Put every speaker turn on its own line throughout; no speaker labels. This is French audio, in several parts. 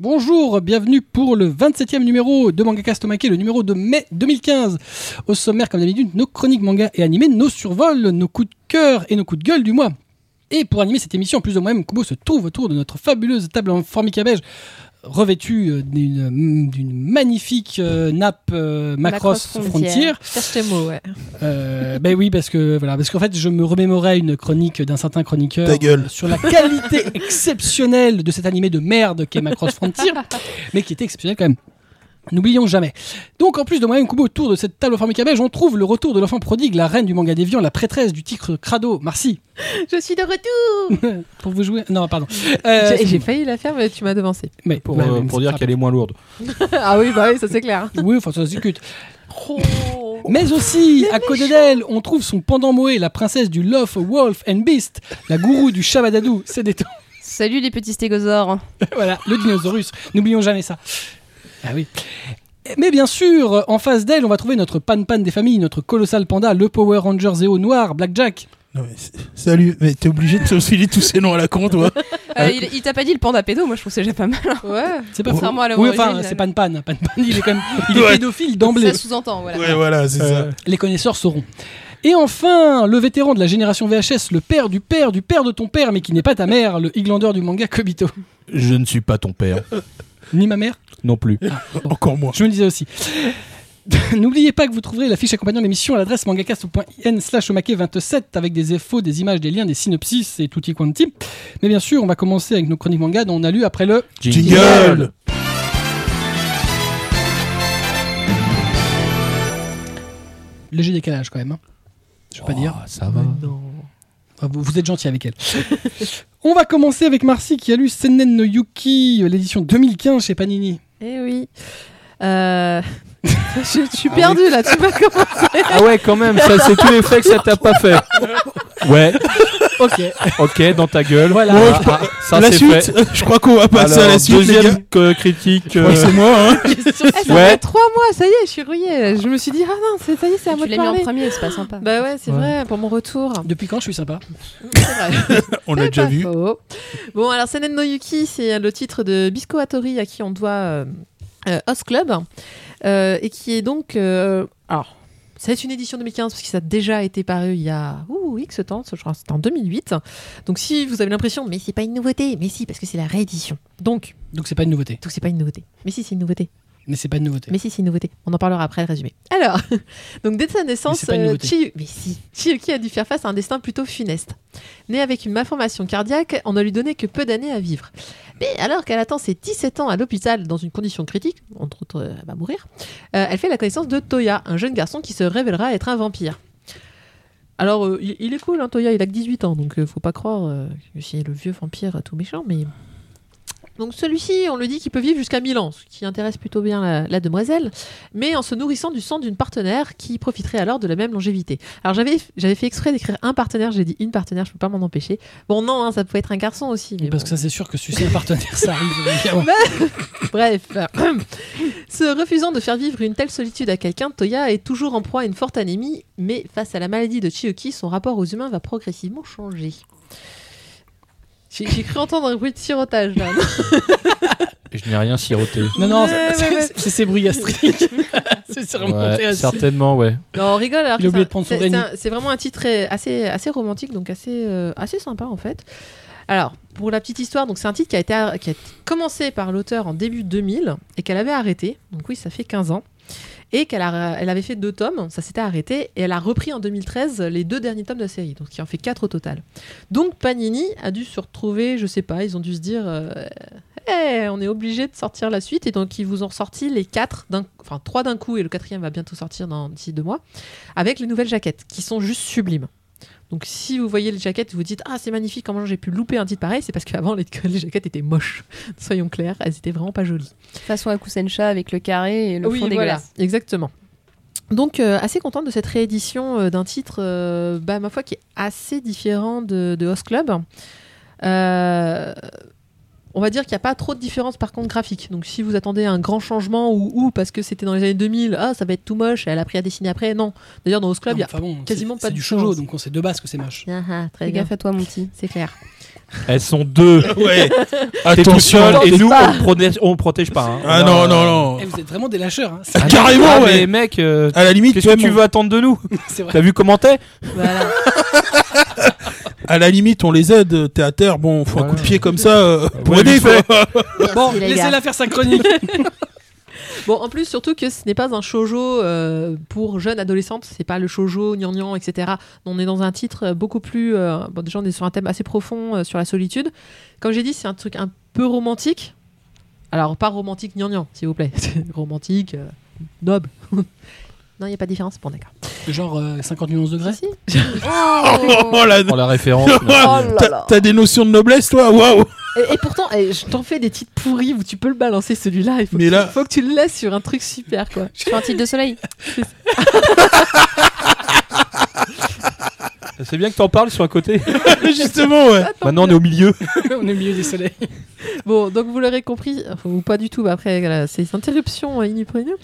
bonjour, bienvenue pour le 27e numéro de Mangaka Stomaqué, le numéro de mai 2015. Au sommaire, comme d'habitude, nos chroniques manga et animés, nos survols, nos coups de cœur et nos coups de gueule du mois. Et pour animer cette émission, en plus de moi-même, Kubo se trouve autour de notre fabuleuse table en formicabège revêtue euh, d'une d'une magnifique euh, nappe euh, Macross Frontier.
Cherche tes mots, ouais.
Euh, ben oui, parce que voilà, parce qu'en fait, je me remémorais une chronique d'un certain chroniqueur
Ta gueule.
euh, sur la qualité exceptionnelle de cet animé de merde qu'est Macross Frontier, mais qui était exceptionnel quand même. N'oublions jamais. Donc, en plus de Moyen Kubo, autour de cette table formicabège, on trouve le retour de l'enfant prodigue, la reine du manga déviant, la prêtresse du tigre crado, Marcy,
Je suis de retour
pour vous jouer. Non, pardon. Euh,
J'ai j'ai failli la faire, mais tu m'as devancé.
mais,
Pour,
mais-
euh,
mais-
pour dire qu'elle est moins lourde.
ah oui, bah oui, ça c'est clair.
Oui, enfin, ça se discute.
Oh.
Mais aussi, à côté d'elle, on trouve son pendant moé, la princesse du Love, Wolf and Beast, la gourou du Shabadadou, c'est des
Salut les petits stégosaures. Euh,
voilà, le dinosaurus. N'oublions jamais ça. Ah oui. Mais bien sûr, en face d'elle, on va trouver notre pan-pan des familles, notre colossal panda, le Power Ranger Zéo noir, Blackjack.
Non, mais c'est- salut, mais t'es obligé de te filer tous ces noms à la con, toi.
Euh, il il t'a pas dit le panda pédo, moi je trouve que c'est déjà pas mal. hein.
Ouais.
C'est pas
Contrairement à la
Oui,
voix
enfin,
originale.
c'est pan-pan. Pan-pan, il est quand même il est
Ouais.
pédophile d'emblée.
Ça sous-entend, voilà.
Ouais, voilà, c'est
Euh, Les connaisseurs sauront. Et enfin, le vétéran de la génération VHS, le père du père du père de ton père, mais qui n'est pas ta mère, le Highlander du manga Kobito.
Je ne suis pas ton père,
Ni ma mère
non plus.
ça. Encore moins.
Je me le disais aussi. N'oubliez pas que vous trouverez la fiche accompagnant l'émission à l'adresse mangacast.in slash 27 avec des infos, des images, des liens, des synopsis et tutti quanti. Mais bien sûr, on va commencer avec nos chroniques manga dont on a lu après le...
Jingle
Léger décalage quand même. hein. Je vais pas dire.
Oh, Ça va.
Ah, Vous, vous êtes gentil avec elle. on va commencer avec Marcy qui a lu Senen no Yuki, euh, l'édition 2015 chez Panini.
Eh oui. Euh... je je suis perdue là, tu m'as comment
Ah ouais, quand même, ça c'est tous les faits que ça t'a pas fait. Ouais,
Ok.
ok, dans ta gueule.
Voilà.
Ah, ah, ça
La
c'est
suite
fait.
Je crois qu'on va passer à la
Alors,
suite, les gars.
deuxième euh, critique.
Je crois que
euh,
c'est moi, hein.
Eh, Ça
Ouais.
fait trois mois, ça y est, je suis rouillée. Je me suis dit, ah non, c'est- ça y est, c'est à moi
Tu
de
l'as mis en
parler.
premier, c'est pas sympa.
Bah ouais, c'est
Ouais.
vrai, pour mon retour.
Depuis quand je suis sympa
C'est vrai.
On l'a
C'est
déjà
pas
vu.
faux. Bon, alors Senen no Yuki, c'est le titre de Bisco Hattori à qui on doit euh, euh, Host Club, euh, et qui est donc. euh, alors, c'est une édition 2015, parce que ça a déjà été paru il y a ouh, X temps, je crois que c'était en 2008. Donc si vous avez l'impression, mais c'est pas une nouveauté, mais si, parce que c'est la réédition. Donc,
Donc c'est pas une nouveauté.
donc c'est pas une nouveauté. Mais si, c'est une nouveauté.
Mais c'est pas une nouveauté.
Mais si, c'est une nouveauté. On en parlera après le résumé. Alors, donc dès sa
Mais c'est
naissance,
pas une
euh,
nouveauté.
Chi- mais si, Chiyuki a dû faire face à un destin plutôt funeste. Née avec une malformation cardiaque, on ne lui donnait que peu d'années à vivre. Mais alors qu'elle attend ses 17 ans à l'hôpital dans une condition critique, entre autres, euh, elle va mourir, euh, elle fait la connaissance de Toya, un jeune garçon qui se révélera être un vampire. Alors, euh, il, il est cool, hein, Toya, il a que 18 ans, donc euh, faut pas croire euh, que c'est le vieux vampire euh, tout méchant, mais... Donc celui-ci, on le dit qu'il peut vivre jusqu'à 1000 ans, ce qui intéresse plutôt bien la, la demoiselle, mais en se nourrissant du sang d'une partenaire qui profiterait alors de la même longévité. Alors j'avais j'avais fait exprès d'écrire un partenaire, j'ai dit une partenaire, je peux pas m'en empêcher. Bon non, hein, ça pouvait être un garçon aussi. Mais
Parce
bon.
que ça c'est sûr que sucer un partenaire ça arrive. évidemment.
Bref, se refusant de faire vivre une telle solitude à quelqu'un, Toya est toujours en proie à une forte anémie, mais face à la maladie de Chiyoki, son rapport aux humains va progressivement changer. J'ai j'ai cru entendre un bruit de sirotage là.
Je n'ai rien siroté.
Non, non,
Ouais,
c'est-
ouais, ouais.
c'est c'est ses bruits gastriques. c'est sûrement
Ouais,
très-
certainement, ouais.
Non, on rigole. alors
Il
que
a oublié
c'est
de prendre
un-
son
c'est-
Benny.
c'est un- C'est vraiment un titre euh, assez, assez romantique, donc assez, euh, assez sympa en fait. Alors, pour la petite histoire, donc c'est un titre qui a été ar- qui a été commencé par l'auteur en début 2000 et qu'elle avait arrêté. Donc oui, ça fait 15 ans. Et qu'elle a- elle avait fait deux tomes, ça s'était arrêté, et elle a repris en 2013 les deux derniers tomes de la série, donc qui en fait quatre au total. Donc Panini a dû se retrouver, je sais pas, ils ont dû se dire, euh, Eh, on est obligé de sortir la suite, et donc ils vous ont sorti les quatre, d'un- enfin trois d'un coup, et le quatrième va bientôt sortir dans d'ici deux mois avec les nouvelles jaquettes qui sont juste sublimes. Donc si vous voyez les jaquettes, vous vous dites ah c'est magnifique comment j'ai pu louper un titre pareil, c'est parce qu'avant les, les jaquettes étaient moches. Soyons clairs, elles étaient vraiment pas jolies.
Façon à Kusencha avec le carré et le fond dégueulasse.
exactement. Donc euh, assez contente de cette réédition euh, d'un titre, euh, bah, ma foi, qui est assez différent de, de Host Club. Euh, on va dire qu'il n'y a pas trop de différence par contre graphique. Donc si vous attendez un grand changement ou, ou parce que c'était dans les années 2000, ah ça va être tout moche, elle a appris à dessiner après, non. D'ailleurs dans Host Club, il y a
Enfin bon,
quasiment
c'est-
pas
c'est
de
du shoujo,
différence.
donc on sait de base que c'est moche.
Ah, ah, très
Fais
bien.
gaffe à toi, mon petit.
C'est clair.
Elles sont deux.
Ouais.
T'es tout seul
Attention.
et
protèges
nous,
pas.
on protège- on protège pas. hein.
Ah
On a-
non, non, non.
Eh, vous êtes vraiment des lâcheurs, hein.
Ah,
Carrément,
ah, Mais
ouais.
mec, euh,
À la limite,
qu'est-ce que
même,
tu
on-
veux attendre de nous
c'est vrai.
T'as vu comment t'es
Voilà.
à la limite, on les aide. euh, T'es à terre, bon, faut un
Voilà.
coup de pied comme ça euh, pour
Ouais,
aider,
vite fait.
quoi.
Bon,
les gars.
laissez-la faire sa chronique.
Bon, en plus, surtout que ce n'est pas un shoujo euh, pour jeunes adolescentes, c'est pas le shoujo, gnangnan, etc. On est dans un titre euh, beaucoup plus. euh, bon, déjà, on est sur un thème assez profond euh, sur la solitude. Comme j'ai dit, c'est un truc un peu romantique. Alors, pas romantique gnangnan, s'il vous plaît. C'est romantique, euh, noble. non, il n'y a pas de différence. Bon, d'accord.
Genre euh, 50 nuances de degrés.
Si, si.
Oh, oh, la-
Pour la référence.
T'as t'as des notions de noblesse, toi
Bah,
Waouh
Et, et pourtant, eh, je t'en fais des titres pourris où tu peux le balancer celui-là. Il faut,
Mais
que-
là-
faut que tu le laisses sur un truc super, quoi.
Sur un titre de soleil.
C'est bien que t'en parles sur un côté.
Justement, ouais.
Maintenant, on est au milieu.
on est au milieu du soleil.
Bon, donc vous l'aurez compris, enfin, ou pas du tout, mais après voilà, ces interruptions euh, inoprévues.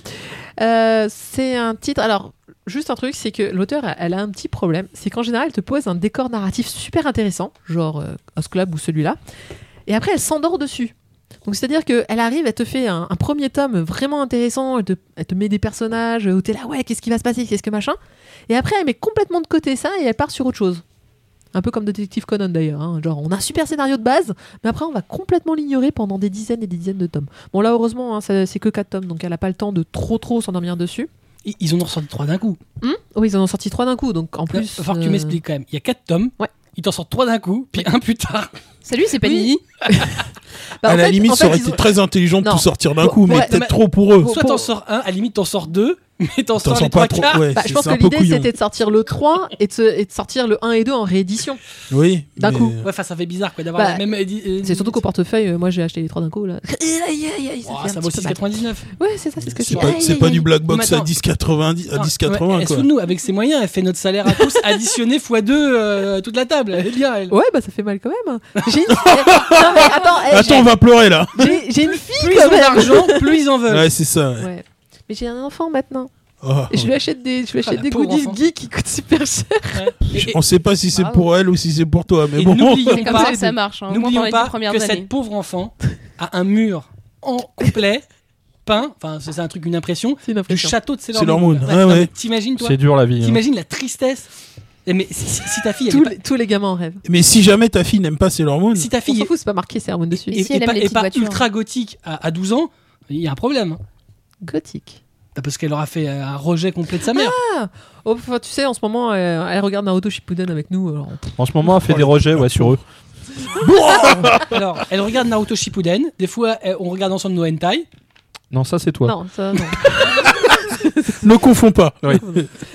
Euh, c'est un titre. Alors, juste un truc, c'est que l'auteur, elle a un petit problème. C'est qu'en général, elle te pose un décor narratif super intéressant, genre euh, House Club ou celui-là, et après, elle s'endort dessus. Donc, c'est-à-dire qu'elle arrive, elle te fait un, un premier tome vraiment intéressant, elle te, elle te met des personnages euh, où t'es là, ouais, qu'est-ce qui va se passer, qu'est-ce que machin. Et après, elle met complètement de côté ça et elle part sur autre chose. Un peu comme Détective Conan d'ailleurs. hein. Genre, on a un super scénario de base, mais après, on va complètement l'ignorer pendant des dizaines et des dizaines de tomes. Bon, là, heureusement, hein, ça- c'est que 4 tomes, donc elle n'a pas le temps de trop trop s'endormir dessus.
Ils- Ils en ont ressorti trois d'un coup.
Hum oui, ils en ont sorti 3 d'un coup, donc en
Là,
plus.
faut que tu
euh,
m'expliques quand même. Il y a quatre tomes.
Ouais.
Ils t'en sortent trois d'un coup, puis un plus tard.
Salut, c'est Panini.
bah, en
à la
fait-
limite,
en
ça
fait,
aurait
ils
été
ont-
très intelligent de
Non.
tout sortir d'un
Bon,
coup, mais
ouais,
non,
peut-être
mais-
trop pour eux.
Bon,
Soit
pour-
t'en sors un, à la limite t'en sors deux, mais t'en
T'en
sors
sors
les trois
pas trop.
quarts.
Ouais,
bah,
c'est
je pense
c'est
que
un peu
l'idée
couillon.
c'était de sortir le 3 et de, se- et de sortir le 1 et 2 en réédition.
Oui.
d'un
mais-
coup.
Ouais, enfin, ça fait bizarre quoi d'avoir
Bah,
la même. édi- euh,
C'est surtout qu'au portefeuille, euh, moi j'ai acheté les 3 d'un coup là. Aïe, aïe, aïe, aïe,
Oh,
fait un
ça
petit
vaut
peu mal.
6,99.
Ouais, c'est ça, c'est ce que je
C'est pas, c'est pas du black box à
Maintenant-
10,90 à 10,80 quoi.
sous nous, eh, avec ses moyens, elle fait notre salaire à tous additionné x2 euh, toute la table. Elle est bien, elle.
Ouais, bah ça fait mal quand même. J'ai une... Non, mais attends, eh,
Attends, on va pleurer là.
j'ai- j'ai- j'ai une fille
Plus ils
quand
ont
même.
d'argent, plus ils en veulent.
Ouais, c'est ça. ouais.
Ouais. Mais j'ai un enfant maintenant.
Oh.
Et je lui achète des, je lui
Ah,
achète
la
des
pauvre
goodies
enfant.
geeks qui coûtent super cher.
Ouais. Et-
On sait pas si c'est
Bravo.
pour elle ou si c'est pour toi, mais
Et
bon.
n'oublions
C'est comme
pas-
ça que ça marche. Hein, au moins pendant
N'oublions
les
pas
dix
que
premières années.
cette pauvre enfant a un mur en complet peint, enfin c'est c'est un truc, une impression,
C'est une
du
impression.
château de Sailor
Sailor
Moon.
Moon,
Ouais,
ouais,
non,
ouais.
mais T'imagines toi
C'est dur la vie. hein.
T'imagines la tristesse Eh, Mais si, si- si ta fille, elle
Tous
est
les, tous les gamins en rêvent.
Mais si jamais ta fille n'aime pas Sailor Moon,
pas- si ta
On
fille
s'en
est,
fout, c'est pas marqué, c'est Moon dessus.
est-
si
est
elle aime
pas,
les
est pas
petites voitures.
ultra gothique à, à 12 ans, il y a un problème. hein.
Gothique.
Ah, Parce qu'elle aura fait un rejet complet de sa mère.
Oh, enfin, tu sais, en ce moment, euh, elle regarde Naruto Shippuden avec nous. alors, pff,
En ce moment, on fait des rejets ouais, sur eux.
Alors, elle regarde Naruto Shippuden. Des fois, elle- on regarde ensemble nos hentai.
Non, ça, c'est toi.
Non, ça, non.
ne confonds pas.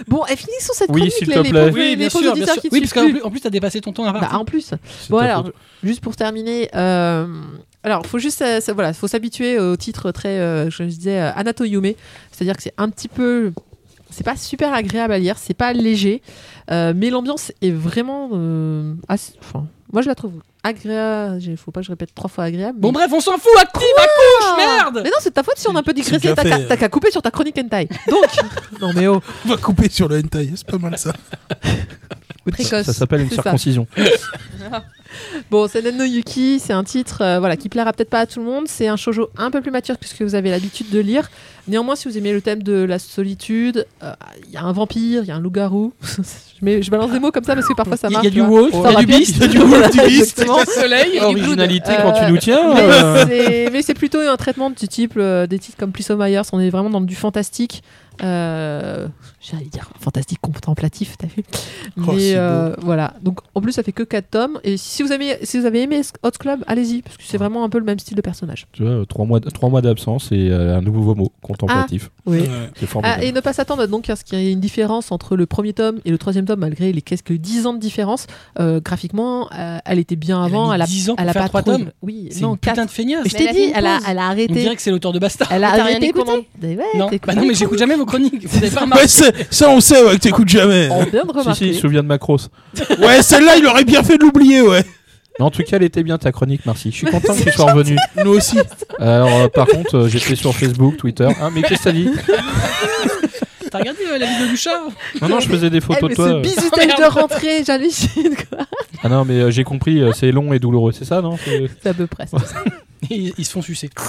bon, et finissons cette
Oui,
chronique,
s'il
les,
te
les
plaît.
pauvres- les pauvres auditeurs qui
Oui,
ne
parce
suivent
qu'en
plus.
plus, en plus, t'as dépassé ton temps à
Bah,
partir.
en plus.
C'est
Bon
ta
alors,
faute.
ju- juste pour terminer, euh, alors faut juste, euh, ça- voilà, faut s'habituer au titre très, euh, je disais, euh, Anatoyume, c'est-à-dire que c'est un petit peu, c'est pas super agréable à lire, c'est pas léger, euh, mais l'ambiance est vraiment, euh, assez- enfin, moi je la trouve agréable. j'ai- Faut pas que je répète trois fois agréable.
Bon,
bah,
mais-
bref, on s'en fout. Active, accouche, merde
Mais non, c'est de ta faute si on a un peu digressé.
déjà
T'as
fait,
qu'à-
euh.
t'as qu'à couper sur ta chronique hentai. Donc, non mais oh,
On va couper sur le hentai, c'est pas mal ça.
Précoce.
Ça s'appelle une
euh, C'est ça.
circoncision.
Bon, c'est Nen no Yuki, c'est un titre euh, voilà, qui plaira peut-être pas à tout le monde. C'est un shoujo un peu plus mature que ce que vous avez l'habitude de lire. Néanmoins, si vous aimez le thème de la solitude, euh, il y a un vampire, il y a un loup-garou. je, mets- je balance des mots comme ça parce que parfois ça
Il y a-
marche.
il y a du
tu vois.
wolf,
Ça
il y a du
rappelle-
beast,
il y a du wolf,
Voilà,
du beast.
exactement.
soleil,
oh
originalité quand tu nous tiens.
Mais
euh,
c'est- Mais c'est plutôt un traitement du type euh, des titres comme Plus Myers. On est vraiment dans du fantastique. Euh, J'allais dire fantastique contemplatif, t'as vu
Oh,
Mais
c'est
euh, voilà. Donc en plus, ça fait que 4 tomes. Et si vous avez, si vous avez aimé Hot Club, allez-y, parce que c'est vraiment un peu le même style de personnage.
Tu vois, trois mois, trois mois d'absence et euh, un nouveau mot contemplatif.
Oui.
Ouais.
C'est formidable.
Ah. et ne pas s'attendre donc à ce qu'il y ait une différence entre le premier tome et le troisième tome, malgré les quelques 10 ans de différence. Euh, graphiquement, euh, elle était bien avant.
Elle
Elle
a
a,
mis 10 ans pour
elle a
faire
pas
trois
trop-
tomes.
Oui,
C'est
non,
une putain
4.
de feignasse.
Mais je t'ai
Mais elle a
dit,
fait une
elle a,
pause.
elle a
On dirait
arrêté.
que c'est l'auteur de Bastard.
Elle a
T'as rien
arrêté
écouté
pendant. Mais ouais,
Non,
t'écoutes
bah non, mais
pas.
j'écoute jamais vos chroniques. Vous avez pas remarqué
Ouais, c'est- ça on sait ouais, que t'écoutes jamais.
On vient de
Si, si,
remarquer.
il se souvient de Macross.
Ouais, celle-là, il aurait bien fait de l'oublier, ouais.
Mais en tout cas, elle était bien ta chronique, merci. Je suis content que tu sois revenu.
Nous aussi.
Ah, Alors, euh, par contre, euh, j'étais sur Facebook, Twitter. Hein, mais qu'est-ce que ça dit
T'as regardé euh, la vidéo du chat
Non, non, je faisais des
Eh,
photos de
mais
toi.
ce
euh.
bisutage de
Merde.
rentrée, j'hallucine quoi.
Ah non, mais euh, j'ai compris, euh, c'est long et douloureux, c'est ça, non C'est-
C'est à peu près. ça.
Et ils, ils se font sucer.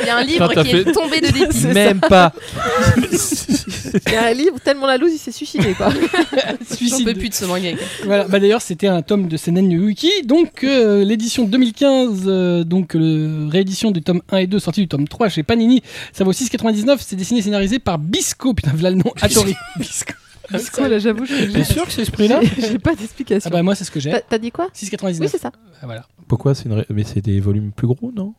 Il y a un livre
Putain, t'as
qui est
fait-
tombé de dépit.
C'est
Même pas
Il y a un livre tellement la loose, il s'est suicidé quoi.
J'en peux
Suicide.
plus de ce manga. quoi.
Voilà. Bah, D'ailleurs, c'était un tome de Senen New Wiki. Donc, euh, l'édition 2015, euh, donc euh, réédition du tome 1 et 2, sorti du tome 3 chez Panini. Ça vaut 6,99. C'est dessiné et scénarisé par Bisco. Putain, voilà le nom. Hattori. Bisco.
Bisco, là, j'avoue, j'ai
T'es sûr que c'est ce prix-là
j'ai pas d'explication.
Ah bah, moi, c'est ce que j'ai.
T'as- T'as dit quoi
6,99.
Oui, c'est ça.
Ah, voilà.
Pourquoi c'est une ré- Mais c'est des volumes plus gros, non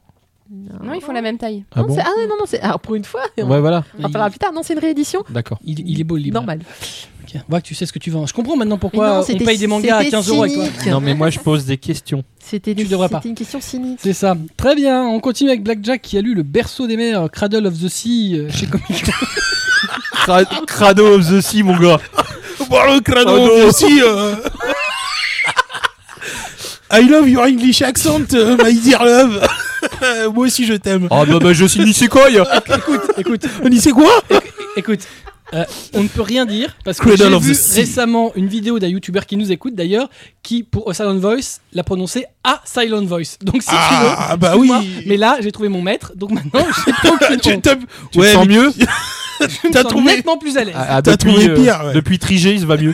Non, ils font la même taille.
Ah
non,
bon
c'est- ah ouais, non, non, c'est. Alors pour une fois, on
Ouais, voilà,
on en parlera plus tard. Non, c'est une réédition.
d'accord.
Il, il est beau le livre. hein.
Normal.
Ok. On voit que tu sais ce que tu vends. Je comprends maintenant
bah. Mais
pourquoi
non,
on
c'était-
paye des mangas à
c'était
15 euros avec toi.
cynique.
Non, mais moi, je pose des questions.
C'était
Tu
des-
devrais pas.
c'était une question cynique.
C'est ça. Très bien. On continue avec Blackjack qui a lu Le berceau des mers, Cradle of the Sea euh, chez Comic Con.
Crado of the Sea, mon gars
Bon, le
Ah
crâne Ah, aussi. euh. I love your English accent, euh, my dear love. Euh, Moi aussi, je t'aime.
Ah bah, bah je suis Nisekoy
écoute,
Oh.
On dit c'est quoi
écoute. euh, on ne peut rien dire parce que
Cradle
j'ai
of the
vu
Sea.
récemment une vidéo d'un youtubeur qui nous écoute d'ailleurs qui pour A Silent Voice l'a prononcé à Silent Voice. Donc si
Ah,
tu veux,
bah
excuse-moi,
oui.
mais là j'ai trouvé mon maître donc maintenant j'ai plus aucune honte.
tapes.
Tu te sens mieux
Je me
t'as
sens
trouvé-
nettement plus à l'aise.
Ah, ah,
T'as
depuis,
trouvé
euh,
pire, ouais.
Depuis Trigé, il se va mieux.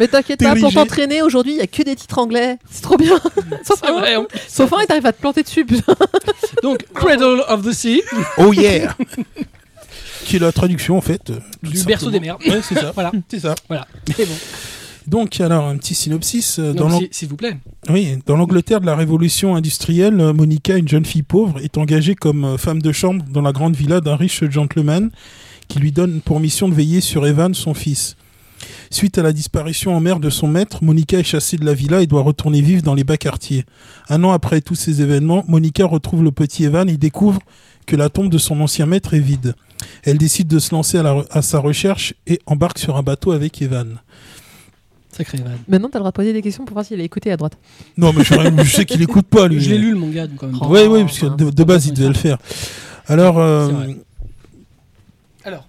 Mais t'inquiète pas, pour
Dirigé.
t'entraîner aujourd'hui, il y a que des titres anglais. C'est trop bien. Sauf
C'est
un,
vrai, en plus.
sauf un, et t'arrives à te planter dessus. putain.
Donc Cradle of the Sea
Oh yeah. Qui est la traduction en fait euh, tout
du
simplement.
berceau des mers.
Ouais, c'est ça.
Voilà.
C'est ça.
Voilà. Mais bon,
Donc alors un petit synopsis euh, dans
donc,
l'ang-
s'il- s'il vous plaît.
oui, dans l'Angleterre de la Révolution industrielle, euh, Monica, une jeune fille pauvre, est engagée comme euh, femme de chambre dans la grande villa d'un riche gentleman qui lui donne pour mission de veiller sur Evan, son fils. Suite à la disparition en mer de son maître, Monica est chassée de la villa et doit retourner vivre dans les bas quartiers. Un an après tous ces événements, Monica retrouve le petit Evan et découvre que la tombe de son ancien maître est vide. Elle décide de se lancer à, la- à sa recherche et embarque sur un bateau avec Evan.
Sacré Evan.
Maintenant, t'as le droit de poser des questions pour voir s'il a écouté à droite.
Non, mais je, je sais qu'il écoute pas, lui.
Je l'ai lu le manga donc quand même.
Oh.
Oui, oui, parce que de, de base, il devait le faire. Alors, euh,
C'est vrai. Alors,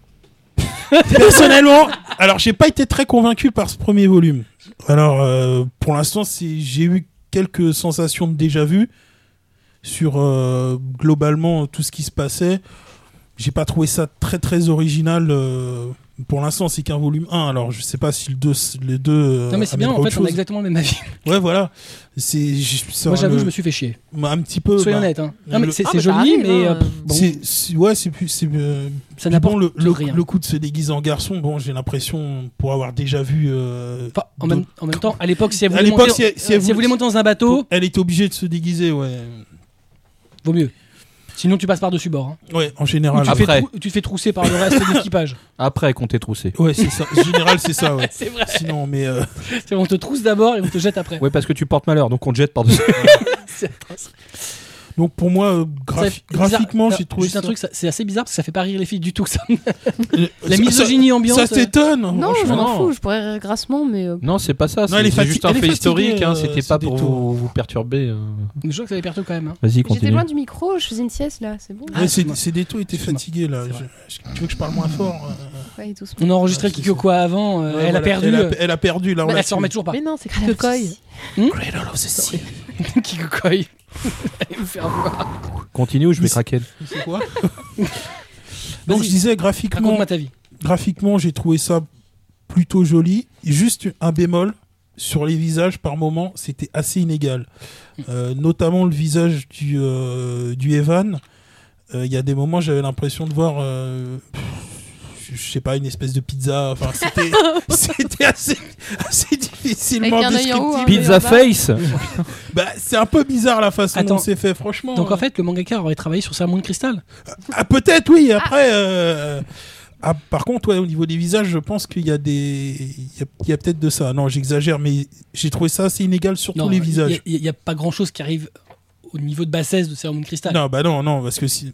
personnellement, alors j'ai pas été très convaincu par ce premier volume. Alors, euh, pour l'instant, c'est- j'ai eu quelques sensations de déjà-vu sur euh, globalement tout ce qui se passait. J'ai pas trouvé ça très très original. euh, pour l'instant, c'est qu'un volume 1. Alors, je sais pas si le 2, les deux. euh,
non mais c'est bien
amènera
en
autre
fait on a
chose.
exactement le même avis.
Ouais, voilà. C'est. j'ai- ça
Moi j'avoue
me-
je me suis fait chier.
Un petit peu.
Soyons
bah,
honnêtes hein. Non, mais
le-
c'est
Ah,
c'est
mais ça
joli
arrive,
mais
hein.
euh, bon,
c'est- c'est- ouais, c'est plus. c'est, euh,
ça
Puis
n'a pas
bon, le, le-
rien.
le coup de se déguiser en garçon, bon, j'ai l'impression, pour avoir déjà vu. euh,
Enfin, en, même, en même temps à l'époque si elle
à
voulait
l'époque,
monter
si, elle- si elle
si elle voulait monter dans un bateau
elle était obligée de se déguiser, ouais.
vaut mieux. Sinon tu passes par dessus bord. hein.
Ouais, en
Ou
général.
tu, te fais
Après.
trou- tu te fais trousser par le reste de l'équipage.
Après, qu'on t'ait troussé.
Ouais, c'est ça. En général, c'est ça, ouais.
C'est vrai.
Sinon, mais. euh,
C'est- On te trousse d'abord et on te jette après.
Ouais, parce que tu portes malheur, donc on te jette par-dessus.
donc, pour moi, euh, graphi-
Ça- bizarre-
graphiquement,
Alors,
j'ai trouvé.
Juste un
ça-
truc, ça- c'est assez bizarre parce que ça fait pas rire les filles du tout. Ça.
Euh,
La
ça-
misogynie ambiante. euh.
Ça, ça t'étonne
Non, je
Oh, franchement.
m'en
non.
fous, je pourrais rire grassement, mais. euh,
Non, c'est pas ça.
elle est
C'est c'est
fati-
juste un
elle est
fait
fatiguée,
historique. hein,
euh,
C'était
ce
pas pour
détour.
vous, vous perturber. euh.
Je crois que ça les perturbe quand même. hein.
Vas-y,
J'étais
continue.
loin du micro, je faisais une sieste là, c'est bon.
Ah,
Ouais, c'est
excuse-moi.
c'est des taux étaient
Excuse-moi.
fatigués, là.
C'est vrai.
Je- je- tu veux que je parle moins fort euh,
Ouais, doucement.
On a enregistré
Ouais, c'est
Kiko quoi avant. euh,
ouais,
elle a
voilà,
perdu.
Elle
euh,
a, elle a perdu, là. on
mais
l'a
elle se remet
su.
toujours pas.
Mais non, c'est
Ah,
que coille.
Cradle of the Sea.
Kiko Koi. Allez vous faire voir.
Continue ou je vais craquer
C'est quoi Donc,
Vas-y.
je disais, graphiquement,
Raconte-moi ta vie.
graphiquement, j'ai trouvé ça plutôt joli. Juste un bémol sur les visages par moment, c'était assez inégal. Euh, notamment le visage du, euh, du Evan. Euh, Il y a des moments, j'avais l'impression de voir. euh, pff, je sais pas, une espèce de pizza. Enfin, c'était, c'était assez, assez difficilement
Avec un œil en haut,
descriptif.
hein.
Pizza Face
Bah, c'est un peu bizarre la façon
Attends.
dont c'est fait, franchement.
Donc en fait, le mangaka aurait travaillé sur sa moine cristal.
Ah, peut-être, oui. Après, euh, ah, par contre, ouais, au niveau des visages, je pense qu'il y a des, il y a, il y a peut-être de ça. Non, j'exagère, mais j'ai trouvé ça assez inégal sur tous les visages.
Il n'y a, pas grand chose qui arrive au niveau de bassesse de sa moine cristal.
Non, bah non, non, parce que si.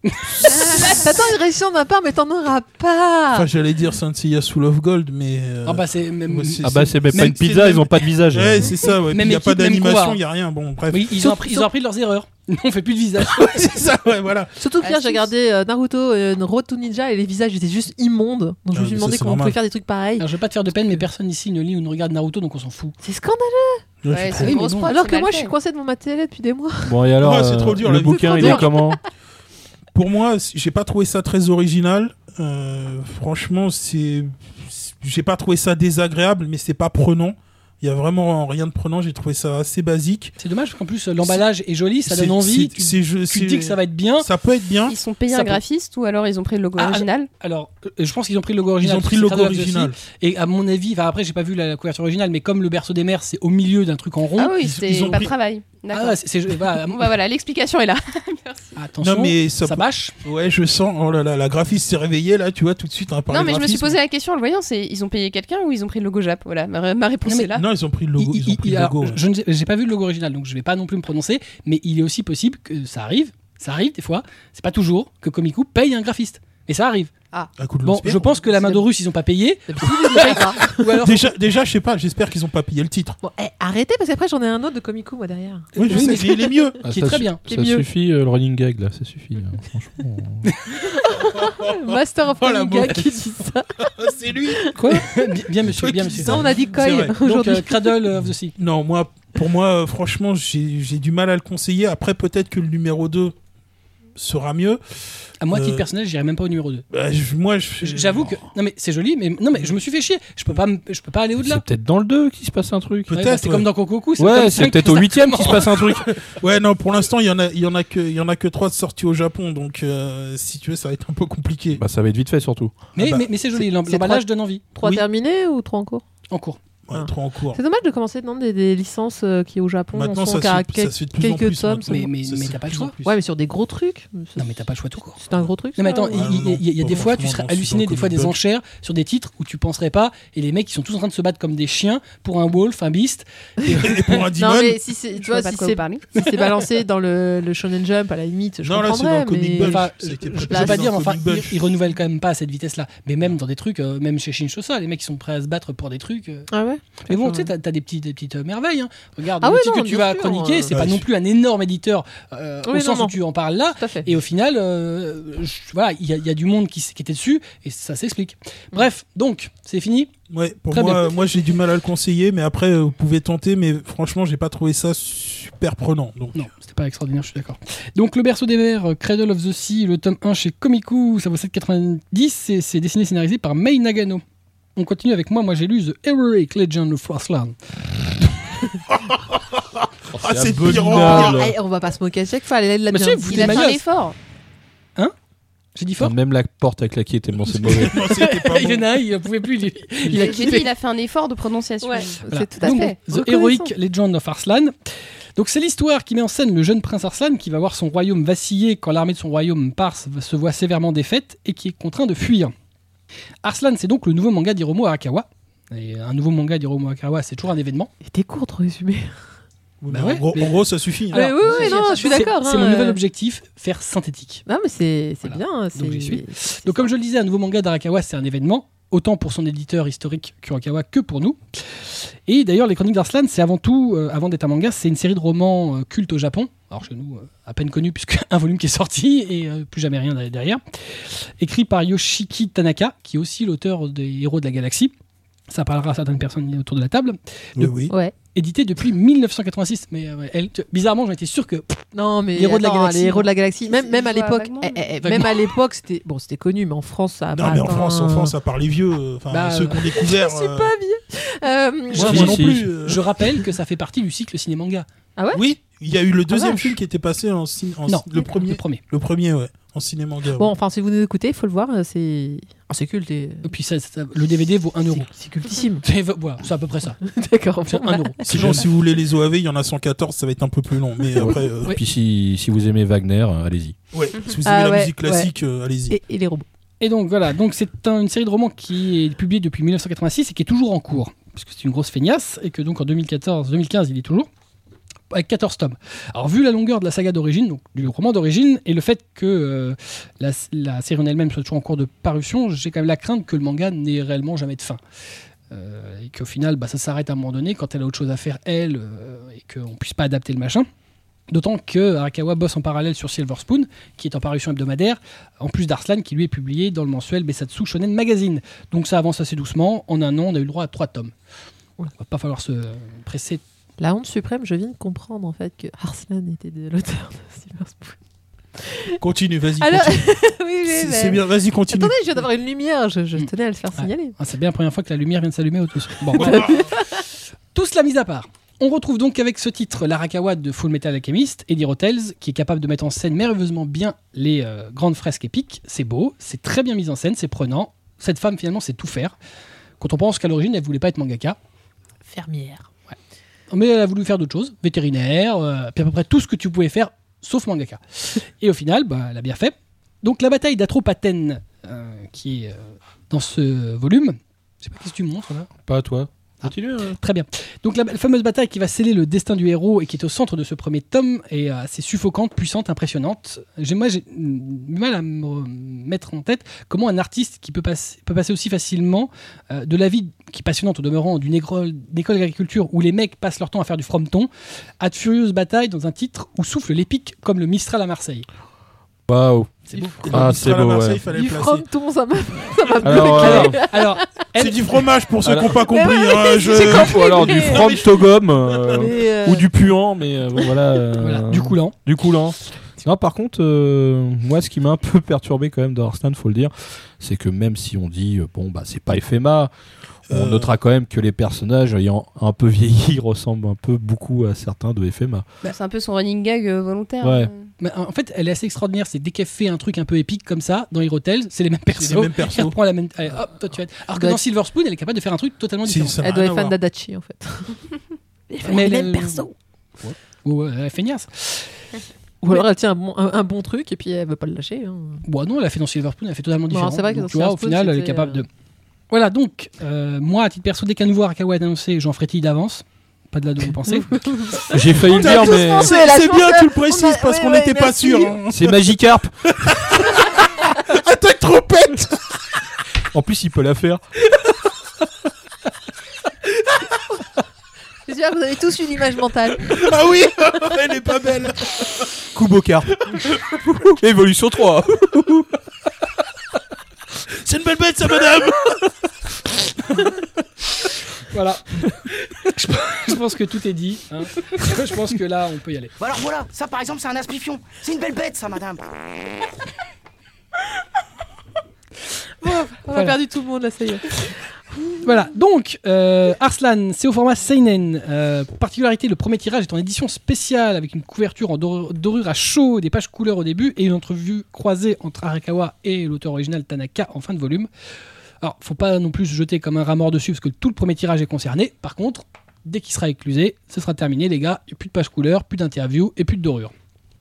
T'attends une réaction de ma part, mais t'en auras
Enfin,
pas.
j'allais dire Saint Seiya Soul of Gold, mais. euh,
Ah bah c'est même.
moi, c'est-
Ah bah c'est même pas
c'est-
une pizza,
c'est-
ils ont pas de visage.
Ouais, c'est ça, ouais.
Même
Il n'y a pas
équipe, même
d'animation,
couloir.
il n'y a rien. Bon, bref.
Oui, ils ont,
Sauf-
appris, ils ont appris leurs erreurs. On fait plus de visage.
c'est ça, ouais, voilà.
Surtout que hier,
Ah, si.
j'ai regardé euh, Naruto euh, Road to Ninja et les visages étaient juste immondes. Donc je
Ah,
me suis
mais ça,
demandé
c'est
comment on
normal.
pouvait faire des trucs pareils.
Alors, je vais pas te faire de peine, mais personne ici ne lit ou ne regarde Naruto, donc on s'en fout.
C'est scandaleux.
Ouais,
Ouais,
c'est
c'est
Oui,
une
mais
grosse
bon.
prod,
Alors
c'est
que
mal
moi, je
fait.
suis coincée devant ma télé depuis des mois.
Bon et alors,
Ouais, Ah, c'est
euh,
trop dur, la
le
vie.
bouquin
C'est trop
il est
dur.
comment
Pour moi, c- j'ai pas trouvé ça très original. Euh, franchement, c'est, c'est- j'ai pas trouvé ça désagréable, mais c'est pas prenant. Il y a vraiment rien de prenant. J'ai trouvé ça assez basique.
C'est dommage parce qu'en plus l'emballage est joli, ça donne envie. Tu,
c'est, je-
tu te
c'est-
dis que ça va être bien.
Ça peut être bien.
Ils sont payés
Ça
un
peut-
graphiste ou alors ils ont pris le logo
Ah,
original.
Alors, euh, je pense qu'ils ont pris le logo
Ils
original.
ont pris
parce
le
que
logo
c'est très
original.
aussi. Et à mon avis, enfin après j'ai pas vu la, la couverture originale, mais comme le berceau des mers, c'est au milieu d'un truc en rond.
Ah oui,
ils-
c'est
ils ont
pas
pris-
de travail.
Ah,
D'accord.
c'est- c'est bah,
Bon, bah voilà, l'explication est là.
attention.
Non, mais ça
ça
peut-
bâche.
Ouais, je sens. Oh là là, la graphiste s'est réveillée là. Tu vois tout de suite. hein, par
non,
le
mais je me suis
graphisme.
posé la question en le voyant c'est ils ont payé quelqu'un ou ils ont pris le logo Jap Voilà, ma, ma réponse
Non, mais-
est là.
Non, ils ont pris le logo.
Il-
Ils ont
il-
pris
il-
le
alors,
logo. ouais.
Je ne sais- j'ai pas vu le logo original, donc je vais pas non plus me prononcer, mais il est aussi possible que ça arrive, ça arrive des fois, c'est pas toujours, que Komiku paye un graphiste. Et ça arrive.
À coup de
Bon,
lance-pierre.
je pense que la main d'Horus, ils ont pas payé. Ou alors,
Déjà, déjà, je sais pas. J'espère qu'ils ont pas payé le titre.
Bon, eh, arrêtez parce qu'après j'en ai un autre de Komiku moi derrière.
Oui, je
Oui,
sais.
mais-
mais Il est mieux.
Ah,
Qui est
ça
très
su-
bien.
Qui est
Ça
mieux.
suffit euh, le running gag là, ça suffit. hein. Franchement.
Master of
Oh, la
Komiga
mauvaise.
qui dit ça.
Oh, c'est lui.
quoi Bien- Bien monsieur,
Toi
bien
qui
monsieur.
dis
Non, on a dit Koi
vrai. Donc,
Donc,
aujourd'hui.
euh, Cradle of the Sea.
Non, moi, pour moi, euh, franchement, j'ai j'ai du mal à le conseiller. Après, peut-être que le numéro 2 sera mieux.
À moi,
Euh,
titre personnel, j'irai même pas au numéro 2.
Bah, je- moi, je-
J'avoue que. Non, mais c'est joli, mais non, mais je me suis fait chier. Je peux pas, me- je peux pas aller
C'est
au-delà.
peut-être dans le 2 qu'il se passe un truc.
Peut-
Ouais, bah, c'est
ouais.
comme dans Cococu.
Ouais, c'est peut-être au 8ème qu'il se passe un truc.
Ouais, non, pour l'instant, il y en a, il y en a que, il y en a que trois de sorties au Japon. Donc, euh, si tu veux, ça va être un peu compliqué.
Bah ça va être vite fait surtout.
Mais,
Ah bah,
mais, mais c'est joli, l'em-
c'est
l'emballage donne envie.
Trois
oui.
terminés ou trois en cours
En cours.
Ouais, trop en cours.
C'est dommage de commencer dans des, des licences euh, qui au Japon
Maintenant,
en
ça,
sont qu'à
se, ça
quel-
se fait de plus en
quelques
plus.
tomes,
maintenant.
mais- mais-
Ça
mais
se
t'as
fait
pas
de
le
plus en
choix.
plus.
Ouais mais sur des gros trucs.
Non, mais t'as pas le choix tout court.
C'est un gros truc.
Non, mais
ça,
attends,
ouais.
il il-
Ah, non,
il y, a- il y a
pas
des fois, tu
franchement,
serais
dans ce-
halluciné
dans
des fois des
Comic-Con.
enchères sur des titres où tu penserais pas, et les mecs, ils sont tous en train de se battre comme des chiens pour un Wolf, un Beast.
Et pour un Demon,
Non mais si c'est
Je
tu vois,
vois pas
si
de quoi vous
c'est
parlez.
si c'est balancé dans le, le shonen jump à la limite je
Non, là, c'est dans
comprendrais
le comic
mais
bulge.
Enfin,
Ça a été
je- je
préparé
veux pas
dans
dire,
le
mais enfin,
comic
ils,
bulge.
ils renouvellent quand même pas à cette vitesse-là. Mais même dans des trucs, euh, même chez Shinshosa, les mecs, ils sont prêts à se battre pour des trucs. euh.
ah ouais
Mais bon,
Enfin,
tu sais, t'as t'as des, petits- des petites euh, merveilles. hein. Regarde,
Ah
le
ouais,
titre
non,
que tu
bien
vas
sûr,
chroniquer,
euh.
c'est pas
Ouais,
non
je-
plus un énorme éditeur euh,
Oui,
au
non,
sens
non.
où tu en parles là.
tout à fait
Et au final, euh, je- voilà, il y, a- il y a du monde qui, s- qui était dessus et ça s'explique.
Mm.
Bref, donc, c'est fini.
Ouais, pour
Très
moi,
bien.
euh, moi j'ai du mal à le conseiller, mais après, euh, vous pouvez tenter, mais franchement, j'ai pas trouvé ça super prenant. Donc,
Non, c'était pas extraordinaire, je suis d'accord. Donc, Le berceau des mers, euh, Cradle of the Sea, le tome 1 chez Komiku, ça vaut 7,90 et c'est dessiné et scénarisé par Mei Nagano. On continue avec moi, moi j'ai lu The Heroic Legend of Frostland.
Ah, c'est
abominable.
Eh, on va pas se moquer à chaque fois elle est là
Mais
bien.
si, vous
Il a fait
des
un
magasins.
effort.
J'ai dit
Putain,
fort
Même la porte à claquer tellement c'est mauvais.
Non, c'était pas
Il y en
bon.
a un, il en pouvait plus, il, il a
J'ai dit,
quitté.
il a fait un effort de prononciation.
Ouais,
Voilà.
c'est tout à
Donc,
fait
The Heroic Legend of Arslan. Donc c'est l'histoire qui met en scène le jeune prince Arslan qui va voir son royaume vaciller quand l'armée de son royaume Pars se voit sévèrement défaite et qui est contraint de fuir. Arslan, c'est donc le nouveau manga d'Hiromo Arakawa. Et un nouveau manga d'Hiromo Arakawa, c'est toujours un événement.
était court de résumé
Oui,
Bah
mais
ouais,
en, gros,
mais-
en gros, ça suffit. hein.
Alors,
oui oui non je suis
C'est-
d'accord
C'est
hein,
mon nouvel
euh.
objectif, faire synthétique.
non mais c'est c'est
Voilà.
bien
Donc, j'y suis.
c'est-
Donc comme je le disais, un nouveau manga d'Arakawa, c'est un événement, autant pour son éditeur historique Kurakawa que pour nous. Et d'ailleurs, les Chroniques d'Arslan, c'est avant tout, euh, avant d'être un manga, c'est une série de romans euh, cultes au Japon. Alors chez nous, euh, à peine connu puisque un volume qui est sorti et euh, plus jamais rien derrière. Écrit par Yoshiki Tanaka, qui est aussi l'auteur des Héros de la Galaxie. Ça parlera à certaines personnes autour de la table.
Oui, oui.
ouais
Édité depuis 1986. Mais euh, ouais, elle- tu- bizarrement, j'en étais sûr que
Non, mais
Les héros de la
attends,
galaxie.
les héros de la galaxie, même,
C'est-
même à
je vois
l'époque,
vaguement,
eh,
mais-
eh, eh,
Vaguement.
même à l'époque, c'était bon, c'était connu, mais en France, ça. a
Non,
pas
mais en
atteint-
France, en France, à part les vieux, euh, enfin
Bah,
ceux qui ont découvert.
je suis
euh,
pas vieux. Euh,
Je-
moi,
Si,
moi non
si.
plus. euh,
je rappelle que ça fait partie du cycle ciné-manga.
Oui, euh, il y a eu le deuxième
vache.
film qui était passé en, cin- en
Ah, Non,
le premier,
Le premier.
le premier, ouais, en cinéma.
Bon, enfin, si vous nous écoutez, il faut le voir. euh, C'est, ah, c'est culte. et-
Et puis ça- ça- le DVD vaut 1 euro.
C'est, c'est cultissime.
C'est voilà, c'est à peu près ça.
D'accord.
C'est
bon,
1
bah.
euro.
Sinon, si vous voulez les OAV, il y en a 114, ça va être un peu plus long. Mais après, euh,
Oui.
Puis si, si vous aimez Wagner, euh, allez-y.
ouais, si vous aimez
Ah
la
ouais,
musique classique, euh, allez-y.
Et, et les robots.
Et donc voilà, donc c'est un- une série de romans qui est publiée depuis 1986 et qui est toujours en cours, parce que c'est une grosse feignasse et que donc en 2014-2015 il est toujours. avec 14 tomes. Alors, vu la longueur de la saga d'origine, donc du roman d'origine, et le fait que euh, la, la série en elle-même soit toujours en cours de parution, j'ai quand même la crainte que le manga n'ait réellement jamais de fin. Euh, et qu'au final, bah, ça s'arrête à un moment donné quand elle a autre chose à faire, elle, euh, et qu'on puisse pas adapter le machin. D'autant que Arakawa bosse en parallèle sur Silver Spoon, qui est en parution hebdomadaire, en plus d'Arslan, qui lui est publié dans le mensuel Besatsu Shonen Magazine. Donc ça avance assez doucement. En un an, on a eu le droit à trois tomes. Il va pas falloir se presser
La honte suprême, je viens de comprendre en fait que Arslan était de l'auteur de Silver Spoon.
Continue, vas-y.
Alors,
continue.
oui, oui,
C'est
mais-
c'est bien, vas-y, continue.
Attendez, je viens d'avoir une lumière, je, je
Mm.
tenais à le faire
Ouais.
signaler.
Ah, c'est bien la première fois que la lumière vient de s'allumer au tous. Bon, bref. Tout cela mis à part. On retrouve donc avec ce titre l'Arakawa de Full Metal Alchemist, Eddie Rotels, qui est capable de mettre en scène merveilleusement bien les euh, grandes fresques épiques. C'est beau, c'est très bien mis en scène, c'est prenant. Cette femme, finalement, sait tout faire. Quand on pense qu'à l'origine, elle voulait pas être mangaka,
Fermière.
mais elle a voulu faire d'autres choses, vétérinaire, euh, puis à peu près tout ce que tu pouvais faire, sauf mangaka. Et au final, bah, elle a bien fait. Donc la bataille d'Atropaten, euh, qui est euh, dans ce volume, je sais pas qu'est-ce que tu me montres là
Pas à toi.
Ah.
Continue. hein.
Très bien. Donc la, la fameuse bataille qui va sceller le destin du héros et qui est au centre de ce premier tome est euh, assez suffocante, puissante, impressionnante. J'ai moi j'ai mm, du mal à me mettre en tête comment un artiste qui peut passer, peut passer aussi facilement euh, de la vie qui est passionnante au demeurant d'une école d'une école d'agriculture où les mecs passent leur temps à faire du frometon à de furieuses batailles dans un titre où souffle l'épique comme le Mistral à Marseille.
Waouh.
C'est beau.
Ah,
Il
c'est
sera à
beau,
Marseille,
ouais.
il fallait
Du
le placer.
frometon, ça m'a ça m'a
Alors, euh,
bloqué.
alors,
Alors, elle-
C'est du fromage pour ceux qui
Alors-
n'ont pas compris. hein, je-
J'ai compris,
ou alors du
mais-
from Togum euh,
Mais, euh,
ou du puant, mais euh, bon, voilà. euh,
voilà, du coulant.
Du coulant. Sinon, par contre, euh, moi, ce qui m'a un peu perturbé quand même dans Arslan, faut le dire, c'est que même si on dit, euh, bon, bah, c'est pas FMA, on
Euh.
notera quand même que les personnages ayant un peu vieilli ressemblent un peu beaucoup à certains de FMA.
Bah, C'est un peu son running gag euh, volontaire.
Ouais.
hein.
Mais, en fait, elle est assez extraordinaire. C'est dès qu'elle fait un truc un peu épique comme ça, dans Hero Tales, c'est les mêmes
C'est
persos.
les mêmes persos.
Elle reprend la même. Allez, hop, toi tu vas. être- Alors que
Ouais.
dans Silver Spoon, elle est capable de faire un truc totalement
Si,
différent.
ça n'a
Elle doit
rien
être
à
fan
voir.
d'Adachi en fait.
Mais
les mêmes
le-
persos.
Ou euh, elle est feignasse.
Ou alors elle tient un bon, un, un bon truc et puis elle veut pas le lâcher. hein.
Bon, non, elle a fait dans Silver Spoon, elle a fait totalement
Non,
différent.
c'est vrai que
Donc,
dans
tu vois,
Silver
au
Spoon,
final, elle est
c'était,
capable
euh,
de. Voilà, donc, euh, moi, à titre perso, dès qu'un nouveau Arakawa est annoncé, j'en frétille d'avance. Pas de la double pensée.
J'ai failli le
T'as
dire,
tous
mais
pensé,
Ouais, la
C'est bien,
chance,
tu le
on
précises
a-
parce
ouais,
qu'on
ouais,
n'était pas
merci.
sûr. hein.
c'est Magikarp.
Attaque trompette
En plus, il peut la faire.
Je suis sûre que vous avez tous une image mentale.
Ah oui Elle est pas belle
Kubokarp. Évolution 3.
C'est une belle bête, ça, madame
voilà. je pense- je pense que tout est dit. hein. Je pense que là, on peut y aller.
Bah alors voilà, ça par exemple c'est un aspifion. C'est une belle bête ça madame.
Bon, on a
Voilà.
perdu tout le monde là, ça y est.
Voilà, donc euh, Arslan, c'est au format Seinen. Euh, particularité, le premier tirage est en édition spéciale avec une couverture en dor- dorure à chaud, des pages couleurs au début et une entrevue croisée entre Arakawa et l'auteur original Tanaka en fin de volume. Alors, faut pas non plus se jeter comme un rat mort dessus parce que tout le premier tirage est concerné. Par contre, dès qu'il sera éclusé, ce sera terminé, les gars. Plus de pages couleurs, plus d'interviews et plus de dorure.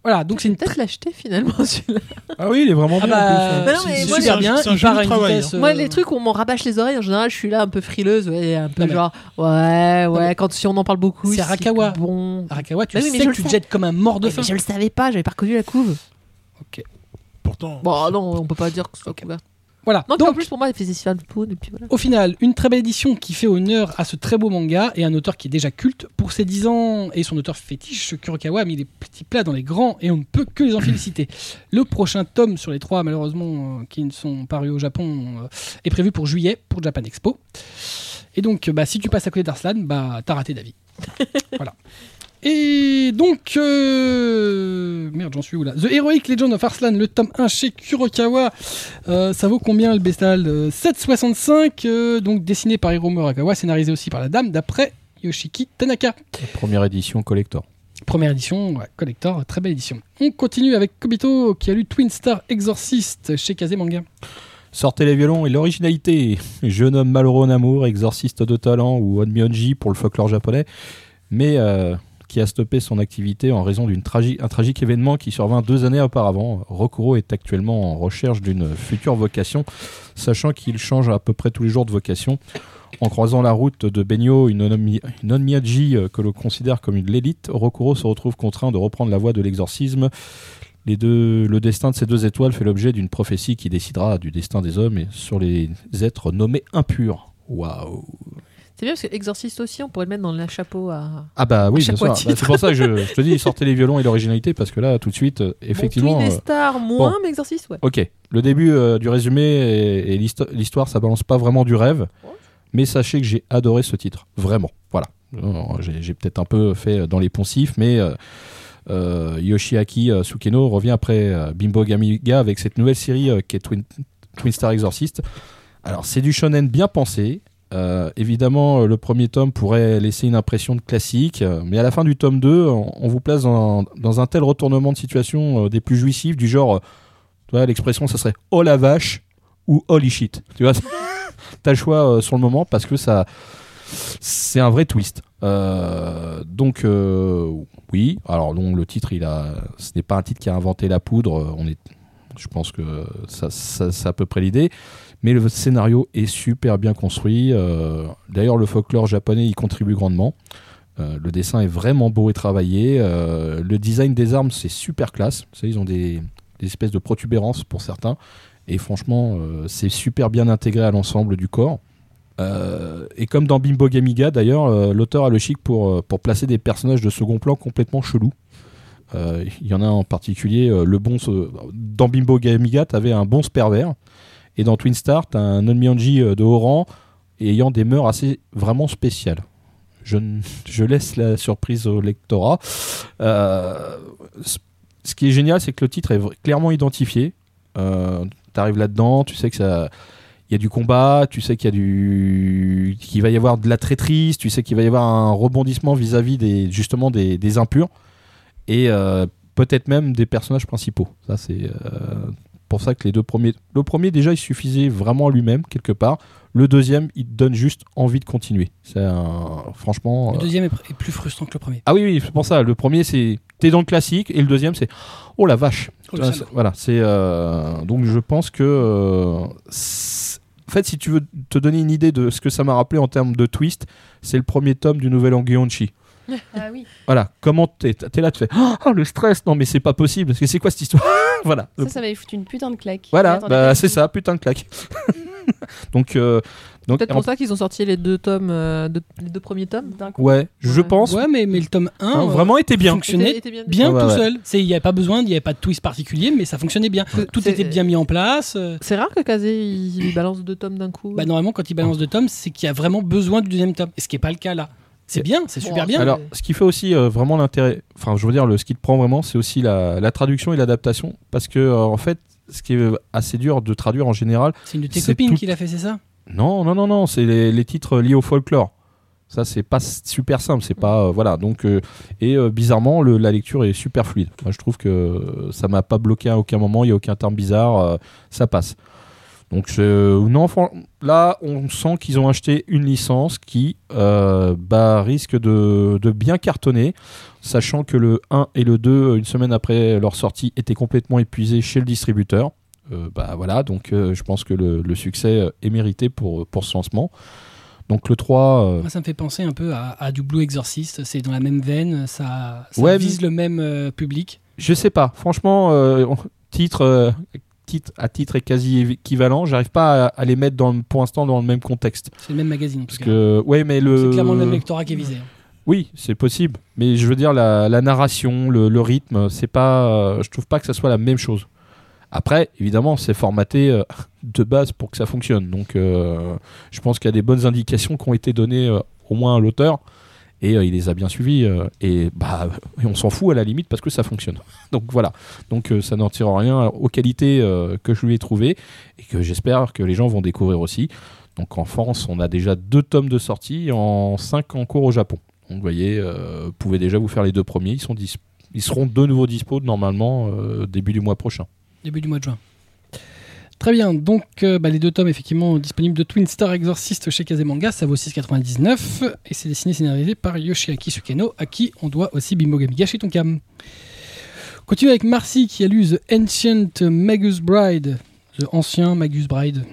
Voilà, donc c'est une
Peut-être l'acheter finalement celui-là.
Ah oui, il est vraiment
Ah
bien. en
bah,
plus, hein.
Bah non, mais
c'est
moi,
super
j'ai-
bien.
c'est un
il part
joli
à une
travail,
vitesse,
Moi,
euh,
les trucs où on m'en rabâche les oreilles, en général, je suis là un peu frileuse, ouais, un peu
Non, mais-
genre, ouais,
Non, mais-
ouais, quand si on en parle beaucoup,
C'est Arakawa.
Bon.
Arakawa, tu
Bah oui, mais
sais que
je le
tu
sens.
jettes comme un mort de
Ouais, mais
faim.
je le savais pas, j'avais pas reconnu la couve.
Pourtant,
Bon, non, on peut pas dire que c'est
Ok.
couvert.
Voilà.
Non, puis
donc,
en plus, pour moi, elle faisait Silver Spoon, et puis voilà.
Au final, une très belle édition qui fait honneur à ce très beau manga et un auteur qui est déjà culte. Pour ses 10 ans et son auteur fétiche, Kurokawa a mis les petits plats dans les grands et on ne peut que les en féliciter. Le prochain tome sur les trois, malheureusement, euh, qui ne sont parus au Japon, euh, est prévu pour juillet pour Japan Expo. Et donc, euh, bah, si tu passes à côté d'Arslan, bah, t'as raté d'avis. voilà. Et donc, euh, merde, j'en suis où là The Heroic Legend of Arslan, le tome 1 chez Kurokawa, euh, ça vaut combien le Bestal Euh, 7,65, euh, donc dessiné par Hiro Murakawa, scénarisé aussi par la dame, d'après Yoshiki Tanaka.
Première édition collector.
Première édition, ouais, collector, très belle édition. On continue avec Kobito qui a lu Twin Star Exorcist chez Kaze Manga.
Sortez les violons et l'originalité. Jeune homme malheureux en amour, exorciste de talent ou onmyonji pour le folklore japonais, mais euh, qui a stoppé son activité en raison d'un tragique événement qui survint deux années auparavant. Rokuro est actuellement en recherche d'une future vocation, sachant qu'il change à peu près tous les jours de vocation. En croisant la route de Benyo, une Onomi- une Onmyaji euh, que l'on considère comme une l'élite, Rokuro se retrouve contraint de reprendre la voie de l'exorcisme. Les deux, le destin de ces deux étoiles fait l'objet d'une prophétie qui décidera du destin des hommes et sur les êtres nommés impurs. Waouh
C'est bien parce que Exorciste aussi, on pourrait le mettre dans le chapeau à.
Ah bah oui, bien
À chaque
sûr.
fois
Bah, c'est pour ça que je, je te dis, sortez les violons et l'originalité parce que là, tout de suite, euh, effectivement...
Bon, Twin
euh,
et Star, moins, mais Exorciste, ouais.
Ok, le début euh, du résumé et, et l'histo- l'histoire, ça balance pas vraiment du rêve, mais sachez que j'ai adoré ce titre, vraiment. Voilà, Non, j'ai j'ai peut-être un peu fait dans les poncifs, mais euh, euh, Yoshiaki euh, Sukeno revient après euh, Bimbo Gamiga avec cette nouvelle série euh, qui est Twin, Twin Star Exorcist. Alors, c'est du shonen bien pensé. Euh, évidemment, euh, le premier tome pourrait laisser une impression de classique, euh, mais à la fin du tome 2, on, on vous place dans, dans un tel retournement de situation euh, des plus jouissifs, du genre tu vois, l'expression, ça serait oh la vache ou holy shit. Tu vois, t'as le choix euh, sur le moment parce que ça, c'est un vrai twist. Euh, donc, euh, oui, alors non, le titre, il a, ce n'est pas un titre qui a inventé la poudre. euh, On est, je pense que ça, ça- c'est à peu près l'idée. Mais le scénario est super bien construit. euh, D'ailleurs, le folklore japonais y contribue grandement. Euh, le dessin est vraiment beau et travaillé. euh, le design des armes, c'est super classe. Tu sais, ils ont des, des espèces de protubérances pour certains. Et franchement, euh, c'est super bien intégré à l'ensemble du corps. Euh, et comme dans Bimbo Gamiga, d'ailleurs, euh, l'auteur a le chic pour, euh, pour placer des personnages de second plan complètement chelous. Euh, Il y en a en particulier euh, le bon. se- Dans Bimbo Gamiga, t'avais un bon pervers. Et dans Twin Star, t'as un Onmyonji euh, de haut rang ayant des mœurs assez vraiment spéciales. Je, n- je laisse la surprise au lectorat. Euh, ce- ce qui est génial, c'est que le titre est vr- clairement identifié. Euh, T'arrives là-dedans, tu sais que ça, il y a du combat, tu sais qu'il y a du qu'il va y avoir de la traîtrise, tu sais qu'il va y avoir un rebondissement vis-à-vis des justement des, des impurs et euh, peut-être même des personnages principaux. Ça c'est euh, pour ça que les deux premiers le premier déjà il suffisait vraiment à lui-même quelque part. Le deuxième, il te donne juste envie de continuer. C'est un... franchement
Le
euh,
deuxième est, pr- est plus frustrant que le premier.
ah oui, oui, c'est pour ça. Le premier, c'est t'es dans le classique, et le deuxième, c'est oh la vache.
Oh, le
Ah,
salaud.
c'est- voilà, c'est euh, donc je pense que euh, c'est- en fait, si tu veux te donner une idée de ce que ça m'a rappelé en termes de twist, c'est le premier tome du nouvel Anguionchi.
Ah oui.
Voilà, comment t'es t'es là, tu fais oh le stress, non mais c'est pas possible, parce que c'est quoi cette histoire Voilà,
Ça, ça m'avait foutu une putain de claque.
voilà,
J'attendais
bah,
pas
c'est
du tout.
ça, putain de claque. donc, euh, donc
Peut-être
en-
pour ça qu'ils ont sorti les deux tomes, euh, de- les deux premiers tomes.
D'un coup.
ouais, je
Ouais.
pense,
Ouais, mais, mais le tome 1
hein, vraiment était bien.
fonctionnait
Était- était bien.
bien
Ah ouais,
tout
ouais.
seul. C'est- Il n'y avait pas besoin, il n'y avait pas de twist particulier, mais ça fonctionnait bien. Tout
C'est-
était bien mis en place. euh,
C'est rare que Kazé il, il balance deux tomes d'un coup.
Bah, normalement, quand il balance deux tomes, c'est qu'il y a vraiment besoin du deuxième tome. Et ce qui n'est pas le cas là. C'est bien, c'est
Bon,
super bien.
Alors, ce qui fait aussi euh, vraiment l'intérêt, enfin, je veux dire, le, ce qui te prend vraiment, c'est aussi la, la traduction et l'adaptation. Parce que, euh, en fait, ce qui est assez dur de traduire en général,
c'est une de tes
c'est
copines
tout-
qui l'a fait, c'est ça
non, non, non, non, c'est les, les titres liés au folklore. Ça, c'est pas s- super simple, c'est pas. euh, voilà, donc. euh, et euh, bizarrement, le- la lecture est super fluide. Moi, je trouve que euh, ça m'a pas bloqué à aucun moment, il n'y a aucun terme bizarre, euh, ça passe. Donc, je- euh, non, fran- là, on sent qu'ils ont acheté une licence qui euh, bah, risque de, de bien cartonner, sachant que le 1 et le 2, une semaine après leur sortie, étaient complètement épuisés chez le distributeur. Euh, bah voilà, donc euh, je pense que le, le succès euh, est mérité pour, pour ce lancement. Donc le 3, euh,
Moi, ça me fait penser un peu à, à du Blue Exorcist. C'est dans la même veine, ça, ça
Ouais,
vise le même euh, public.
je sais pas, franchement, euh, on- titre, euh, titre à titre est quasi équivalent, j'arrive pas à, à les mettre dans, le- pour l'instant dans le même contexte.
C'est le même magazine en tout
Parce
cas.
que, ouais, mais le.
C'est clairement le même lectorat qui est visé. hein,
Oui, c'est possible, mais je veux dire la, la narration, le, le rythme, c'est pas, euh, je trouve pas que ça soit la même chose. Après, évidemment, c'est formaté euh, de base pour que ça fonctionne, donc euh, je pense qu'il y a des bonnes indications qui ont été données euh, au moins à l'auteur et euh, il les a bien suivies euh, et bah et on s'en fout à la limite parce que ça fonctionne. Donc voilà, donc euh, ça n'en tire rien aux qualités euh, que je lui ai trouvées et que j'espère que les gens vont découvrir aussi. Donc en France, on a déjà deux tomes de sortie, en cinq en cours au Japon. Donc vous voyez, euh, vous pouvez déjà vous faire les deux premiers. Ils, sont dis- ils seront de nouveau dispo normalement euh, début du mois prochain.
Début du mois de juin. Très bien, donc euh, bah, les deux tomes effectivement disponibles de Twin Star Exorcist chez Kazemanga, ça vaut 6,99 et c'est dessiné et scénarisé par Yoshiaki Sukeno, à qui on doit aussi Bimbo Gamiga chez Tonkam. Continue avec Marcy qui a lu The Ancient Magus Bride, The Ancien Magus Bride,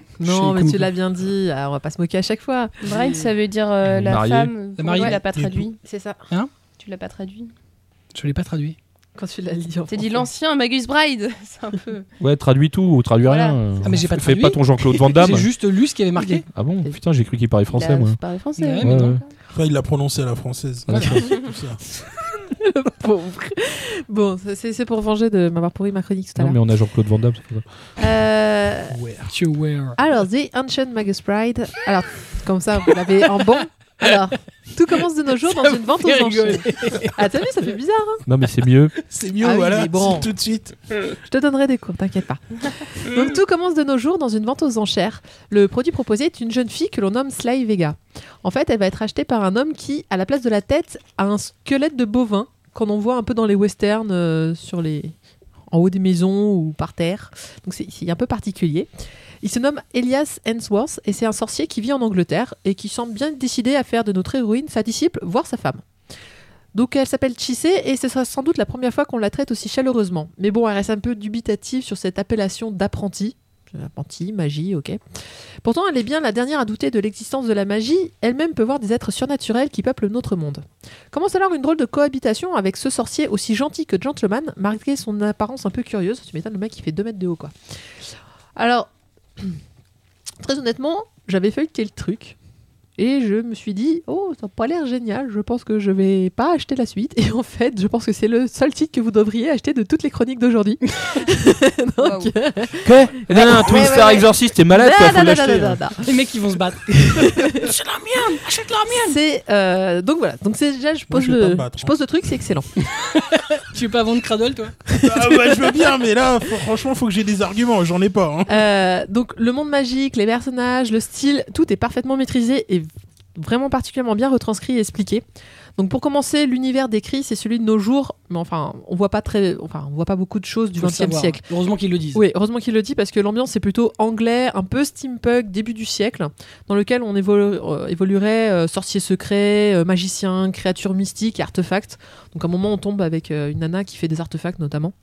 Chez-
Non, mais tu
comme-
l'as bien dit. Ah, on va pas se moquer à chaque fois.
Bride, ça veut dire euh, la
Mariée.
femme.
La mariée.
Tu l'as pas
Et-
traduit.
C'est ça.
Tu l'as pas traduit.
Je l'ai pas traduit.
Quand tu l'as dit. en
T'as dit
français.
l'ancien Magus Bride. C'est un peu.
Ouais, traduis tout ou traduis
Voilà.
rien. euh,
Ah, mais j'ai pas
Fais
traduit.
pas ton Jean-Claude Van Damme.
J'ai juste lu ce qui avait marqué.
Ah bon Putain, j'ai cru qu'il parlait français, moi.
Pas français.
Ouais,
Ouais,
mais non.
ouais.
Enfin, il l'a prononcé à la française.
Ouais.
C'est pour ça.
Pauvre. Bon, c'est- c'est c'est pour venger de m'avoir pourri ma chronique tout à
Non, mais
l'heure.
on a Jean-Claude Van Damme. c'est pour ça.
Euh,
Tu wear.
Ah, alors, The Ancient Magus Bride. Alors, comme ça, vous l'avez en bon. Alors, tout commence de nos jours dans une vente aux enchères. Ah, t'as vu, ça fait bizarre.
Non, mais c'est mieux.
C'est mieux,
Ah oui,
voilà.
mais bon.
c'est tout de suite.
Je te donnerai des cours, t'inquiète pas. Donc tout commence de nos jours dans une vente aux enchères. Le produit proposé est une jeune fille que l'on nomme Sly Vega. En fait, elle va être achetée par un homme qui, à la place de la tête, a un squelette de bovin qu'on en voit un peu dans les westerns, euh, sur les... en haut des maisons ou par terre. Donc c'est c'est un peu particulier. Il se nomme Elias Hensworth et c'est un sorcier qui vit en Angleterre et qui semble bien décidé à faire de notre héroïne sa disciple, voire sa femme. Donc elle s'appelle Chissé et ce sera sans doute la première fois qu'on la traite aussi chaleureusement. Mais bon, elle reste un peu dubitative sur cette appellation d'apprenti. Apprenti, magie, ok. Pourtant, elle est bien la dernière à douter de l'existence de la magie. Elle-même peut voir des êtres surnaturels qui peuplent notre monde. Commence alors une drôle de cohabitation avec ce sorcier aussi gentil que gentleman, malgré son apparence un peu curieuse. Tu m'étonnes, le mec, il fait 2 mètres de haut, quoi. Alors, très honnêtement, j'avais feuilleté le truc. Et je me suis dit, oh, ça n'a pas l'air génial, je pense que je vais pas acheter la suite. Et en fait, je pense que c'est le seul titre que vous devriez acheter de toutes les chroniques d'aujourd'hui. Donc,
Waouh.
Quoi Oh, Non, non,
ouais,
Twister
ouais.
Exorcist, t'es malade, toi, faut
da, da, da,
l'acheter. hein.
da, da, da.
Les mecs, ils vont se battre.
C'est euh, donc voilà. Donc c'est déjà je
Ah, Moi,
pose
je vais pas me
le
battre, hein.
je pose le truc, c'est excellent.
tu veux pas vendre Cradle, toi
Ah bah, je veux bien, mais là, faut- franchement, faut que j'ai des arguments. J'en ai pas. hein.
Euh, donc le monde magique, les personnages, le style, tout est parfaitement maîtrisé et vraiment particulièrement bien retranscrit et expliqué. Donc pour commencer, l'univers décrit c'est celui de nos jours, mais enfin on voit pas très, enfin on voit pas beaucoup de choses du
Faut le
XXe
savoir.
siècle.
Heureusement qu'ils le disent.
Oui, heureusement qu'il le dit parce que l'ambiance est plutôt anglais, un peu steampunk, début du siècle, dans lequel on évolu- euh, évoluerait euh, sorcier secret, euh, magicien, créature mystique et artefacts. Donc à un moment, on tombe avec euh, une nana qui fait des artefacts notamment,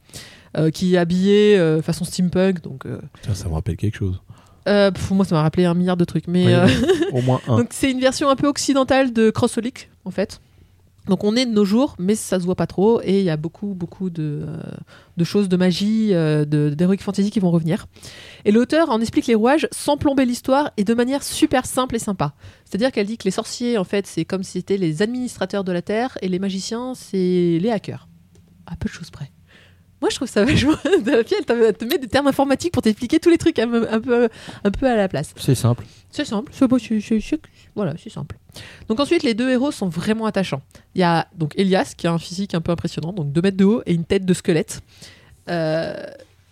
euh, qui est habillée euh, façon steampunk. Donc euh,
Putain, ça me rappelle quelque chose.
euh, pff, moi, ça m'a rappelé un milliard de trucs. Mais
Oui,
euh,
Au moins un.
donc c'est une version un peu occidentale de Crossolic en fait. Donc on est de nos jours, mais ça se voit pas trop et il y a beaucoup beaucoup de, euh, de choses de magie, euh, de d'heroic fantasy qui vont revenir. Et l'auteur en explique les rouages sans plomber l'histoire et de manière super simple et sympa. C'est-à-dire qu'elle dit que les sorciers en fait c'est comme si c'était les administrateurs de la terre et les magiciens c'est les hackers. À peu de choses près. Moi je trouve ça vachement. la fille elle te- elle te met des termes informatiques pour t'expliquer tous les trucs un peu- un peu un peu à la place.
C'est simple.
C'est simple, c'est beau, c'est- c'est- c'est- voilà, c'est simple. Donc ensuite, les deux héros sont vraiment attachants. Il y a donc Elias, qui a un physique un peu impressionnant, donc 2 mètres de haut et une tête de squelette. Euh,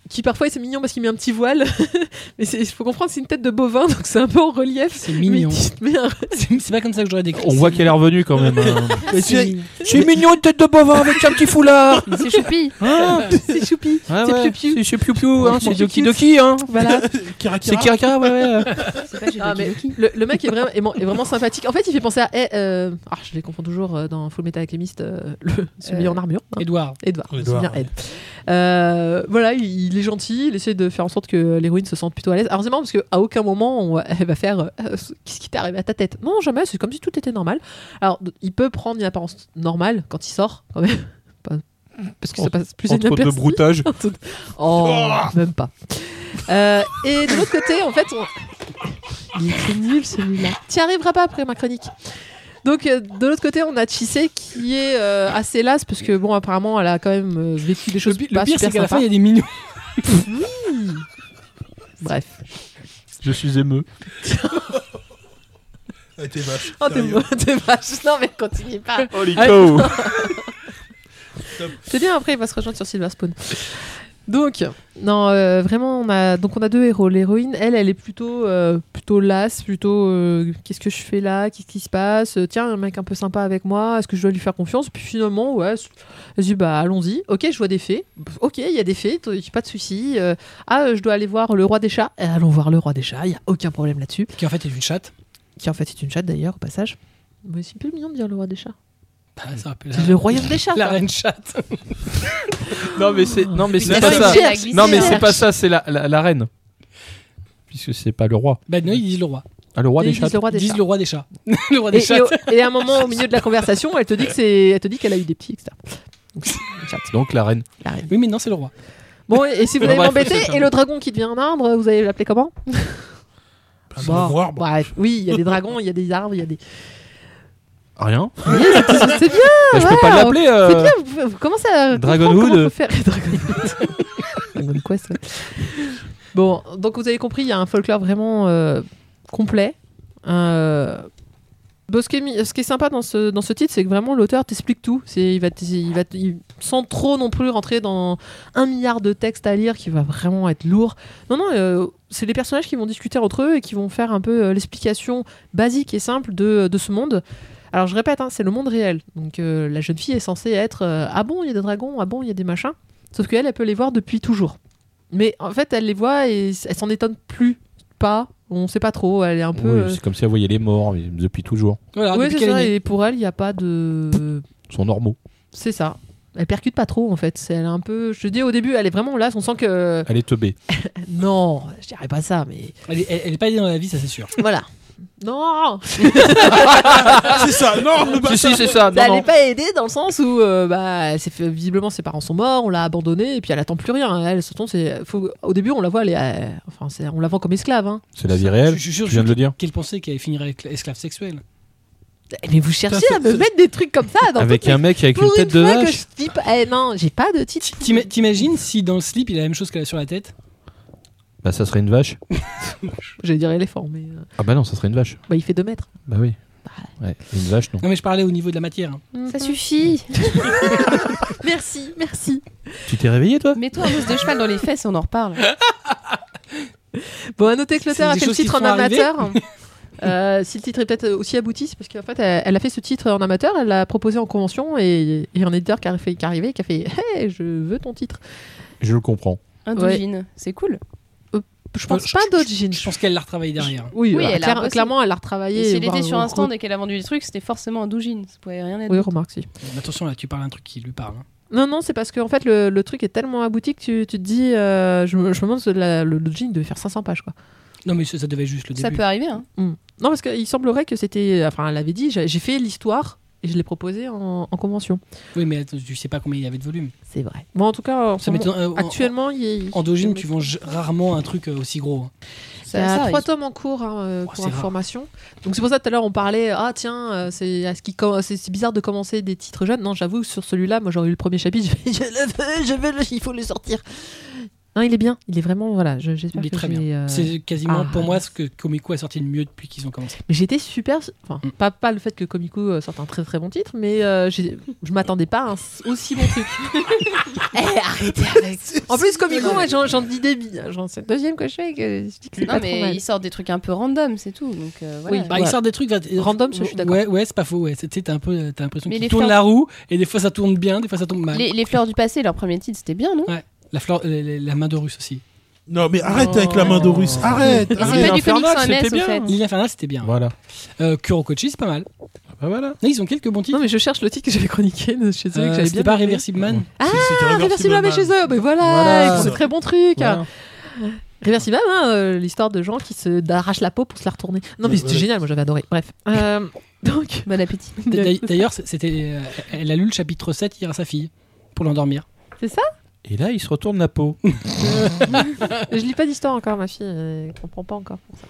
qui parfois c'est mignon parce qu'il met un petit voile, mais il faut comprendre c'est une tête de bovin, donc c'est un peu en relief.
C'est mignon.
Mais qui te met un-
C'est c'est pas comme ça que j'aurais décrit.
On voit qu'elle est revenue quand même. hein.
C'est mignon.
C'est mignon, une tête de bovin avec un petit foulard.
C'est choupi.
Hein
c'est choupi,
Ouais,
c'est
ouais,
piou piou.
C'est piou piou, hein, c'est
Franchement,
Doki
c'est
Doki, hein.
Voilà.
Kira
C'est
Kira.
Kirika, ouais, ouais.
C'est pas
Ah, mais
Doki Doki.
le, le mec est vraiment, est, man- est vraiment sympathique. En fait, il fait penser à. eh, euh, ah, je les confonds toujours euh, dans Full Metal Alchemist, euh, le- celui
Euh,
en armure. hein.
Edouard.
Edouard, c'est
Edouard,
bien
ouais.
Ed. Euh, voilà, il, il est gentil, il essaie de faire en sorte que l'héroïne se sente plutôt à l'aise. Alors c'est marrant parce qu'à aucun moment on- elle va faire euh, Euh, qu'est-ce qui t'est arrivé à ta tête Non, jamais, c'est comme si tout était normal. Alors d- il peut prendre une apparence normale quand il sort, quand même. Pas- Parce que ça
Entre-
passe plus une personne.
broutages.
Oh, même pas. Euh, et de l'autre côté, en fait, on... il est nul celui-là. Tu arriveras pas après ma chronique. Donc euh, de l'autre côté, on a Chissé qui est euh, assez lasse parce que bon, apparemment, elle a quand même euh, vécu des
Le
choses
pi- le
pas
pire, c'est
super
qu'à la fin,
sympas.
il y a des mignons.
Bref.
Je suis émeu.
Ah, t'es vache.
Oh, t'es
sérieux.
mo- t'es vache. Non mais continue pas.
Holico
C'est bien. Après, il va se rejoindre sur Silver Spoon. Donc, non, euh, vraiment, on a donc on a deux héros. L'héroïne, elle, elle est plutôt euh, plutôt lasse, plutôt euh, qu'est-ce que je fais là, qu'est-ce qui se passe, Euh, tiens, un mec un peu sympa avec moi, est-ce que je dois lui faire confiance Puis finalement, ouais, elle se dit bah allons-y. Ok, je vois des fées. Ok, il y a des fées, t- y a pas de souci. Euh, ah, euh, je dois aller voir le roi des chats. Eh, allons voir le roi des chats. Il y a aucun problème là-dessus.
Qui en fait est une chatte.
Qui en fait est une chatte d'ailleurs au passage. Mais c'est plus mignon de dire le roi des chats.
Bah, ça rappelle
C'est
la-
le royaume des chats.
La
quoi.
reine chatte.
Non, mais c'est, non, mais c'est
Mais
pas
non,
ça.
il
a glissé.
Non, mais c'est pas ça, c'est la, la, la reine. puisque c'est pas le roi.
Bah non, ils disent le roi.
Ah, le roi
Et
des
ils
chats.
disent le roi
Ils
des
disent
chats.
le roi des chats. le roi
Et,
des chats.
et au- et à un moment, au milieu de la conversation, elle te dit que c'est, elle te dit qu'elle a eu des petits, etc. Donc, c'est une chatte,
Donc la reine.
la reine.
Oui, mais non, c'est le roi.
Bon, et, et si vous
Bon,
allez
bref,
m'embêter,
c'est ça.
et le dragon qui devient un arbre, vous allez l'appeler comment
Un
Bon,
arbre.
bref, oui, il y a des dragons, il y a des arbres, il y a des.
Rien.
C'est bien,
Bah, je peux pas
ouais,
l'appeler.
c'est
euh,
bien. Vous, pouvez- vous commencez à.
Dragon
comprendre comment
Wood.
faut faire. Dragon Wood. Dragon Quest, ouais. Bon, donc vous avez compris, il y a un folklore vraiment euh, complet. Euh, bon, ce, qui est, mi- ce qui est sympa dans ce, dans ce titre, c'est que vraiment l'auteur t'explique tout. C'est, il va, t- il va t- il- sans trop non plus rentrer dans un milliard de textes à lire qui va vraiment être lourd. Non, non, euh, c'est les personnages qui vont discuter entre eux et qui vont faire un peu euh, l'explication basique et simple de, de ce monde. Alors je répète, hein, c'est le monde réel. Donc euh, la jeune fille est censée être euh, ah bon, il y a des dragons, ah bon, il y a des machins. Sauf qu'elle, elle peut les voir depuis toujours. Mais en fait, elle les voit et s- elle s'en étonne plus pas. On sait pas trop. Elle est un peu.
oui,
euh,
c'est comme si elle voyait les morts mais depuis toujours.
Voilà,
oui,
depuis
c'est
qu'elle
ça.
est née.
Et pour elle, il n'y a pas de.
Ils sont normaux.
C'est ça. Elle percute pas trop en fait. C'est- Elle est un peu. Je te dis au début, elle est vraiment là. On sent que.
Elle est teubée.
Non, je dirais pas ça, mais.
Elle est- elle- elle est pas née dans la vie, ça c'est sûr.
Voilà. Non
Ah, c'est ça, non, le
Si,
bâtard.
si, c'est ça.
Ça
Non,
n'est
non.
pas aidée dans le sens où euh, bah, elle s'est fait- visiblement ses parents sont morts, on l'a abandonnée et puis elle attend plus rien. Elle, surtout, c'est, faut- au début, on la voit, elle est, euh, enfin, c'est- on la vend comme esclave. hein.
C'est la vie
Ça,
réelle.
je- je jure,
Tu viens de le dire.
Qu'elle pensait qu'elle finirait écla- esclave sexuelle.
Eh, Mais vous cherchez
c'est-
à me
c'est-
mettre des trucs comme ça dans
Avec
toutes mes-
un mec avec une
Pour une
tête de
fois que
vache.
je dis pas- eh, non, j'ai pas de titre.
T'ima- T'imagines si dans le slip il a la même chose qu'elle a sur la tête
Bah, ça serait une vache.
J'allais dire éléphant, mais euh,
Ah, bah non, ça serait une vache.
bah, il fait 2 mètres.
Bah oui. Ouais, une vache, non.
Non mais je parlais au niveau de la matière. hein.
Ça suffit.
Merci, merci.
Tu t'es réveillé, toi
Mets-toi un os de cheval dans les fesses et on en reparle.
Bon, à noter que l'auteur
C'est
a
des
fait le
choses qui
titre en
sont arrivées.
amateur. Euh, si le titre est peut-être aussi abouti, c'est parce qu'en fait, elle, elle a fait ce titre en amateur, elle l'a proposé en convention et, et un éditeur qui, a fait, qui est arrivé qui a fait Hey, je veux ton titre.
Je le comprends.
Indogine, c'est cool.
Je pense
je-
pas d'autres jeans.
Je pense qu'elle l'a retravaillé derrière.
Oui,
Oui,
euh,
elle a
clair-
bossé.
clairement, elle l'a retravaillé.
Et si
et bah,
elle
voir-
était sur un stand et qu'elle a vendu des trucs, c'était forcément Indogine. Ça pouvait rien être.
Oui, remarque, si.
Mais Attention là, tu parles un truc qui lui parle. hein.
Non, non, c'est parce que en fait, le, le truc est tellement abouti que tu, tu te dis euh, je, me je me demande si la- le, le jean devait faire 500 pages, quoi.
Non mais ça, ça devait être juste le
Ça
début.
peut arriver. Hein.
Non, parce qu'il semblerait que c'était. Enfin, elle avait dit j'ai j'ai fait l'histoire et je l'ai proposé en, en convention.
Oui mais attends, tu sais pas combien il y avait de volume.
C'est vrai. Bon, en tout cas,
Ça
on-
m'étonne- euh, en-
Actuellement, il est...
en- Endogine, tu vends j- rarement un truc euh, aussi gros. hein.
Il y a
Ça,
trois
ils-
tomes en cours hein, euh,
Oh,
pour
c'est rare.
information. Donc c'est pour ça tout à l'heure on parlait ah tiens euh, c'est à ce qui com- c'est c'est bizarre de commencer des titres jeunes. Non j'avoue sur celui-là moi j'aurais eu le premier chapitre je, fais, je le veux je veux le- il faut le sortir. Non il est bien il est vraiment voilà je- j'espère
Il est
que
très
j'ai,
bien.
euh,
C'est quasiment
ah.
pour moi ce que Comico a sorti de mieux depuis qu'ils ont commencé.
mais j'étais super enfin
Mm.
pas pas le fait que Komiku euh, sorte un très très bon titre mais euh, j'ai- je m'attendais pas à un s- aussi bon truc. Eh, arrêtez avec. En plus Komiku moi j'en j'en dis des billes. hein, J'en sais deuxième que je fais que je dis que c'est
Non,
pas trop
mais
mal.
ils sortent des trucs un peu random, c'est tout. Donc, euh,
Oui,
voilà.
Bah,
Ouais.
il sort des trucs là, et-
Random, ça, je suis d'accord.
Ouais, ouais, c'est pas faux. Ouais, C'est- tu sais, t'as un peu, t'as l'impression
Mais
qu'il
les
tourne
fleurs-
la roue et des fois ça tourne bien, des fois ça tombe mal.
les, les fleurs du passé, leur premier titre, c'était bien, non
La, fleur, la, la- la main de Russe aussi.
Non, mais arrête
Oh.
avec la main d'Horus, arrête,
Et c'est
arrête.
pas du comics
Infernal,
sans MS,
c'était
en fait.
bien.
L'île infernale, c'était bien.
Voilà.
Euh, Kurokochi, c'est pas mal.
Bah voilà.
Mais ils ont quelques bons
Non,
titres.
mais je cherche le titre que j'avais chroniqué de chez eux. que
Euh,
j'avais bien
C'était pas
aimé.
Reversible Man
Ah,
C'est- c'est hein,
Ah,
Reversible
Reversible Man est
Man.
chez eux. Mais voilà,
Voilà.
ils font des très bons trucs.
Voilà.
Reversible Man, hein, euh, l'histoire de gens qui se arrachent la peau pour se la retourner. Non, mais c'était
Ouais.
génial, moi j'avais adoré. Bref. Euh, donc.
Bon appétit.
D'a- D'ailleurs, c'était, euh, elle a lu le chapitre 7 hier à sa fille pour l'endormir.
Et là, il se retourne la peau.
euh, Je lis pas d'histoire encore, ma fille. Elle comprend pas encore pour ça.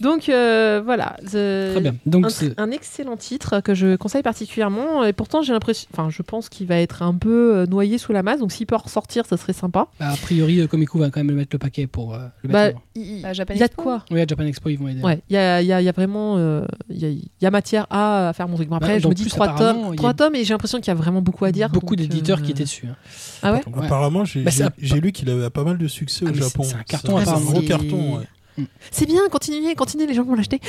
Donc, euh, voilà. The-
Très bien. Donc,
un,
c'est-
un excellent titre que je conseille particulièrement et pourtant j'ai l'impression enfin je pense qu'il va être un peu euh, noyé sous la masse donc s'il peut ressortir ça serait sympa
bah, a priori, euh, Komiku va quand même mettre le paquet pour euh, le
Bah,
mettre. en-
il,
Bah, Japan
il y a de
Expo.
quoi
Oui, à Japan Expo, ils vont aider.
Ouais, il y a, il y a- il y a vraiment euh, il y, a- il y a matière à, à faire mon truc. Bon, après,
Bah,
je
dans
me dis
plus,
trois
apparemment, il
tomes,
y a
trois tomes et j'ai l'impression qu'il y a vraiment beaucoup à dire.
Beaucoup
donc,
d'éditeurs
euh,
qui étaient dessus. hein.
Ah ouais
Donc,
Apparemment, j'ai
Bah,
j'ai-
ça-
j'ai lu qu'il avait pas mal de succès
Ah,
au
mais c'est-
Japon.
c'est un carton,
C'est
apparemment.
un gros
C'est-
carton, ouais.
C'est bien, continuez, continuez, les gens vont l'acheter.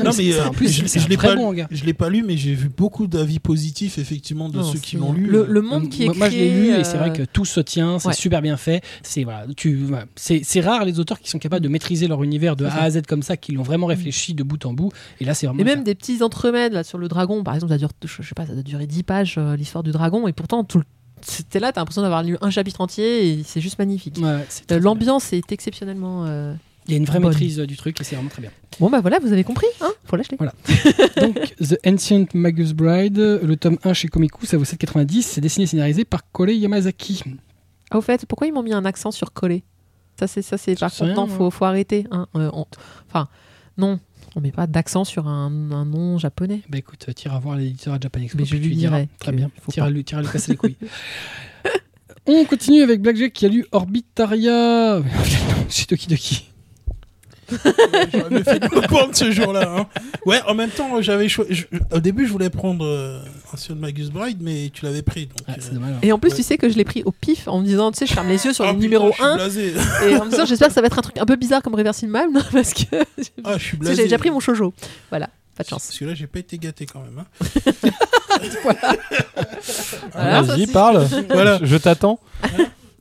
Non, mais
c'est-
euh,
en plus,
je,
c'est
je
un
l'ai
très
pas,
bon manga.
je l'ai pas lu, mais j'ai vu beaucoup d'avis positifs, effectivement, de
Non,
ceux qui
c'est-
l'ont lu.
Le, le monde
Euh,
qui est
moi, moi, je l'ai
créé,
lu
euh,
et c'est vrai que tout se tient, c'est
ouais.
super bien fait. C'est voilà, tu, voilà. c'est c'est rare les auteurs qui sont capables de maîtriser leur univers de
C'est Mm.
A à Z comme ça, qui l'ont vraiment réfléchi de bout en bout. Et là, c'est vraiment.
Et
le
même des petits entremèdes là, sur le dragon, par exemple, ça dure, je sais pas, ça doit durer 10 pages euh, l'histoire du dragon, et pourtant, tout le... c'était là, t'as l'impression d'avoir lu un chapitre entier et c'est juste magnifique.
cas. Ouais, c'est très,
Euh,
très bien.
L'ambiance est exceptionnellement euh,
Il y a une vraie
Bonne.
maîtrise euh, du truc et c'est vraiment très bien.
Bon, bah voilà, vous avez compris, hein Faut l'acheter.
Donc, The Ancient Magus Bride, euh, le tome 1 chez Komiku, ça vaut 7,90. C'est dessiné et scénarisé par Korei Yamazaki.
Ah, au fait, pourquoi ils m'ont mis un accent sur coller Ça, c'est ça, c'est
J'en
par
sais
contre,
rien,
non,
moi.
faut, faut arrêter. hein. Euh, on- Enfin, non, on met pas d'accent sur un, un nom japonais.
Bah écoute, euh, t'iras voir l'éditeur à Japan Expo.
Mais
puis
je
tu
lui
diras.
dirai
Très
que
bien.
faut
T'iras
pas.
lui, t'iras lui casser les couilles. On continue avec Blackjack qui a lu Orbitaria. chez Toki Doki.
J'aurais mieux fait de le prendre ce jour-là. hein. Ouais, en même temps, j'avais choi- je- Au début, je voulais prendre euh, un Sion Magus Bride, mais tu l'avais pris. Donc,
Ah,
euh,
c'est dommage. alors.
Et en plus,
Ouais.
tu sais que je l'ai pris au pif en me disant, tu sais, je ferme les yeux sur
ah,
le
putain,
numéro
je suis
1
blasé.
et en me disant, j'espère que ça va être un truc un peu bizarre comme Reversible Man parce que
Ah, je suis
j'ai
blasé.
déjà pris mon shoujo. Voilà, pas de chance.
Celui-là, j'ai pas été gâté quand même. hein.
Voilà, ça,
Vas-y,
c'est-
parle.
Voilà.
Je, je t'attends.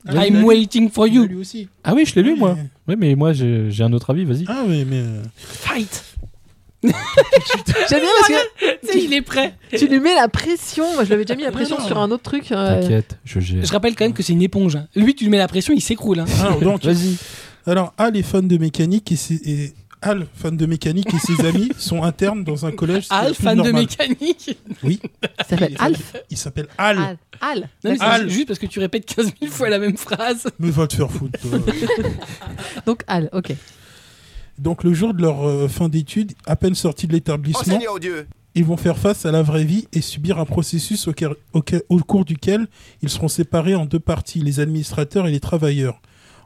Ah,
I'm
lui-
waiting for you.
Lui aussi.
Ah oui, je l'ai lu, moi. Oui, mais moi, j'ai j'ai un autre avis, vas-y.
Ah, mais. mais euh,
Fight J'aime bien parce que
il est prêt.
tu lui mets la pression. Moi, je l'avais déjà mis la pression
Non, non.
sur un autre truc. euh,
T'inquiète, je gère.
Je rappelle quand même que c'est une éponge. hein. Lui, tu lui mets la pression, il s'écroule. hein.
Alors, Ah, donc,
Vas-y.
alors, Al est fan de mécanique et, ses- et Al, fan de mécanique et ses amis sont internes dans un collège. c'est la
Al,
plus
fan de
normale.
mécanique.
Oui,
Ça s'appelle Alf.
il s'appelle Al.
Al. Al.
Non, mais c'est
Al.
juste parce que tu répètes 15 000 fois la même phrase.
Mais va te faire foutre. toi.
Donc Al, ok.
donc, le jour de leur euh, fin d'études, à peine
Oh,
sortis de l'établissement,
odieux
ils vont faire face à la vraie vie et subir un processus auquel- auquel- au cours duquel ils seront séparés en deux parties, les administrateurs et les travailleurs.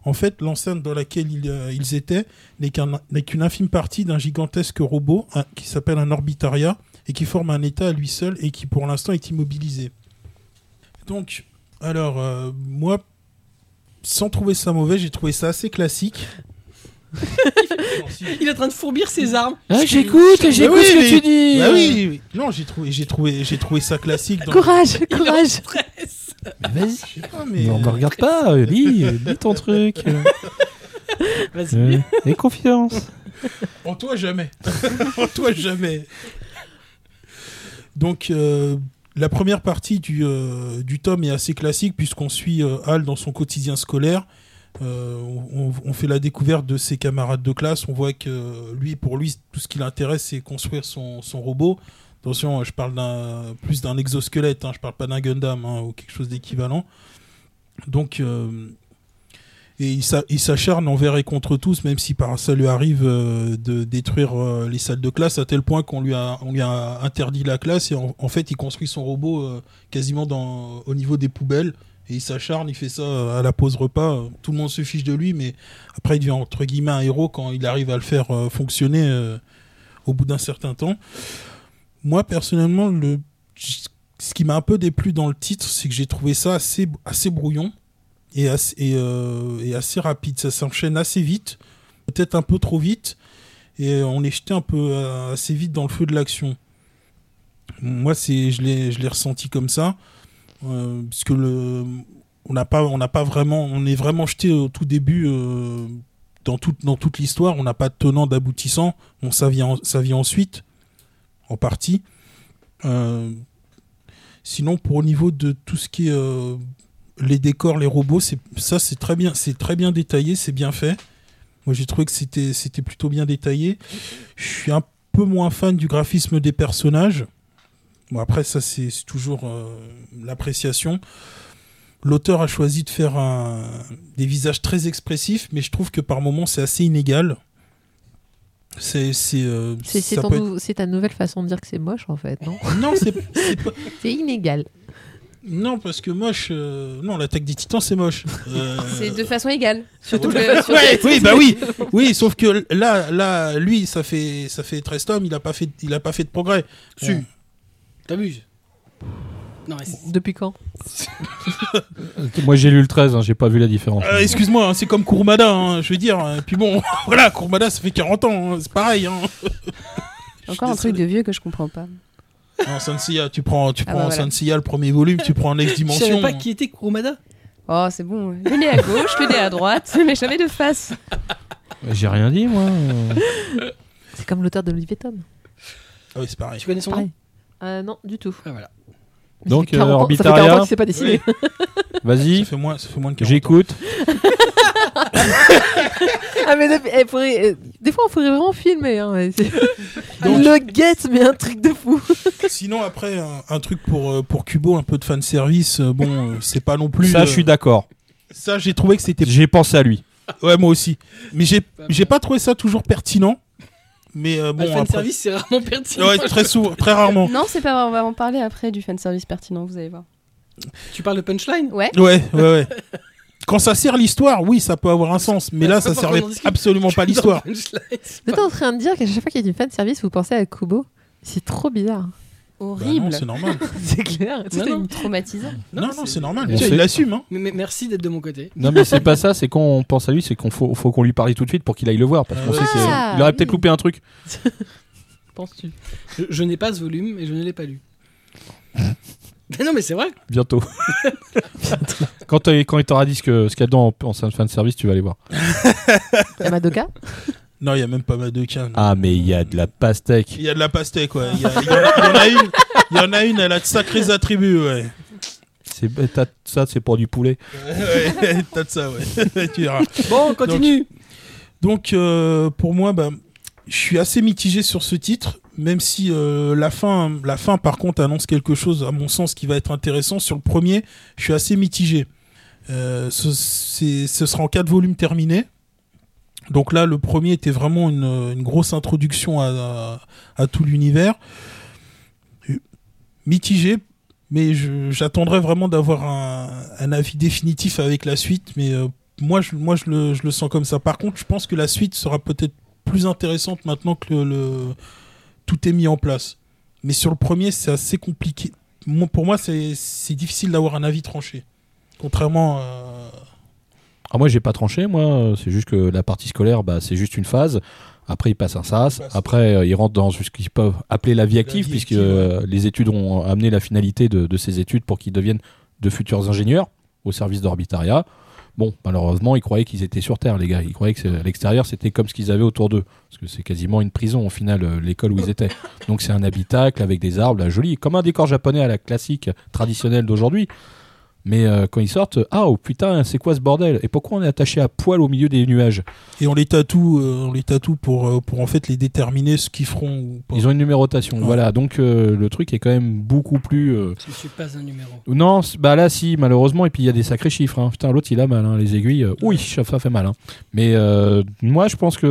En fait, l'enceinte dans laquelle ils, euh, ils étaient n'est qu'un- n'est qu'une infime partie d'un gigantesque robot un- qui s'appelle un Orbitaria et qui forme un état à lui seul et qui pour l'instant est immobilisé. Donc, alors, euh, moi, sans trouver ça mauvais, j'ai trouvé ça assez classique. Bah
Il est en train de fourbir ses armes.
j'écoute,
j'écoute oui, ce que mais- tu
dis.
Bah oui, oui. non, j'ai trouvé, j'ai trouvé, j'ai trouvé ça classique. Dans...
Courage, courage.
Vas-y.
Je sais pas, mais.
Mais on me
euh,
regarde pas, euh, lis, euh, lis ton truc. euh.
Vas-y.
Euh, et confiance.
En toi, jamais. en toi, jamais. Donc, euh, la première partie du, euh, du tome est assez classique, puisqu'on suit euh, Hal dans son quotidien scolaire. Euh, on, on fait la découverte de ses camarades de classe. On voit que euh, lui, pour lui, tout ce qui l'intéresse, c'est construire son, son robot. Attention, je parle d'un- plus d'un exosquelette, hein, je parle pas d'un Gundam hein, ou quelque chose d'équivalent. Donc, euh, et il s'a- il s'acharne envers et contre tous, même si par ça lui arrive euh, de détruire euh, les salles de classe à tel point qu'on lui a, on lui a interdit la classe. Et en, en fait, il construit son robot euh, quasiment dans, au niveau des poubelles. Et il s'acharne, il fait ça euh, à la pause repas. Euh, Tout le monde se fiche de lui, mais après, il devient entre guillemets un héros quand il arrive à le faire euh, fonctionner euh, au bout d'un certain temps. Moi, personnellement, le, ce qui m'a un peu déplu dans le titre, c'est que j'ai trouvé ça assez, assez brouillon et assez, et, euh, et assez rapide. Ça s'enchaîne assez vite, peut-être un peu trop vite, et on est jeté un peu euh, assez vite dans le feu de l'action. Moi, c'est, je l'ai, je l'ai ressenti comme ça, euh, puisque le, on n'a pas, on n'a pas vraiment, on est vraiment jeté au tout début euh, dans toute, dans toute l'histoire. On n'a pas de tenant d'aboutissant. Bon, ça vient, en- ça vient ensuite, en partie. Euh, sinon, pour au niveau de tout ce qui est euh, les décors, les robots, c'est ça c'est très bien, c'est très bien détaillé, c'est bien fait. Moi j'ai trouvé que c'était c'était plutôt bien détaillé. Je suis un peu moins fan du graphisme des personnages. Bon après ça c'est c'est toujours euh, l'appréciation. L'auteur a choisi de faire un- des visages très expressifs, mais je trouve que par moments c'est assez inégal. C'est c'est euh,
C'est c'est
ça
ton
peut être-
nou- c'est ta nouvelle façon de dire que c'est moche en fait, non
non c'est c'est pas-
C'est inégal.
non parce que moche euh, non l'attaque des Titans c'est moche. Euh,
C'est de façon égale. euh, Surtout
Ouais,
le. sur-
ouais, oui, bah oui, oui, sauf que là, là, lui, ça fait, ça fait 13 tomes, il a pas fait, il a pas fait de progrès.
Si.
Bon.
T'abuses. Non, mais c'est-
Depuis quand
Euh, Moi j'ai lu le 13, hein, j'ai pas vu la différence.
Euh, Excuse-moi, hein, c'est comme Kurumada, hein, je veux dire. hein. Puis bon, voilà, Kurumada, ça fait 40 ans, hein, c'est pareil. Hein.
Encore un truc de vieux que je comprends pas.
Non, Sanseiya, tu prends, tu
Ah
prends
bah voilà.
Sanseiya, le premier volume, tu prends Next
Je
Dimension.
savais pas qui était Kurumada.
Oh, c'est bon. Le nez à gauche, le nez à droite, mais jamais de face.
J'ai rien dit, moi. euh.
C'est comme l'auteur de Olivier Tom.
Ah oui, c'est pareil.
Tu connais son
Pareil.
nom
Euh, non, du tout.
Ah, voilà.
Donc,
Ça fait 40
euh,
ans- Ça fait 40 ans
Orbitaria,
qu'il s'est pas dessiné.
vas-y,
Ça fait moins, ça fait moins de 40 ans.
j'écoute.
Ah, mais depuis- eh, faudrait- eh, des fois, on faudrait vraiment filmer. Hein, mais c'est-
Donc-
le guette, mais un truc de fou.
Sinon, après, un, un truc pour, euh, pour Kubo, un peu de fan service. euh, Bon, euh, c'est pas non plus.
Ça,
euh,
je suis d'accord.
Ça, j'ai trouvé que c'était.
J'ai pensé à lui.
Ouais, moi aussi. Mais j'ai j'ai pas trouvé ça toujours pertinent. Mais euh,
Bon,
bon,
fan
après.
service, c'est rarement pertinent.
Ouais, très souvent, très rarement.
Non, c'est pas vrai, on va en parler après du fanservice pertinent, vous allez voir.
Tu parles de punchline
Ouais.
Ouais, ouais, ouais. Quand ça sert l'histoire, oui, ça peut avoir un sens. Mais là, ça servait absolument pas l'histoire.
Dans punchline, c'est pas-
Vous êtes en train de dire qu'à chaque fois qu'il y a du fan service, vous pensez à Kubo. C'est trop bizarre.
Bah non,
Horrible.
c'est normal.
C'est clair.
Non, non.
Traumatisant.
Non, mais
Non, non,
c'est-
c'est normal.
On
Tu vois,
sait.
il l'assume. Hein.
Mais, mais merci d'être de mon côté.
Non, mais c'est pas ça, c'est qu'on pense à lui, c'est qu'on faut, faut qu'on lui parle tout de suite pour qu'il aille le voir. Parce qu'on
Ah,
sait qu'il il aurait peut-être
oui.
loupé un truc.
Penses-tu
Je, je n'ai pas ce volume et je ne l'ai pas lu. mais non, mais c'est vrai.
Bientôt. quand, t'as- quand il t'aura dit ce que- ce qu'il y a dedans en, en fin de service, tu vas aller voir.
Yamadoka
Non, il y a même pas mal de cas.
Ah, mais il y a de la pastèque.
Il y a de la pastèque, ouais. Il y, a- il y en a- il y en a une. Il y en a une, elle a de sacrés attributs, ouais.
C'est, t'as- ça, c'est pour du poulet.
Ouais, T'as de ça, ouais. tu verras.
Bon, on continue.
Donc, euh, pour moi, bah, je suis assez mitigé sur ce titre, même si euh, la, fin, la fin, par contre, annonce quelque chose, à mon sens, qui va être intéressant. Sur le premier, je suis assez mitigé. Euh, ce, c'est- ce sera en quatre volumes terminés. Donc là, le premier était vraiment une, une grosse introduction à, à- à tout l'univers. Euh, Mitigé, mais je- j'attendrai vraiment d'avoir un, un avis définitif avec la suite. Mais euh, moi, je, moi je, le, je le sens comme ça. Par contre, je pense que la suite sera peut-être plus intéressante maintenant que le, le- tout est mis en place. Mais sur le premier, c'est assez compliqué. Moi, pour moi, c'est c'est difficile d'avoir un avis tranché. Contrairement à.
Ah, moi, j'ai pas tranché, moi. C'est juste que la partie scolaire, bah, c'est juste une phase. Après, ils passent un SAS.
Passe.
Après, euh, ils rentrent dans ce qu'ils peuvent appeler la vie active,
vie
puisque
active,
euh, les études ont amené la finalité de, de ces études pour qu'ils deviennent de futurs ingénieurs au service d'Orbitaria. Bon, malheureusement, ils croyaient qu'ils étaient sur Terre, les gars. Ils croyaient que c'est- à l'extérieur, c'était comme ce qu'ils avaient autour d'eux. Parce que c'est quasiment une prison, au final, euh, l'école où ils étaient. Donc, c'est un habitacle avec des arbres, là, joli. Comme un décor japonais à la classique traditionnelle d'aujourd'hui. Mais euh, quand ils sortent, ah oh putain, c'est quoi ce bordel Et pourquoi on est attaché à poil au milieu des nuages
Et on les tatoue, euh, on les tatoue pour, euh, pour en fait les déterminer ce qu'ils feront ou pas.
Ils ont une numérotation,
Ouais.
voilà. Donc euh, le truc est quand même beaucoup plus. euh,
Je ne suis pas un numéro.
Non, c- bah là si, malheureusement. Et puis il y a des sacrés chiffres. hein. Putain, l'autre il a mal, hein, les aiguilles. euh, oui, ça ça fait mal. hein. Mais euh, moi, je pense que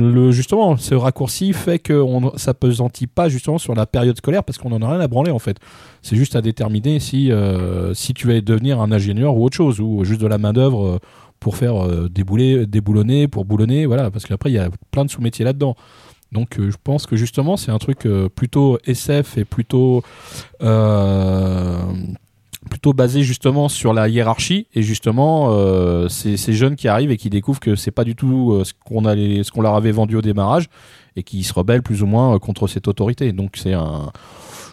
le, justement, ce raccourci fait que on, ça pesantit pas justement sur la période scolaire parce qu'on en a rien à branler en fait. C'est juste à déterminer si euh, si tu vas devenir un ingénieur ou autre chose ou juste de la main d'œuvre euh, pour faire euh, débouler, déboulonner, pour boulonner, voilà. Parce qu'après il y a plein de sous-métiers là-dedans. Donc euh, je pense que justement c'est un truc euh, plutôt SF et plutôt euh, plutôt basé justement sur la hiérarchie et justement euh, ces, ces jeunes qui arrivent et qui découvrent que c'est pas du tout euh, ce qu'on allait- ce qu'on leur avait vendu au démarrage et qui se rebellent plus ou moins euh, contre cette autorité. Donc c'est un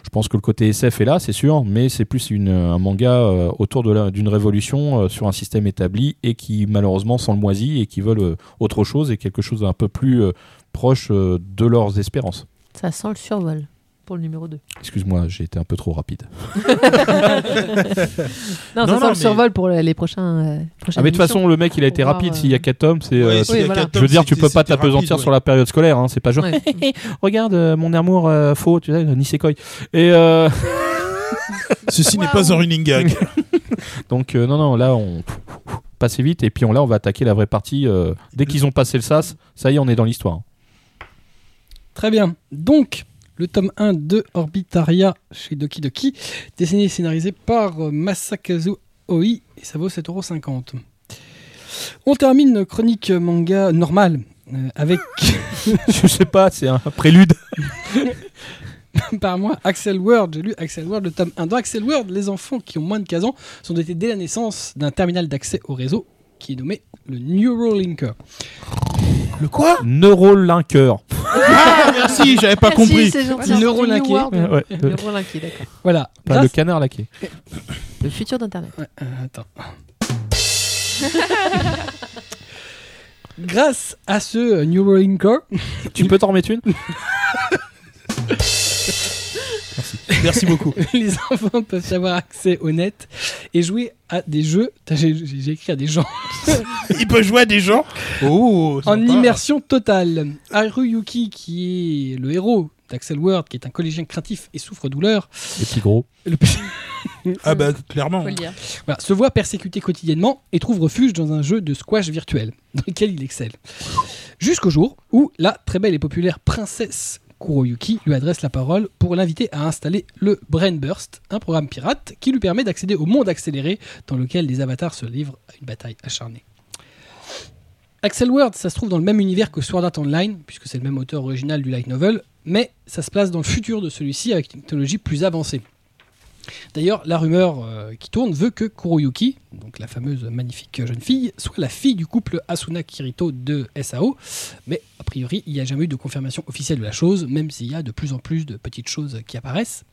je pense que le côté SF est là, c'est sûr, mais c'est plus une, un manga euh, autour de la- d'une révolution euh, sur un système établi et qui malheureusement s'en le moisit et qui veulent euh, autre chose et quelque chose d'un peu plus euh, proche euh, de leurs espérances.
Ça sent le survol pour le numéro 2.
Excuse-moi, j'ai été un peu trop rapide.
Non,
Non,
ça sent
non,
le
mais-
survol pour le- les prochains. euh, prochaines
Ah mais de toute
émissions.
façon, le mec, il a
Pour
été
voir,
rapide.
euh,
S'il y a quatre tomes, c'est. euh,
Ouais, s'il y a
voilà.
quatre
je veux dire,
tomes,
tu peux
c'était-
pas
c'était
t'apesantir
rapide,
sur la période scolaire. Hein. C'est pas genre.
Ouais.
Regarde, euh, mon amour euh, faux, tu sais, Nisekoi. Et euh,
ouais. Ceci n'est pas un running gag.
donc euh, non, non, là on passe vite et puis on là on va attaquer la vraie partie. euh, dès qu'ils ont passé le sas, ça y est, on est dans l'histoire.
Très bien. Donc, le tome 1 de Orbitaria chez Doki Doki, dessiné et scénarisé par euh, Masakazu Oi, et ça vaut 7,50€. On termine nos chroniques manga normale euh, avec,
Je sais pas, c'est un prélude.
par moi, Axel Word. J'ai lu Axel Word, le tome 1. Dans Axel Word, les enfants qui ont moins de 15 ans sont dotés dès la naissance d'un terminal d'accès au réseau qui est nommé le Neurolinker.
Le quoi
Neurolinker.
Ah, merci, j'avais pas
Merci,
compris.
c'est gentil.
Petit
C'est
neurone
du
inquiet.
New World.
Ouais, ouais.
Le neurone inquiet, d'accord.
Voilà.
Euh, Pas
Grâce-
le canard laqué.
Le futur d'Internet.
Ouais, euh, attends. Grâce à ce euh, Neurolinker,
Tu peux t'en remettre une
Merci beaucoup.
les enfants peuvent avoir accès au net et jouer à des jeux. Putain, J'ai j'ai écrit à des gens.
Il peut jouer à des gens. Oh,
en
sympa.
immersion totale. Haruyuki, qui est le héros d'Axel Word, qui est un collégien craintif et souffre-douleur,
Les petits gros.
le-
Ah bah clairement.
Faut le dire.
voilà, se voit persécuté quotidiennement et trouve refuge dans un jeu de squash virtuel, dans lequel il excelle. Jusqu'au jour où la très belle et populaire princesse Kuroyuki lui adresse la parole pour l'inviter à installer le Brain Burst, un programme pirate qui lui permet d'accéder au monde accéléré dans lequel les avatars se livrent à une bataille acharnée. Axel Word, ça se trouve dans le même univers que Sword Art Online, puisque c'est le même auteur original du light novel, mais ça se place dans le futur de celui-ci avec une technologie plus avancée. D'ailleurs, la rumeur euh, qui tourne veut que Kuroyuki, donc la fameuse magnifique jeune fille, soit la fille du couple Asuna Kirito de SAO, mais a priori, il n'y a jamais eu de confirmation officielle de la chose, même s'il y a de plus en plus de petites choses qui apparaissent.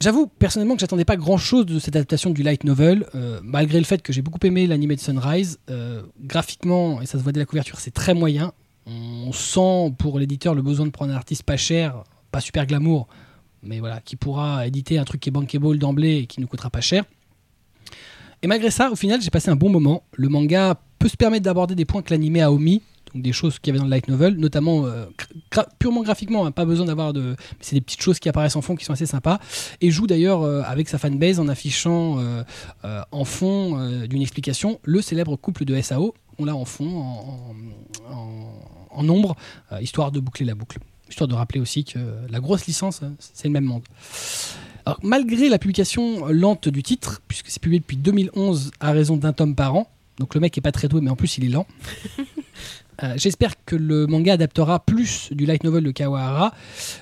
J'avoue personnellement que j'attendais pas grand chose de cette adaptation du light novel, euh, malgré le fait que j'ai beaucoup aimé l'animé de Sunrise. euh, graphiquement, et ça se voit dès la couverture, c'est très moyen. On sent pour l'éditeur le besoin de prendre un artiste pas cher, pas super glamour, mais voilà, qui pourra éditer un truc qui est bankable d'emblée et qui ne coûtera pas cher. Et malgré ça, au final, j'ai passé un bon moment. Le manga peut se permettre d'aborder des points que l'anime a omis, donc des choses qu'il y avait dans le light novel, notamment euh, gra- purement graphiquement, hein, pas besoin d'avoir de. mais C'est des petites choses qui apparaissent en fond qui sont assez sympas. Et joue d'ailleurs euh, avec sa fanbase en affichant euh, euh, en fond euh, d'une explication le célèbre couple de SAO. On l'a en fond, en, en- en- en nombre, euh, histoire de boucler la boucle. Histoire de rappeler aussi que euh, la grosse licence, euh, c'est le même monde. Alors, malgré la publication lente du titre, puisque c'est publié depuis 2011 à raison d'un tome par an, donc le mec est pas très doué, mais en plus il est lent. Euh, J'espère que le manga adaptera plus du light novel de Kawahara,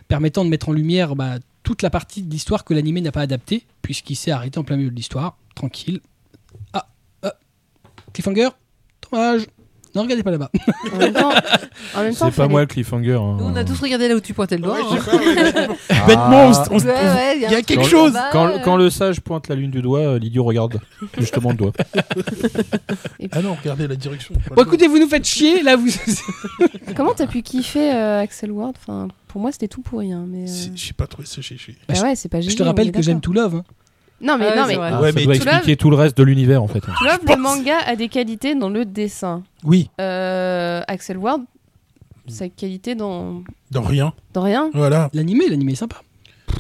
permettant de mettre en lumière bah, toute la partie de l'histoire que l'anime n'a pas adaptée, puisqu'il s'est arrêté en plein milieu de l'histoire, tranquille. Ah, ah, cliffhanger, dommage. Ne regardez pas là-bas.
En même temps, en même temps,
C'est pas
fallait-
moi le cliffhanger. hein.
Nous, on a tous regardé là où tu pointais le doigt. hein.
Ah.
Bêtement, on s- on s-
Ouais, ouais,
il y a
truc
quelque
en
chose.
bas,
Quand,
euh,
quand le sage pointe la lune du doigt, euh, l'idiot regarde justement le doigt.
Ah non, regardez la direction.
Bon, Bah, écoutez, vous nous faites chier, là vous.
Comment t'as pu kiffer euh, Axel Ward Enfin, pour moi, c'était tout pour rien. Mais euh,
C'est- J'ai pas trouvé ça chez chez.
bah ouais, c'est pas
Je
génial.
te rappelle que j'aime tout love. hein.
Non mais
Ah ouais,
non
c'est
mais
vrai.
Ah,
Ouais,
ça
mais
doit
tu l'as-
expliquer tout le reste de l'univers en fait.
tu vois, le manga a des qualités dans le dessin.
Oui,
Euh, Axel Ward, sa qualité dans
dans rien.
dans rien.
Voilà.
L'animé, l'animé est sympa.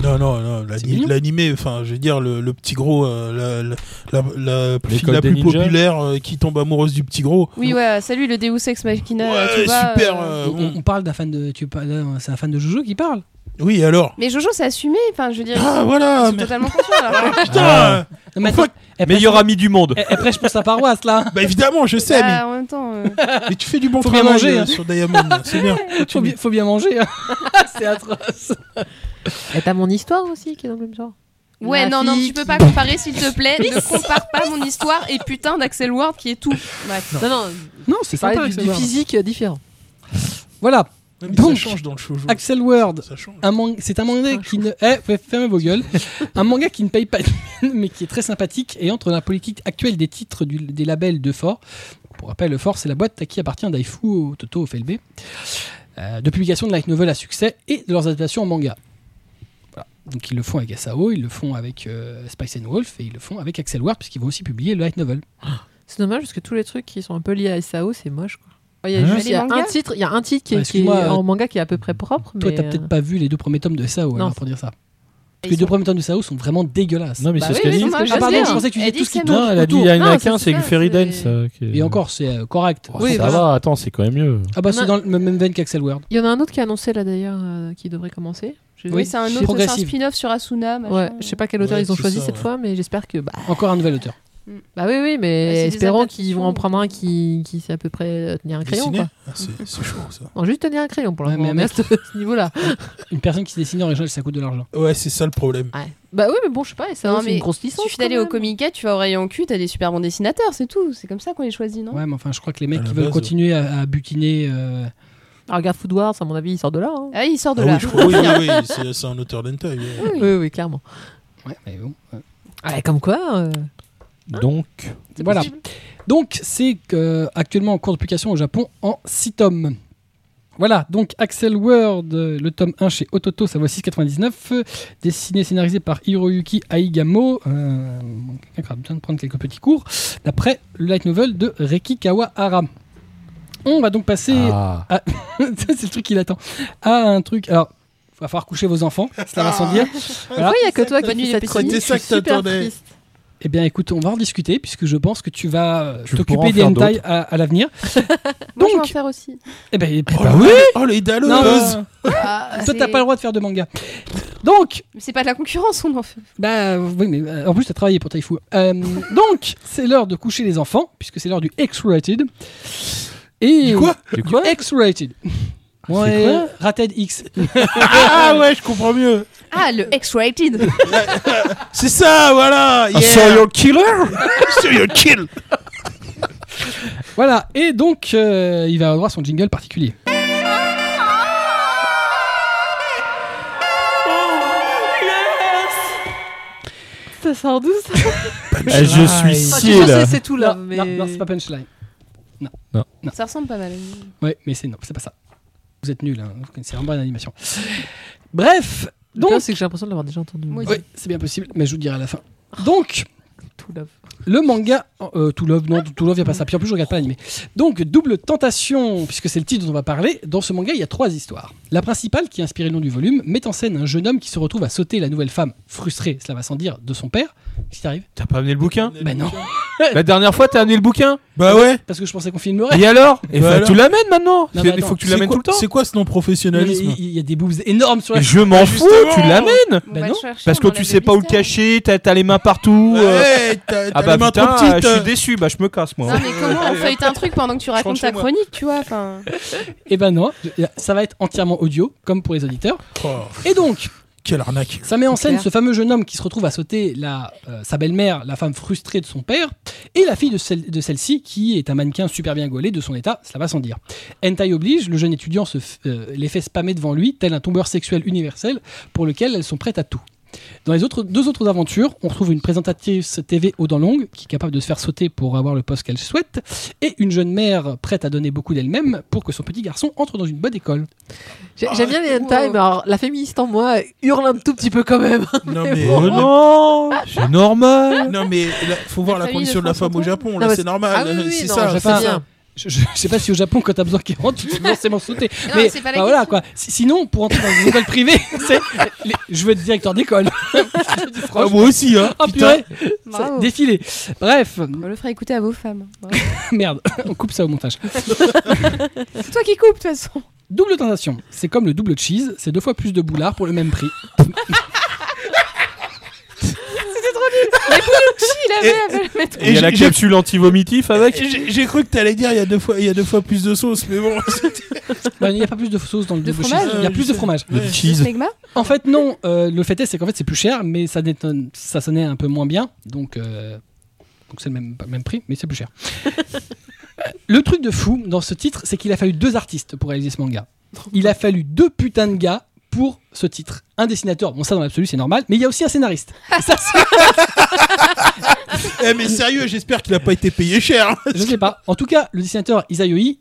Non, non, non.
C'est
l'ani-
mignon.
L'animé, enfin, je veux dire, le, le petit gros, euh, la, la, la, la fille
L'école
la
des
plus
ninjas.
populaire euh, qui tombe amoureuse du petit gros.
Oui ouais, salut le Deus Ex Machina.
Ouais,
tu vois, euh,
super. euh,
on, on parle d'un fan de. tu parles- C'est un fan de Jojo qui parle.
on- Oui, alors.
Mais Jojo, c'est assumé. Enfin, je veux dire,
Ah,
ils
voilà.
sont
mais-
totalement conscients. alors.
Putain.
Ah.
Non, mais
Enfin,
attends, elle prêche-
Meilleur ami du monde.
elle, elle prêche pour sa paroisse là.
Bah évidemment, je sais, mais,
Ah, en même temps. euh,
mais tu fais du bon
Faut bien
travail
manger,
euh,
hein.
sur Diamond. C'est bien.
Faut bien, faut bien manger. hein. C'est atroce.
Et t'as mon histoire aussi qui est dans le même genre.
Ouais,
La
non, non,
fille
tu peux pas comparer, s'il te plaît. ne compare pas mon histoire et putain d'Axel Ward qui est tout. Bref.
Non, non,
Non, c'est
tu parlais
sympa.
du,
Axel
du
Word.
physique euh, différent.
Voilà,
Ouais, mais
Donc,
ça change dans le shoujo.
Axel Word.
Ça change.
un man- C'est un
Ah,
manga qui ne. Eh, ouais, fermez vos gueules. Un manga qui ne paye pas, de mine, mais qui est très sympathique et entre dans la politique actuelle des titres du- des labels de Fort. Pour rappel, le Fort, c'est la boîte à qui appartient Daifu, au Toto, au FLB, euh, de publication de light novel à succès et de leurs adaptations en manga. Voilà. Donc ils le font avec Asao, ils le font avec euh, Spice and Wolf et ils le font avec Axel Ward puisqu'ils vont aussi publier le light novel.
C'est dommage parce que tous les trucs qui sont un peu liés à SAO, c'est moche. Quoi. Il y a
Hein
juste il y a
Les mangas
un titre, il y a un titre qui, est-
Ouais,
qui est
excuse-moi, euh,
en manga qui est à peu près propre.
Toi,
mais,
t'as
euh,
peut-être pas vu les deux premiers tomes de Sao, alors, pour dire ça. Parce que les deux premiers tomes de Sao sont vraiment dégueulasses.
Non mais
Bah
c'est ce
oui,
qu'elle
oui,
dit.
c'est ce que
Ah,
je
pardon,
veux
je
dire.
pensais que tu disais
Elle
tout
dit
ce qui
que c'est
Non, elle a dit
autour.
il y a une
Non,
Akin,
c'est
c'est du
ça,
Fairy
c'est-
Dance. euh, qui est-
Et encore, c'est euh, correct.
Oh,
Oui, bah
ça
voilà.
va, attends, c'est quand même mieux.
Ah bah c'est
Non.
dans le même veine qu'Axel Word.
Il y en a un autre qui est annoncé là d'ailleurs euh, qui devrait commencer. Je...
Oui,
Oui, c'est un
c'est
autre, c'est un
progressif.
spin-off sur Asuna. machin.
Ouais, je sais pas quel auteur
Ouais,
ils ont
c'est
choisi
ça,
cette
ouais.
fois, mais j'espère que. Bah,
Encore un nouvel auteur.
bah oui, oui, mais
Ouais, c'est des
espérons
adaptations.
qu'ils vont en prendre un qui, qui sait à peu près tenir un crayon.
Dessiné
Quoi.
Ah, c'est c'est chaud ça.
Non, juste tenir un crayon pour le
Ouais,
moment,
mais
mais à ce ce niveau-là.
Une personne qui se dessine en original, ça coûte de l'argent.
Ouais, c'est ça le problème.
Ouais. Bah oui, mais bon, je sais pas, SAO,
Non,
c'est
mais
une grosse licence.
suffit d'aller au
quand même.
Comica, tu vas au rayon cul, t'as des super bons dessinateurs, c'est tout. C'est comme ça qu'on les choisit, non
Ouais, mais enfin, je crois que les
À
mecs
la
qui veulent
base,
continuer à, à butiner. euh,
Alors, Ah, regarde Food Wars, à mon avis, il sort de là. hein.
Ah oui, il sort de
Ah
là.
oui, je crois, oui, oui, oui, c'est- c'est un auteur d'hentai. ouais.
Oui, oui, clairement.
Ouais, mais bon. ouais.
Ouais, comme quoi. euh,
Donc,
Voilà. Donc, c'est euh, actuellement en cours de publication au Japon en 6 tomes. Voilà, donc Axel World, euh, le tome 1 chez Ototo, ça vaut 6,99. euh, Dessiné et scénarisé par Hiroyuki Aigamo. Euh, quelqu'un qui aura besoin de prendre quelques petits cours. D'après le light novel de Reki Kawahara. On va donc passer.
Ah,
c'est le truc qu'il attend. À un truc. Alors, va falloir coucher vos enfants, ça va sans dire. Voilà.
Pourquoi il n'y a que toi qui
Bonne nuit,
fais
les
cette
petits.
chronique
C'était ça
Je suis
que
super
t'attendais.
triste.
Eh bien, écoute, on va en discuter puisque je pense que tu vas euh,
Tu pourras
t'occuper
en
des
faire
hentai
d'autres.
à, à l'avenir.
Moi, je vais en
Donc-
faire aussi.
Eh bien,
ben
Oh, le- Oh, les dalleuses
Non,
Buzz.
Ah,
toi,
c'est-
t'as pas le droit de faire de manga. Donc,
Mais C'est pas de la concurrence, on en fait.
Bah oui, mais euh, en plus, t'as travaillé pour Taifu. Euh, donc, c'est l'heure de coucher les enfants, puisque c'est l'heure du X-Rated. Et
Du quoi
du Ah, coup,
X-Rated. Ouais, Rated X.
Ah ouais, je comprends mieux.
Ah, le X-rated.
C'est ça, voilà.
un
yeah.
serial killer
Serial kill.
Voilà, et donc, euh, il va avoir son jingle particulier.
Ça sort d'où ça
Eh, Je suis
Ah,
si
tu pensais
là.
c'est tout là,
non,
mais.
non, non, c'est pas punchline.
Ça ressemble pas mal. à une-
Ouais, mais c'est non, c'est pas ça. Vous êtes nuls, hein, vous connaissez vraiment pas l'animation. Bref,
Donc,
donc,
c'est que j'ai l'impression de l'avoir déjà entendu.
Moi aussi.
ouais, c'est bien possible, mais je vous le dirai à la fin. Donc,
Tout love.
Le manga, euh, To Love, non, To Love, il a pas ça. Puis en plus, je regarde pas l'animé. Donc, Double Tentation, puisque c'est le titre dont on va parler. Dans ce manga, il y a trois histoires. La principale, qui a inspiré le nom du volume, met en scène un jeune homme qui se retrouve à sauter la nouvelle femme, frustrée, cela va sans dire, de son père. Qu'est-ce qui t'arrive
T'as pas amené le
hein
bouquin
Ben non,
La dernière fois, t'as amené le bouquin
Bah ouais.
parce que je pensais qu'on filmerait.
Et alors Et
Bah
fa-
alors
Tu l'amènes maintenant
Non,
C'est-
mais
Il
attends,
faut que tu
C'est
l'amènes
quoi-
tout le temps
C'est quoi ce
Non, mais
non-professionnalisme
Il il y a des boobs énormes sur la
Mais Je m'en
Mais
fous,
justement
tu l'amènes
On
Bah
va
non,
le chercher,
Parce que
on
tu
enlève
sais pas où le
mystère.
cacher, t'as t'as les mains partout. euh,
Ouais, t'as t'as
Ah
les
bah
mains trop
putain, euh,
petites.
je suis déçu, bah je me casse moi.
Non, mais comment on feuillette un truc pendant que tu racontes
rentre chez
ta
moi.
chronique, tu vois enfin...
Et ben non, ça va être entièrement audio, comme pour les auditeurs.
Oh,
Et donc,
quelle arnaque.
ça met en
C'est
scène
clair.
ce fameux jeune homme qui se retrouve à sauter la, euh, sa belle-mère, la femme frustrée de son père, et la fille de, celle, de celle-ci qui est un mannequin super bien gaulé de son état, cela va sans dire. Hentai oblige, le jeune étudiant se f- euh, les fait spammer devant lui, tel un tombeur sexuel universel pour lequel elles sont prêtes à tout. Dans les autres, deux autres aventures, on retrouve une présentatrice TV aux dents longues qui est capable de se faire sauter pour avoir le poste qu'elle souhaite, et une jeune mère prête à donner beaucoup d'elle-même pour que son petit garçon entre dans une bonne école.
J'ai- J'aime bien les
wow.
hentai, mais alors la féministe en moi hurle un tout petit peu quand même.
Non
Mais
mais,
bon.
euh,
Oh non C'est normal
non mais là, faut voir la
famille
condition
de
de la
François
femme au Japon.
Non,
Là
mais
c'est
c'est-
normal.
Ah oui, oui,
c'est
non,
ça.
je
c'est
sais
ça.
bien.
Je, je- je sais pas si au Japon, quand t'as besoin qu'il rentre, tu te fais forcément sauter.
Non,
mais
Ah, c'est pas la
bah voilà
question.
quoi. Si- sinon, pour entrer dans une école privée, c'est les- je veux être directeur d'école. Je te dis
Ah,
franchement.
moi aussi hein.
Ah,
putain.
purée, ça-
Bravo.
défilé. Bref,
On Bah, le fera écouter à vos femmes. Bravo.
merde, on coupe ça au montage.
C'est toi qui coupe, de toute façon.
Double tentation, c'est comme le double cheese, c'est deux fois plus de boulards pour le même prix.
Il avait à le mettre.
Et il y a la
j'ai-
capsule anti-vomitif avec
J'ai j'ai cru que t'allais dire il y a deux fois il y a deux fois plus de sauce mais bon.
Bah, Il n'y a pas plus de sauce dans le
De
double
fromage Euh,
cheese, il y a plus de fromage.
le cheese.
Smegma
En fait, non, euh, le fait est, c'est qu'en fait, c'est plus cher, mais ça, détonne- ça sonnait un peu moins bien, donc euh, donc c'est le même, même prix, mais c'est plus cher. Euh, le truc de fou dans ce titre, c'est qu'il a fallu deux artistes pour réaliser ce manga. Il a fallu deux putains de gars pour ce titre. Un dessinateur, bon ça dans l'absolu c'est normal, mais il y a aussi un scénariste. Et ça, c'est-
Eh mais sérieux, j'espère qu'il a pas été payé cher.
je sais pas. En tout cas, le dessinateur Isayoi, il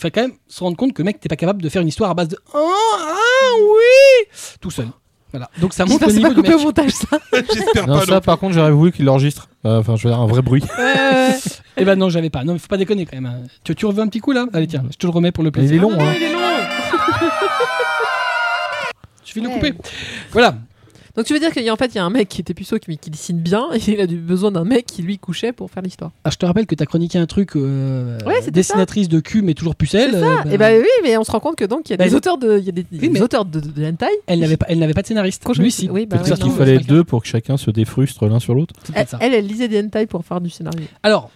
faut quand même se rendre compte que mec, t'es pas capable de faire une histoire à base de oh, ah oui tout seul. Voilà. Donc ça montre
J'espère
le niveau
que c'est pas
du
coupé au
mec.
montage ça.
J'espère
Non,
pas
ça
non.
par contre, j'aurais voulu qu'il l'enregistre. Euh, Enfin, je veux dire, un vrai bruit.
Ah
Eh ben non, j'avais pas. Non, mais faut pas déconner quand même. hein. Tu, tu reveux un petit coup là Allez, tiens, je te le remets pour le
Mais
plaisir.
il est long,
Non,
hein.
il est long.
Je vais le couper. Voilà.
Donc tu veux dire qu'il y a en fait il y a un mec qui était puceau qui, qui dessine bien et il a du besoin d'un mec qui lui couchait pour faire l'histoire.
Ah, je te rappelle que t'as chroniqué un truc euh,
Ouais, c'était
dessinatrice de cul mais toujours pucelle.
C'est
euh,
ça.
bah,
Et bah oui, mais on se rend compte que donc il y a
Bah,
des
il-
auteurs de il y a des, des
mais-
auteurs de, de, de hentai.
elle n'avait pas, elle n'avait pas de scénariste.
Quand je-
Lui, si.
oui, bah
Peut-être
oui,
Peut-être
qu'il
qu'il
non,
fallait
c'est pas le
deux pour que chacun se défrustre l'un sur l'autre.
cas. C'est
Elle,
peut-être ça.
Eh, elle, elle lisait des hentai pour faire du scénario.
Alors,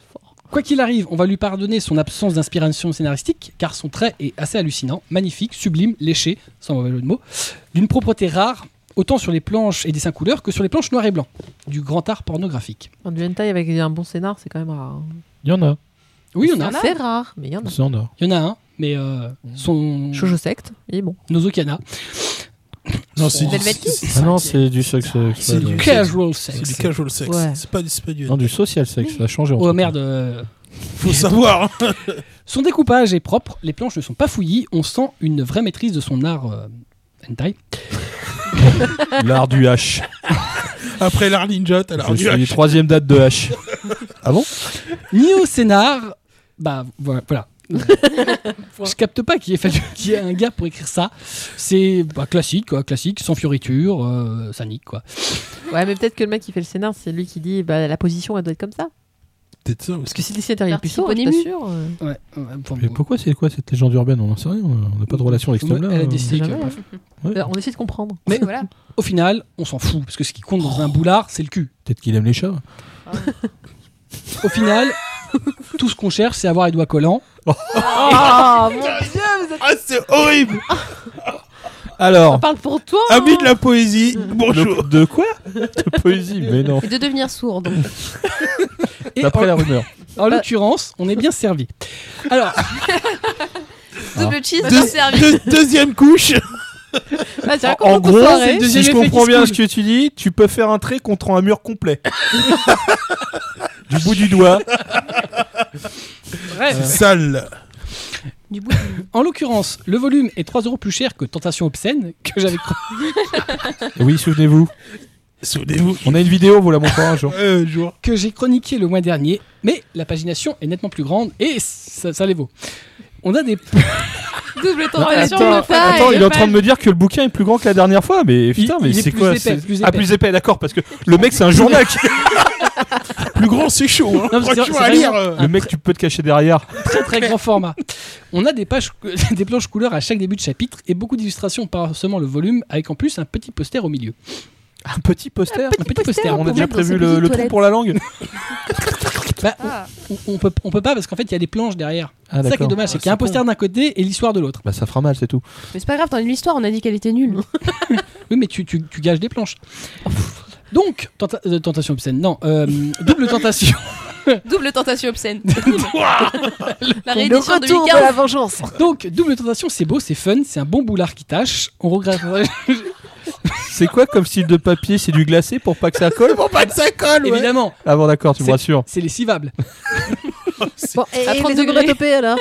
quoi qu'il arrive, on va lui pardonner son absence d'inspiration scénaristique, car son trait est assez hallucinant, magnifique, sublime, léché, sans mauvais jeu de mots, d'une propreté rare, autant sur les planches et dessins couleurs que sur les planches noir et blanc, du grand art pornographique.
Enfin, du hentai avec un bon scénar, c'est quand même rare. hein.
Il y en a.
Oui, il y en a.
C'est rare, mais il y en a.
Il y en a.
Il y en a un, mais euh, son
Shoujo Sect, il est bon.
Nozokana.
Non, c'est du
Velvet Kiss.
c'est-
Ah
c'est-
non, c'est du sexe.
C'est du-
ouais.
Casual
c'est du
sex.
casual sex.
Ouais.
C'est pas du c'est pas du
Non, du social sexe, ça a changé. en
Oh
fait.
merde, euh,
Faut savoir. hein.
Son découpage est propre, les planches ne sont pas fouillies, on sent une vraie maîtrise de son art euh, hentai.
L'art du H.
Après l'art ninja, t'as l'art
Je
du
suis
hack.
troisième date de H. ah bon
Ni au scénar, bah voilà. voilà. Je capte pas qu'il ait fallu qu'il y ait un gars pour écrire ça. C'est bah, classique, quoi, classique, sans fioriture, euh, ça nique quoi.
Ouais, mais peut-être que le mec qui fait le scénar, c'est lui qui dit bah, la position, elle doit être comme ça.
Peut-être ça aussi.
Parce que si le scénario est
Participe
puissant,
au
je euh, suis pas
Nemu.
sûr.
Ouais, ouais, pour-
Mais pourquoi c'est quoi cette légende urbaine On n'en sait rien. On n'a pas de relation avec ce
Ouais,
homme-là.
elle a
hein.
euh
décidé que-
jamais,
bref.
Ouais.
Alors, on essaie de comprendre.
Mais-
voilà.
Au final, on s'en fout, parce que ce qui compte dans un boulard, c'est le cul.
Peut-être qu'il aime les chats.
Au final, tout ce qu'on cherche, c'est avoir les doigts collants.
Oh mon dieu, vous êtes-
Ah, c'est horrible
on
Alors,
parle pour toi.
Amis de la poésie,
Mm.
bonjour
de, de quoi De poésie, mais non.
Et de devenir sourd. donc.
Et
D'après
en,
la rumeur.
en l'occurrence, on est bien servi. Alors,
Double cheese,
Deux-
bien servi.
Deux- Deuxième couche
Ah, tiens,
En
raconte-nous ton
gros,
soirée.
si
deuxième
je
effet qui
comprends
se
bien
coule.
ce que tu dis, tu peux faire un trait contre un mur complet. du bout du doigt.
C'est
Euh.
sale
Du bout du-
en l'occurrence, le volume est 3 euros plus cher que Tentation Obscène, que j'avais cru.
Et oui, souvenez-vous.
Souvenez-vous
On a une vidéo, vous la montrera un jour.
un jour.
que j'ai chroniqué le mois dernier, mais la pagination est nettement plus grande et ça, ça les vaut. On a des.
Double temps
Non,
relation
attends,
de taille.
attends, il est en train de me dire que le bouquin est plus grand que la dernière fois, mais putain,
il
mais
est
c'est
plus
quoi
épais,
c'est-
plus
Ah,
épais.
plus épais, d'accord, parce que le mec, c'est un journal. qui-
Plus grand, c'est chaud, hein.
Non, mais c'est-
Franchement,
c'est
à
vrai.
lire euh,
le mec, tu peux te cacher derrière.
très très grand format. On a des pages, des planches couleurs à chaque début de chapitre et beaucoup d'illustrations par seulement le volume, avec en plus un petit poster au milieu.
Un petit poster.
Un petit poster.
On
on,
a déjà
mettre dans
prévu
sa
le,
petite
le trou
toilette.
pour la langue.
bah,
Ah.
on, on peut, on peut pas parce qu'en fait il y a des planches derrière. C'est
Ah,
ça qui est
d'accord.
dommage, c'est qu'il y a un poster d'un côté et l'histoire de l'autre.
Bah, ça fera mal, c'est tout.
Mais c'est pas grave, dans l'histoire, on a dit qu'elle était nulle.
Oui, mais tu, tu, tu gages des planches. Donc, tenta- euh, tentation obscène, non, euh, double tentation.
Double tentation obscène. La
Le
réédition de
retour de la vengeance.
Donc, double tentation, c'est beau, c'est fun, c'est un bon boulard qui tâche. On regrettera
C'est quoi comme style de papier C'est du glacé pour pas que ça colle
Bon, pas de ça colle, ouais
Évidemment,
Ah bon, d'accord, tu me rassures.
c'est les civables.
Bon, et,
À
et
30
les
degrés.
degrés topés alors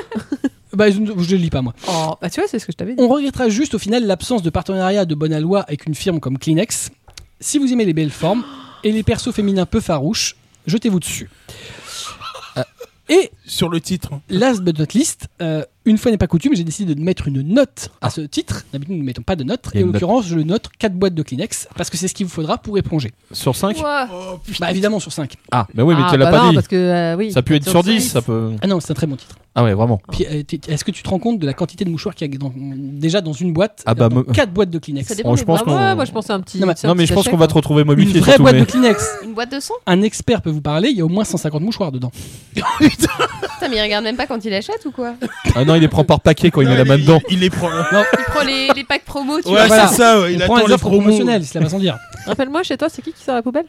Bah, je ne je le lis pas, moi.
Oh, bah tu vois, c'est ce que je t'avais dit.
On regrettera juste au final l'absence de partenariat de bonne aloi avec une firme comme Kleenex. Si vous aimez les belles formes et les persos féminins peu farouches, jetez-vous dessus. Euh, Et
Sur le titre. hein.
last but not least, euh, une fois n'est pas coutume, j'ai décidé de mettre une note à ce titre. D'habitude, nous ne mettons pas de note.
Ah. Il y a
Et en
une note.
l'occurrence, je le note 4 boîtes de Kleenex parce que c'est ce qu'il vous faudra pour éponger.
Sur 5
Ouah.
Oh,
Bah évidemment sur 5.
Ah, bah oui, mais
Ah,
tu l'as
bah
pas
non,
dit.
Parce que, euh, oui,
Ça peut être sur 10,
six.
ça peut.
Ah non, c'est un très bon titre.
Ah ouais, vraiment.
Puis, euh, t'es- est-ce que tu te rends compte de la quantité de mouchoirs qu'il y a dans- déjà dans une boîte
Ah bah,
dans
me-
4 boîtes de Kleenex.
Ça dépend
Oh,
des
je pense
bras.
qu'on-
Ouais, Bah, moi je pensais un petit.
Non, mais-
c'est un
Non, mais
petit
je pense
sachet,
qu'on va te
quoi.
retrouver
Une
momifié.
vraie
surtout,
boîte de
mais-
Kleenex.
Une boîte de sang
Un expert peut vous parler, il y a au moins 150 mouchoirs dedans.
Putain, mais il regarde même pas quand il achète ou quoi
Ah non, il les prend par paquet quand il met la main
il,
dedans.
il les prend. Ouais,
Il prend les, les packs promo, tu vois.
Ouais. Voilà.
c'est ça, ouais, il
On prend
attend
les
les
offres
promos.
promotionnelles, cela va sans dire.
Rappelle-moi, chez toi, c'est qui qui sort la poubelle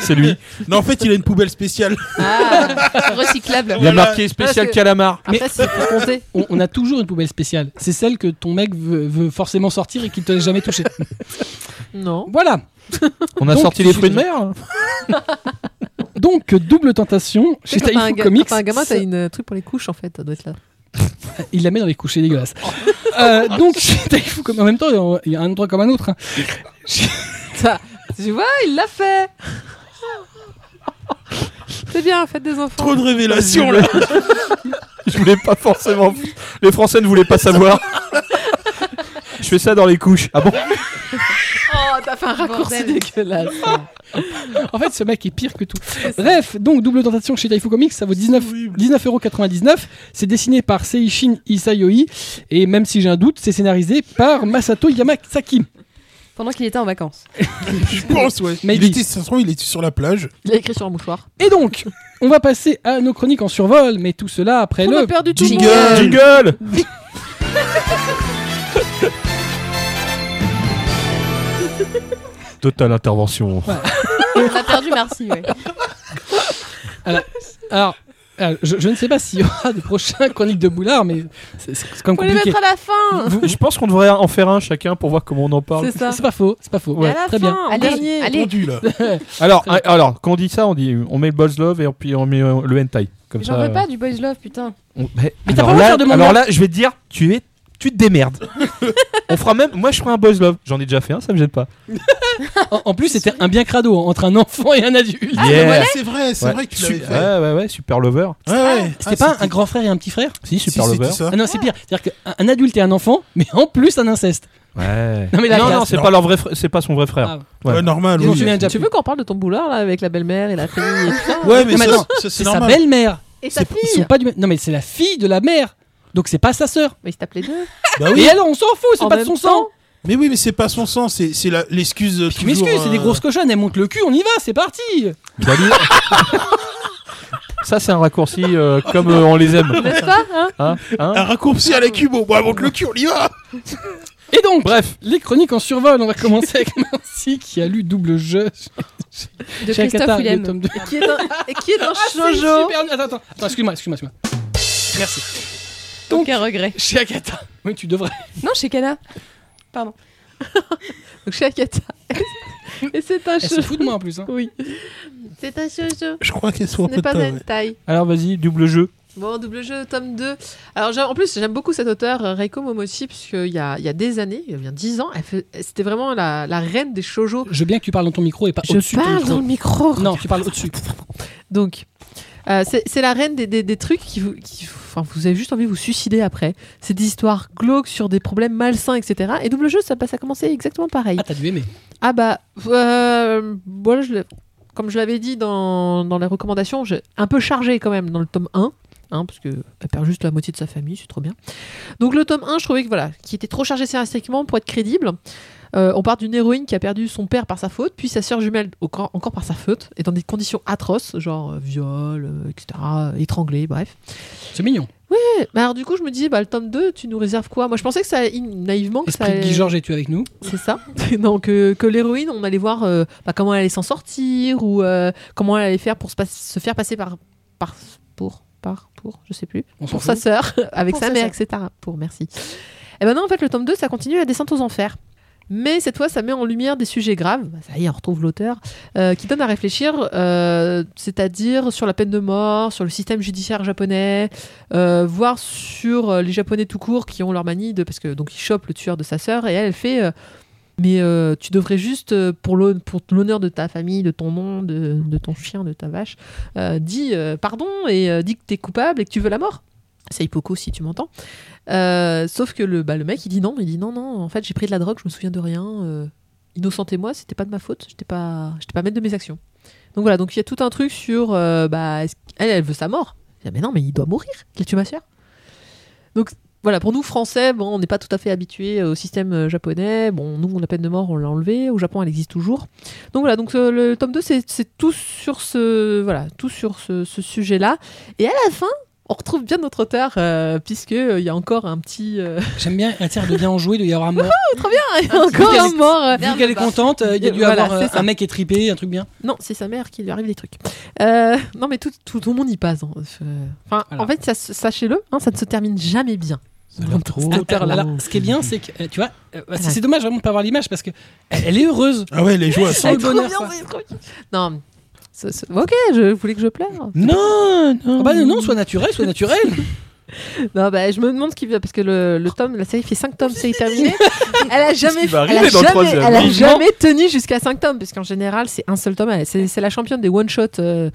C'est lui.
Non, en fait, il a une poubelle spéciale.
Ah, recyclable.
Il a
Voilà.
marqué spécial
Parce que-
calamar.
Mais-
Après, c'est pour compter.
On, on a toujours une poubelle spéciale. C'est celle que ton mec veut, veut forcément sortir et qu'il te laisse jamais toucher.
Non.
Voilà.
On a
Donc,
sorti
tu-
les fruits de mer
Donc, double tentation chez
Quand t'as un
Taïfou
ga-
Comics.
quand t'as un gamin, t'as
ça-
une euh, truc pour les couches en fait, ça doit être là.
Il la met dans les couches, c'est dégueulasse.
Oh.
Euh, donc, chez Taïfou Comics. En même temps, euh, il y a un endroit comme un autre. hein.
Ça, tu vois, il l'a fait C'est bien, faites des enfants.
Trop de révélations, là
Je voulais pas forcément. Les Français ne voulaient pas savoir. Je fais ça dans les couches. Ah bon
Oh, t'as fait un raccourci
Bordel.
dégueulasse.
En fait, ce mec est pire que tout. Bref, donc, double tentation chez Taïfou Comics, ça vaut 19
horrible.
19,99€. C'est dessiné par Seishin Isayoi. Et même si j'ai un doute, c'est scénarisé par Masato Yamasaki.
Pendant qu'il était en vacances.
Je pense, ouais.
Maybe.
Il était, ça se trouve, il était sur la plage.
Il a écrit sur un mouchoir.
Et donc, on va passer à nos chroniques en survol, mais tout cela après
On a
le.
perdu tout le
Jingle.
monde.
Jingle Totale intervention.
On a perdu Marcy, ouais.
Alors, Ah, je, je ne sais pas s'il y aura des prochains chroniques de Boulard, mais c'est c'est quand même
Faut les
compliqué.
mettre à la fin
Vous- Je pense qu'on devrait en faire un chacun pour voir comment on en parle.
C'est ça.
C'est pas faux, c'est pas faux.
à la
Très
fin,
bien.
en
Allez,
dernier.
allez.
Tendu, là. Ah,
Alors, un- alors, quand on dit ça, on dit on met le Boys Love et puis on met euh, le hentai. Comme
J'en
ça,
veux
euh,
pas du boys love, putain.
on- mais
Mais t'as
alors
pas le droit de
là,
faire de manga.
alors là, je vais te dire, tu es, tu te démerdes. on fera même, moi je ferai un Boys Love. J'en ai déjà fait un, ça me gêne pas.
En, en plus, c'était un bien crado hein, entre un enfant et un adulte.
Yeah.
Ouais, c'est vrai, c'est
Ouais.
vrai que tu
Su-
l'avais fait.
ouais, ouais, ouais, super lover.
Ouais, ouais.
C'était pas
Ah,
un grand frère et un petit frère
Si,
Si,
super
c'était
lover.
ça.
Ah non, c'est pire. C'est-à-dire qu'un un adulte et un enfant, mais en plus un inceste.
Ouais.
Non, mais la
non,
classe,
non, c'est
non. Euh,
pas leur vrai, fr- c'est pas son vrai frère.
Ah,
Ouais.
Ouais, normal.
dis donc,
oui.
tu viens déjà
Tu
plus.
veux qu'on parle de ton boulard là avec la belle-mère et la famille et tout ça
Ouais, mais
Mais
ça,
attends,
ça, c'est
C'est sa
normal.
belle-mère.
Et sa
C'est- Ils sont
fille
pas du même- Non, mais c'est la fille de la mère. Donc c'est pas sa sœur.
Mais ils se tapent les deux.
Bah oui.
Et alors, on s'en fout, c'est
En
pas de
même
son
temps.
sang.
Mais oui, mais c'est pas son sens, c'est c'est la- l'excuse. euh,
Je m'excuse,
toujours,
c'est des
euh,
grosses cochonnes. Elles montent le cul, on y va, c'est parti.
Dali- ça c'est un raccourci euh, comme euh, on les aime.
N'est-ce pas hein
Hein Hein
Un raccourci
Ah,
à la cubo. Bon, monte le cul, on y va.
Et donc,
Bref,
les chroniques en survol. On va commencer avec Marcy qui a lu double jeu.
De
Chez Akata,
Christophe
le
Willem.
tome deux.
Et qui est un, et qui est un
Ah, C'est
shoujo
super nul. Attends, attends, attends, excuse-moi, excuse-moi, excuse-moi. Merci. Donc-
Aucun regret.
Chez Akata. Oui, tu devrais.
Non, chez Kana.
Donc chez Akata. Et c'est un
Elle se
shoujo.
fout de moi en plus. hein.
Oui. C'est un shoujo.
Je crois qu'elle
Ce
soit
Oh,
n'est pas
putain,
un
ouais.
taille.
alors vas-y, double jeu.
Bon, double jeu, tome 2. Alors, j'aime- en plus, j'aime beaucoup cet auteur, euh, Reiko Momochi, puisqu'il y a, il y a des années, il y a bien 10 ans, elle fait- c'était vraiment la, la reine des shoujo.
Je veux bien que tu parles dans ton micro et pas au-dessus de ton micro.
micro.
Non, tu parles au-dessus.
Donc, euh, c'est c'est la reine des, des- des trucs qui vous, qui- enfin, vous avez juste envie de vous suicider après. C'est des histoires glauques sur des problèmes malsains, etc. Et double jeu, ça passe à commencer exactement pareil.
Ah, t'as dû aimer.
Ah bah, euh, voilà, je l'ai- comme je l'avais dit dans, dans les recommandations, j'ai un peu chargé quand même dans le tome 1. Hein, parce que elle perd juste la moitié de sa famille, c'est trop bien. Donc le tome 1, je trouvais que voilà, qui était trop chargé scénaristiquement pour être crédible. Euh, on part d'une héroïne qui a perdu son père par sa faute, puis sa sœur jumelle au- encore par sa faute, et dans des conditions atroces, genre euh, viol, euh, etc., étranglé, bref.
C'est mignon. Eh,
Ouais, Mais alors du coup, je me disais, bah, le tome 2, tu nous réserves quoi Moi, je pensais que ça, naïvement, que ça.
Esprit de Guy Georges, es-tu avec nous
C'est ça. Donc que, que l'héroïne, on allait voir euh, bah, comment elle allait s'en sortir ou euh, comment elle allait faire pour se, pas- se faire passer par par pour par pour je sais plus
On s'en
pour
fout.
sa sœur avec
Pour
sa
sa
mère
sœur.
etc. Pour merci. Et maintenant en fait le tome 2 ça continue la descente aux enfers. Mais cette fois, ça met en lumière des sujets graves. Bah, Ça y est, on retrouve l'auteur euh, qui donne à réfléchir, euh, c'est-à-dire sur la peine de mort, sur le système judiciaire japonais, euh, voire sur euh, les Japonais tout court qui ont leur manie de parce que donc ils chopent le tueur de sa sœur et elle, elle fait euh, mais euh, tu devrais juste, euh, pour l'hon- pour l'honneur de ta famille, de ton nom, de, de ton chien, de ta vache, euh, dis euh, pardon et euh, dis que t'es coupable et que tu veux la mort. C'est Hippoco si tu m'entends. Euh, sauf que le, bah, le mec, il dit non, il dit non, non, en fait j'ai pris de la drogue, je me souviens de rien. euh, Innocentez-moi, c'était pas de ma faute, j'étais pas, j'étais pas maître de mes actions. Donc voilà, donc il y a tout un truc sur, euh, bah, est-ce qu'elle, elle veut sa mort. Il dit, ah, mais non, mais il doit mourir, il a tué ma soeur. Donc voilà, pour nous Français, bon, on n'est pas tout à fait habitué au système euh, japonais. Bon, nous, on a la peine de mort, on l'a enlevée. Au Japon, elle existe toujours. Donc voilà, donc euh, le tome 2, c'est c'est tout sur ce, voilà, tout sur ce, ce sujet-là. Et à la fin, on retrouve bien notre auteur, euh, puisque euh, il y a encore un petit, euh,
J'aime bien un tiers de bien en jouer, de y avoir un mort.
Ah, il y a encore un mort. euh,
Vu qu'elle est contente, euh, il y a dû
Voilà,
avoir euh,
c'est ça.
un mec étripé, un truc bien.
Non, c'est sa mère qui lui arrive des trucs. Euh, non, mais tout, tout, tout le monde y passe. hein. Euh, Enfin,
Voilà.
en fait, ça se- sachez-le, hein, ça ne se termine jamais bien.
Ah, alors, alors, ce qui est bien, c'est que, euh, tu vois, euh, bah, c'est c'est dommage vraiment de pas avoir l'image parce que elle elle est heureuse.
Ah ouais, les joueurs.
C'est le bonheur. ça.
Non. ce- ce- Ok, je voulais que je pleure.
Non, non.
Ah bah non, soit naturel, soit naturel.
Non, bah, je me demande ce qui va parce que le, le tome, la série fait 5 tomes, c'est terminé. Elle a jamais,
qui va
elle a
arriver dans le
jamais,
troisième
elle a
Vivement.
jamais tenu jusqu'à 5 tomes, parce qu'en général, c'est un seul tome. Elle- C'est c'est la championne des one shot euh,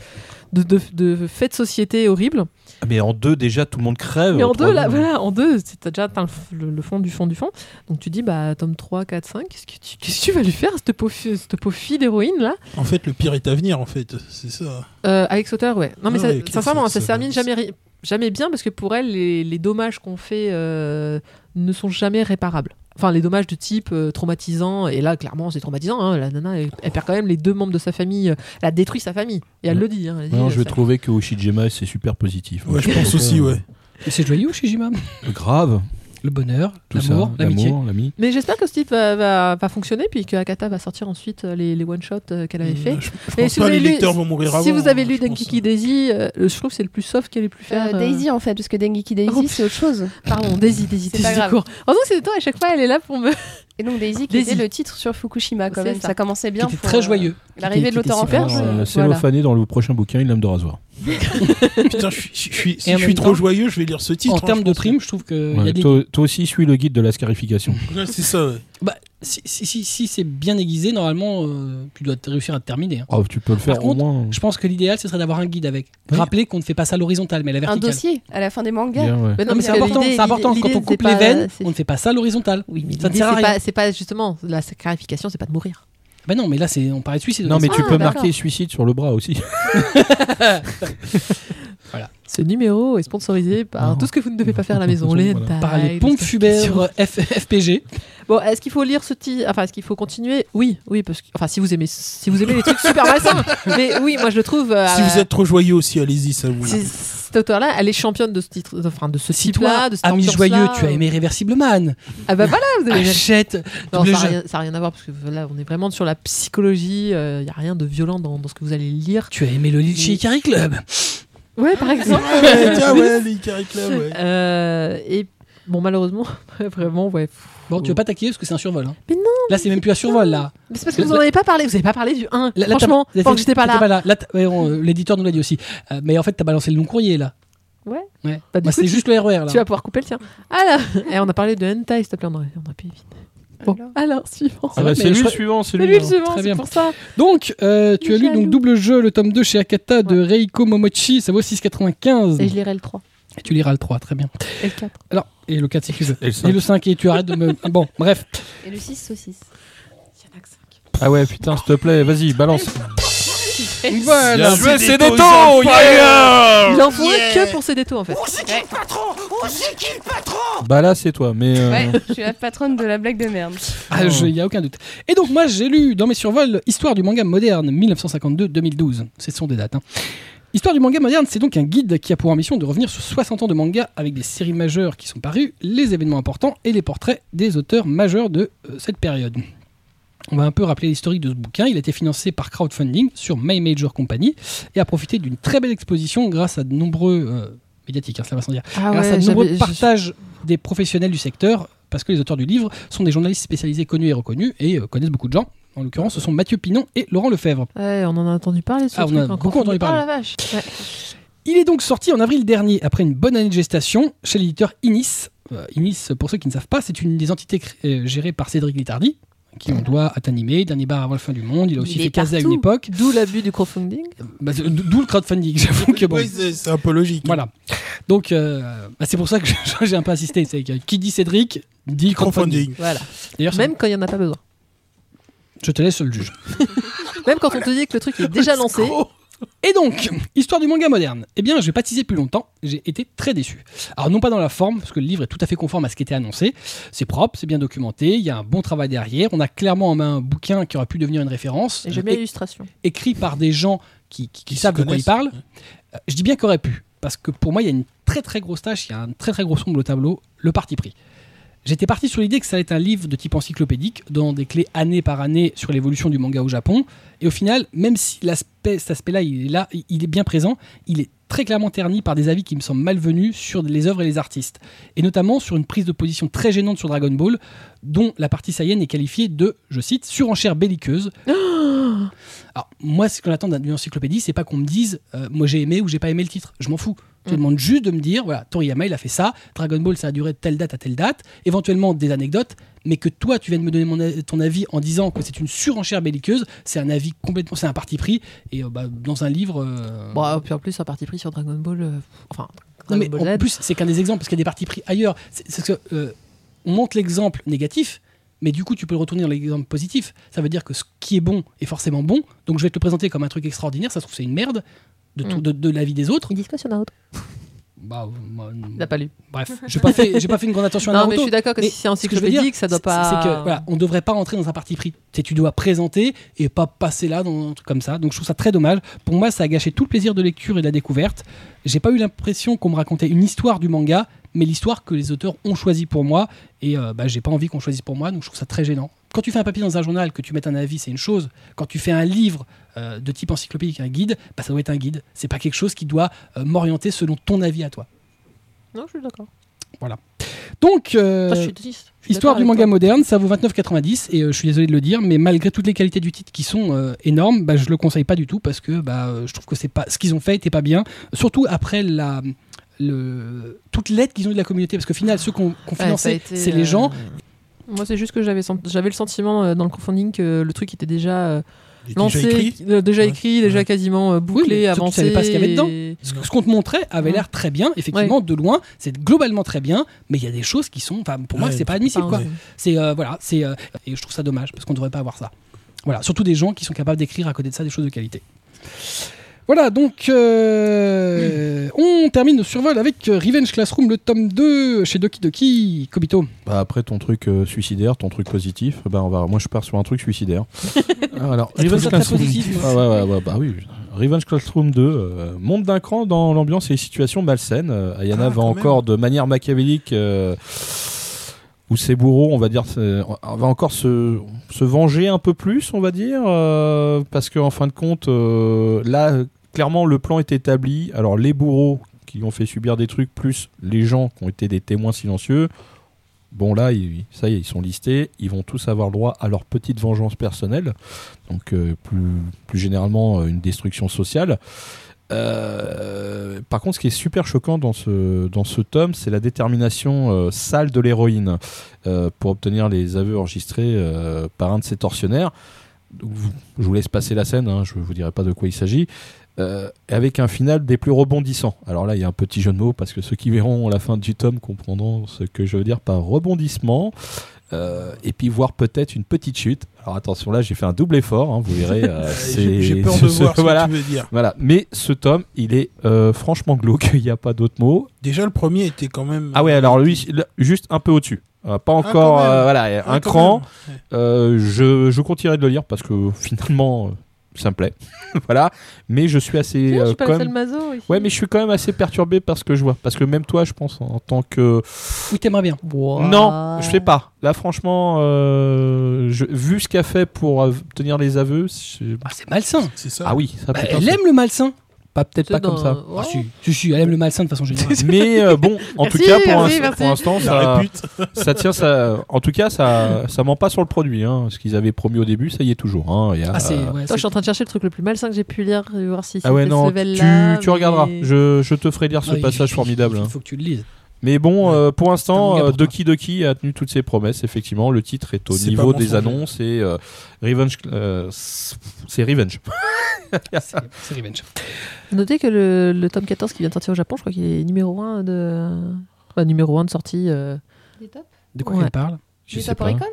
de, de, de faits de société horribles.
Ah, Mais en deux déjà, tout le monde crève.
Mais en deux, là,
Troisième.
voilà, en deux, c'est- t'as déjà atteint le f- le, le fond du fond du fond. Donc tu dis, bah, tome 3, 4, 5, qu'est-ce que tu, qu'est-ce que tu vas lui faire, cette pauvre, fi- cette pauvre fille d'héroïne, là
En fait, le pire est à venir, en fait. C'est ça.
Euh, Avec Sauter, ouais. Non, mais
Ah
ça-
ouais, ok,
sincèrement,
ça-
ça,
ça-
se termine jamais, ri- jamais bien parce que pour elle, les, les dommages qu'on fait euh, ne sont jamais réparables. Enfin, les dommages de type euh, traumatisant, et là, clairement, c'est traumatisant. hein, la nana, elle, elle perd quand même les deux membres de sa famille. euh, Elle a détruit sa famille. Et elle
Mm.
le dit. hein, elle dit,
Non,
euh,
je vais
ça-
trouver que Oshijima c'est super positif.
Ouais, je pense aussi, ouais.
C'est joyeux, Shijima.
Grave.
le bonheur,
Tout ça,
l'amour, l'amitié.
l'amour, l'ami.
Mais j'espère que ce type va, va, va fonctionner, puis que Akata va sortir ensuite euh, les, les one-shots euh, qu'elle avait fait.
Je, je
Mais
pense
si vous
pas
avez
les
lu-
lecteurs vont mourir avant. hein,
Si vous
hein,
avez lu
je pense.
Denkiki Daisy, euh, je trouve que c'est le plus soft qu'elle ait pu faire.
Euh,
euh,
Daisy en fait, parce que Dengeki Daisy
Oh,
c'est autre chose.
Pardon, Daisy, Daisy,
C'est pas
Daisy
grave.
Court. En tout cas, c'est toi, à chaque fois, elle est là pour me.
Et donc Daisy qui
Daisy.
était le titre sur Fukushima quand
C'est
même. Ça.
ça.
commençait
Qui
bien.
était
pour,
très
euh,
joyeux.
L'arrivée
Qui- qui
de
était
l'auteur en
super,
fer.
Alors,
je-
euh,
voilà.
Cellophané dans le prochain bouquin, il aime de rasoir.
Putain, je suis, je suis- si
Et en
je suis
même
trop
temps-
joyeux, je vais lire ce titre.
en
hein,
termes
je
de
pense.
primes, je trouve que Euh, il y
Ouais,
a des...
toi, toi aussi, suis le guide de la scarification.
Ouais, c'est ça. ouais.
Bah, si, si, si, si c'est bien aiguisé, normalement, euh, tu dois te- réussir à te terminer. hein.
Oh, tu peux le faire
Par
au
contre,
moins.
Je pense que l'idéal, ce serait d'avoir un guide avec. Rappelez qu'on ne fait pas ça à l'horizontale, mais à la
Un
verticale.
dossier à la fin des mangas.
Bien, ouais.
Non, mais c'est
parce que
important,
l'idée-
c'est important.
l'idée,
Quand on
c'est
coupe
pas-
les veines,
c'est-
on ne fait pas ça à l'horizontale.
Oui, mais
Ça ne
l'idée,
sert à
c'est
rien.
pas- c'est pas, justement la scarification, c'est pas de mourir.
Bah non, mais là, c'est on parlait de suicide.
Non, mais tu
Ah,
peux
d'accord.
marquer suicide sur le bras aussi.
Ah,
Ce numéro est sponsorisé par
Non.
tout ce que vous ne devez pas faire à la maison,
Voilà.
les
par les
tailles,
pompes
les
Fubert F- FPG.
Bon, est-ce qu'il faut lire ce petit, enfin, est-ce qu'il faut continuer Oui, oui, parce que, enfin, si vous aimez, si vous aimez les trucs super malsains, mais oui, moi je le trouve. euh,
Si vous êtes trop joyeux aussi, allez-y, ça vous.
c'est- Cette auteur-là, elle est championne de ce titre, enfin de ce
Si
type-là, euh,
toi,
de ce
ami
ambiance-là.
joyeux, tu as aimé Reversible Man,
Ah bah voilà, vous avez
achète.
Non,
double
ça n'a
jeu.
rien, ça a rien à voir parce que là, on est vraiment sur la psychologie. Il n'y a rien de violent dans, dans ce que vous allez lire.
Tu as aimé le Litchi Ikari Club.
Ouais, par exemple.
Ouais, tiens, ouais, les Ikari Club, ouais.
Euh, et bon, malheureusement, vraiment, ouais.
Bon, tu veux pas t'acquitter parce que c'est un survol. hein.
Oh. Mais non,
Là, c'est même plus un survol, là.
Mais c'est parce que vous n'en avez pas parlé. Vous n'avez pas parlé du 1.
Là, là,
Franchement,
t'as-
pendant que j'étais pas là.
Là, t'as- ouais, on- euh, L'éditeur nous l'a dit aussi. Euh, mais en fait, t'as balancé le long courrier, là.
Ouais.
Ouais.
Bah, du
Bah,
coup,
c'est
tu-
juste le RER, là.
Tu vas pouvoir couper le tien. Alors, et Eh, on a parlé de hentai, s'il te plaît. On aurait, on aurait pu éviter. Bon, alors, suivant.
Ah ouais, mais
bah, c'est
je
lui le
crois-
suivant, c'est
C'est
lui.
lui le
hein.
suivant,
très
c'est
bien.
pour ça.
Donc, euh, tu as lu
Michel.
donc Double Jeu, le tome 2 chez Akata de Reiko Momochi, ça vaut 6,95.
Et
Et
je lirai le 3
tu liras le 3, très bien.
et le 4
Alors, et le 4 si tu veux.
Et le
Et
cinq.
le 5, et tu arrêtes de me. Ah Bon, bref.
et le 6 saucisse.
Ah ouais, putain, s'il te plaît, vas-y, balance.
Voilà.
joué, Ah, c'est
des
taux,
Il en faut
yeah.
que pour ses détours, en fait.
Oh, c'est qui le patron Oh, c'est qui le patron
Bah là, c'est toi, mais. euh,
Ouais, je suis la patronne de la blague de merde.
Ah, je- Il n'y a aucun doute. Et donc, moi, j'ai lu dans mes survols Histoire du manga moderne 1952-2012. Ce sont des dates. hein. Histoire du manga moderne, c'est donc un guide qui a pour ambition de revenir sur 60 ans de manga avec des séries majeures qui sont parues, les événements importants et les portraits des auteurs majeurs de euh, cette période. On va un peu rappeler l'historique de ce bouquin. Il a été financé par crowdfunding sur My Major Company et a profité d'une très belle exposition grâce à de nombreux euh, médiatiques, hein, cela va sans dire
Ah
grâce à de nombreux
j'avais- je-
partages des professionnels du secteur, parce que les auteurs du livre sont des journalistes spécialisés connus et reconnus et euh, connaissent beaucoup de gens. En l'occurrence, ce sont Mathieu Pinon et Laurent Lefebvre.
Ouais, on en a entendu parler. de ce
Ah, on
truc
a
en
beaucoup
confinement.
entendu parler.
Ah la vache. Ouais.
Il est donc sorti en avril dernier, après une bonne année de gestation, chez l'éditeur Inis. Euh, Inis, pour ceux qui ne savent pas, c'est une des entités cré- euh, gérées par Cédric Littardi, qui on doit à Tanimé, Dernier bar avant la fin du monde. Il a aussi
Il est
fait caser à une
partout.
époque.
D'où l'abus du crowdfunding.
Bah, c'est- D'où le crowdfunding, j'avoue que bon.
Ouais, c'est c'est un peu logique.
Voilà. Donc, euh, bah, c'est pour ça que j'ai un peu insisté. C'est que qui dit Cédric dit crowdfunding.
Crowdfunding.
Voilà.
D'ailleurs,
Même quand il n'y en a pas besoin.
je te laisse le juge.
Même quand on te dit que le truc est déjà lancé.
Et donc, histoire du manga moderne. Eh bien, je vais pas teaser plus longtemps. J'ai été très déçu. Alors, non pas dans la forme, parce que le livre est tout à fait conforme à ce qui était annoncé. C'est propre, c'est bien documenté, il y a un bon travail derrière. On a clairement en main un bouquin qui aurait pu devenir une référence,
J'aime bien
é-
l'illustration.
écrit par des gens qui, qui- qui
Qui
savent
se
de quoi ils parlent.
connaissent.
Euh, Je dis bien qu'aurait pu, parce que pour moi, il y a une très très grosse tâche, il y a un très très gros sombre au tableau, le parti pris. J'étais parti sur l'idée que ça allait être un livre de type encyclopédique, donnant des clés année par année sur l'évolution du manga au Japon. Et au final, même si l'aspect, cet aspect-là, il est là, il est bien présent, il est très clairement terni par des avis qui me semblent malvenus sur les œuvres et les artistes. Et notamment sur une prise de position très gênante sur Dragon Ball, dont la partie saïenne est qualifiée de, je cite, surenchère belliqueuse. Alors, moi, ce qu'on attend d'une encyclopédie, c'est pas qu'on me dise, euh, moi j'ai aimé ou j'ai pas aimé le titre. Je m'en fous. Je
Mm.
demande juste de me dire, voilà, Toriyama, il a fait ça, Dragon Ball, ça a duré de telle date à telle date, éventuellement des anecdotes, mais que toi, tu viennes me donner mon a- ton avis en disant que c'est une surenchère belliqueuse, c'est un avis complètement, c'est un parti pris, et euh, bah, dans un livre. euh,
Bon, puis en plus, un parti pris sur Dragon Ball. euh, enfin,
non,
Dragon
mais
Ball
en
Z.
plus, c'est qu'un des exemples, parce qu'il y a des parties pris ailleurs. C'est c'est que, euh, on montre l'exemple négatif, mais du coup, tu peux le retourner dans l'exemple positif. Ça veut dire que ce qui est bon est forcément bon, donc je vais te le présenter comme un truc extraordinaire. Ça se trouve, c'est une merde de, tout-
Mm.
de, de la vie des autres.
Ils disent quoi sur Naruto
Bah, euh, moi,
Il n'a pas lu.
bref, j'ai pas fait, j'ai pas fait une grande attention à
Non,
Naruto.
mais je suis d'accord que
Mais
si c'est
ce que je veux dire,
encyclopédique, ça doit
c'est-
pas.
C'est que voilà, on devrait pas rentrer dans un parti pris. C'est tu dois présenter et pas passer là dans un truc comme ça. Donc je trouve ça très dommage. Pour moi, ça a gâché tout le plaisir de lecture et de la découverte. J'ai pas eu l'impression qu'on me racontait une histoire du manga, mais l'histoire que les auteurs ont choisie pour moi, et euh, bah, j'ai pas envie qu'on choisisse pour moi, donc je trouve ça très gênant. Quand tu fais un papier dans un journal, que tu mettes un avis, c'est une chose. Quand tu fais un livre euh, de type encyclopédique, un guide, bah, ça doit être un guide. C'est pas quelque chose qui doit euh, m'orienter selon ton avis à toi.
Non, je suis d'accord.
Donc, euh,
Enfin, je suis triste. Je suis
Histoire
d'accord
du
avec
manga
toi.
moderne, ça vaut 29,90 et euh, je suis désolé de le dire, mais malgré toutes les qualités du titre qui sont euh, énormes, bah, je le conseille pas du tout parce que bah, euh, je trouve que c'est pas ce qu'ils ont fait était pas bien, surtout après la le toute l'aide qu'ils ont eu de la communauté parce que au final ceux qu'on qu'on
Ouais, ça a
finançait
été,
c'est les
euh,
gens
Moi, c'est juste que j'avais sent- j'avais le sentiment euh, dans le crowdfunding que le truc était déjà euh,
Il est déjà
lancé,
écrit.
qui- euh, déjà
Ouais.
écrit, déjà
Ouais.
quasiment euh, bouclé,
mais surtout, tu
avancé.
savais pas ce qu'il y avait dedans.
et-
ce que- ce qu'on te montrait avait
Ouais.
l'air très bien effectivement de loin c'est globalement très bien mais il y a des choses qui sont enfin pour moi
Ouais,
c'est pas admissible
Enfin,
quoi
ouais.
c'est euh, voilà c'est euh, et je trouve ça dommage parce qu'on devrait pas avoir ça voilà surtout des gens qui sont capables d'écrire à côté de ça des choses de qualité voilà donc euh, on termine le survol avec euh, Revenge Classroom le tome 2 chez Doki Doki Kobito
Bah, après ton truc euh, suicidaire, ton truc positif, bah on va, moi je pars sur un truc suicidaire. Alors,
Je trouve
Revenge
ça très
Classroom.
positif, moi.
Ah ouais, ouais, ouais, bah oui. Revenge Classroom 2 euh, monte d'un cran dans l'ambiance et les situations malsaines. Euh, Ayana
Ah,
va
quand
encore de manière machiavélique. euh, où ses bourreaux, on va dire, c'est- on va encore se, se venger un peu plus, on va dire, euh, parce qu'en fin de compte, euh, là, clairement, le plan est établi. Alors, les bourreaux qui lui ont fait subir des trucs, plus les gens qui ont été des témoins silencieux, bon, là, ils- ça y est, ils sont listés. Ils vont tous avoir le droit à leur petite vengeance personnelle. Donc, euh, plus, plus généralement, euh, une destruction sociale. Euh, par contre, ce qui est super choquant dans ce, dans ce tome, c'est la détermination euh, sale de l'héroïne euh, pour obtenir les aveux enregistrés euh, par un de ses tortionnaires. Donc, vous- je vous laisse passer la scène, hein, je ne vous dirai pas de quoi il s'agit. Euh, avec un final des plus rebondissants. Alors là, il y a un petit jeu de mots parce que ceux qui verront la fin du tome comprendront ce que je veux dire par rebondissement. Euh, et puis voir peut-être une petite chute. Alors attention, là j'ai fait un double effort, hein, vous verrez. euh, c'est-
J'ai j'ai peur de
ce-
voir ce
voilà.
que tu veux dire.
Voilà, mais ce tome, il est euh, franchement glauque, il n'y a pas d'autre mot.
Déjà, le premier était quand même.
Ah ouais, alors lui, là, juste un peu au-dessus. Euh, pas
Ah, quand
encore,
même.
euh, voilà,
Ah,
un
quand
cran.
même.
Euh, je, je continuerai de le lire parce que finalement, euh, ça me plaît. voilà, mais je suis assez.
Tiens, je
euh,
suis pas
quand
le seul
même-
maso ici.
Ouais, mais je suis quand même assez perturbé par ce que je vois. Parce que même toi, je pense, en tant que.
oui t'aimerais bien
Non, je sais pas. Là, franchement, euh, je- vu ce qu'a fait pour obtenir les aveux. je-
ah, c'est malsain
C'est ça.
Ah oui, ça
Bah,
peut
elle aime le malsain
pas peut-être
C'est
pas comme
dans-
ça.
Ouais.
Ah, si, si, si, elle aime le malsain de façon générale
Mais euh, bon, en
Merci,
tout cas, pour,
merci,
l'inst-
merci.
pour l'instant,
La
ça,
répute.
ça tient. Ça, en tout cas, ça, ça ment pas sur le produit. hein. Ce qu'ils avaient promis au début, ça y est toujours. hein. Il y a,
ah, c'est,
euh,
ouais,
Attends, je suis
c'est-
en train de chercher le truc le plus malsain que j'ai pu lire, et voir si
ah ouais,
c'était
non,
ce
tu,
level-là,
tu
mais-
regarderas. Je, je te ferai lire ce
Ah, il-
passage
il-
formidable. hein.
il faut que tu le lises
Mais bon,
Ouais.
euh, pour
C'est un
l'instant,
manga
euh,
pour toi.
Doki Doki a tenu toutes ses promesses. Effectivement, le titre est au
C'est
niveau
pas
des
mensonger.
annonces et euh, Revenge. euh, c'est Revenge.
c'est, c'est Revenge
Notez que le, le tome 14 qui vient de sortir au Japon, je crois qu'il est numéro 1 de. enfin, numéro 1 de sortie. euh,
Des tops
de quoi
Ouais.
elle parle
Je
Des
sais
tops
pas.
Oricon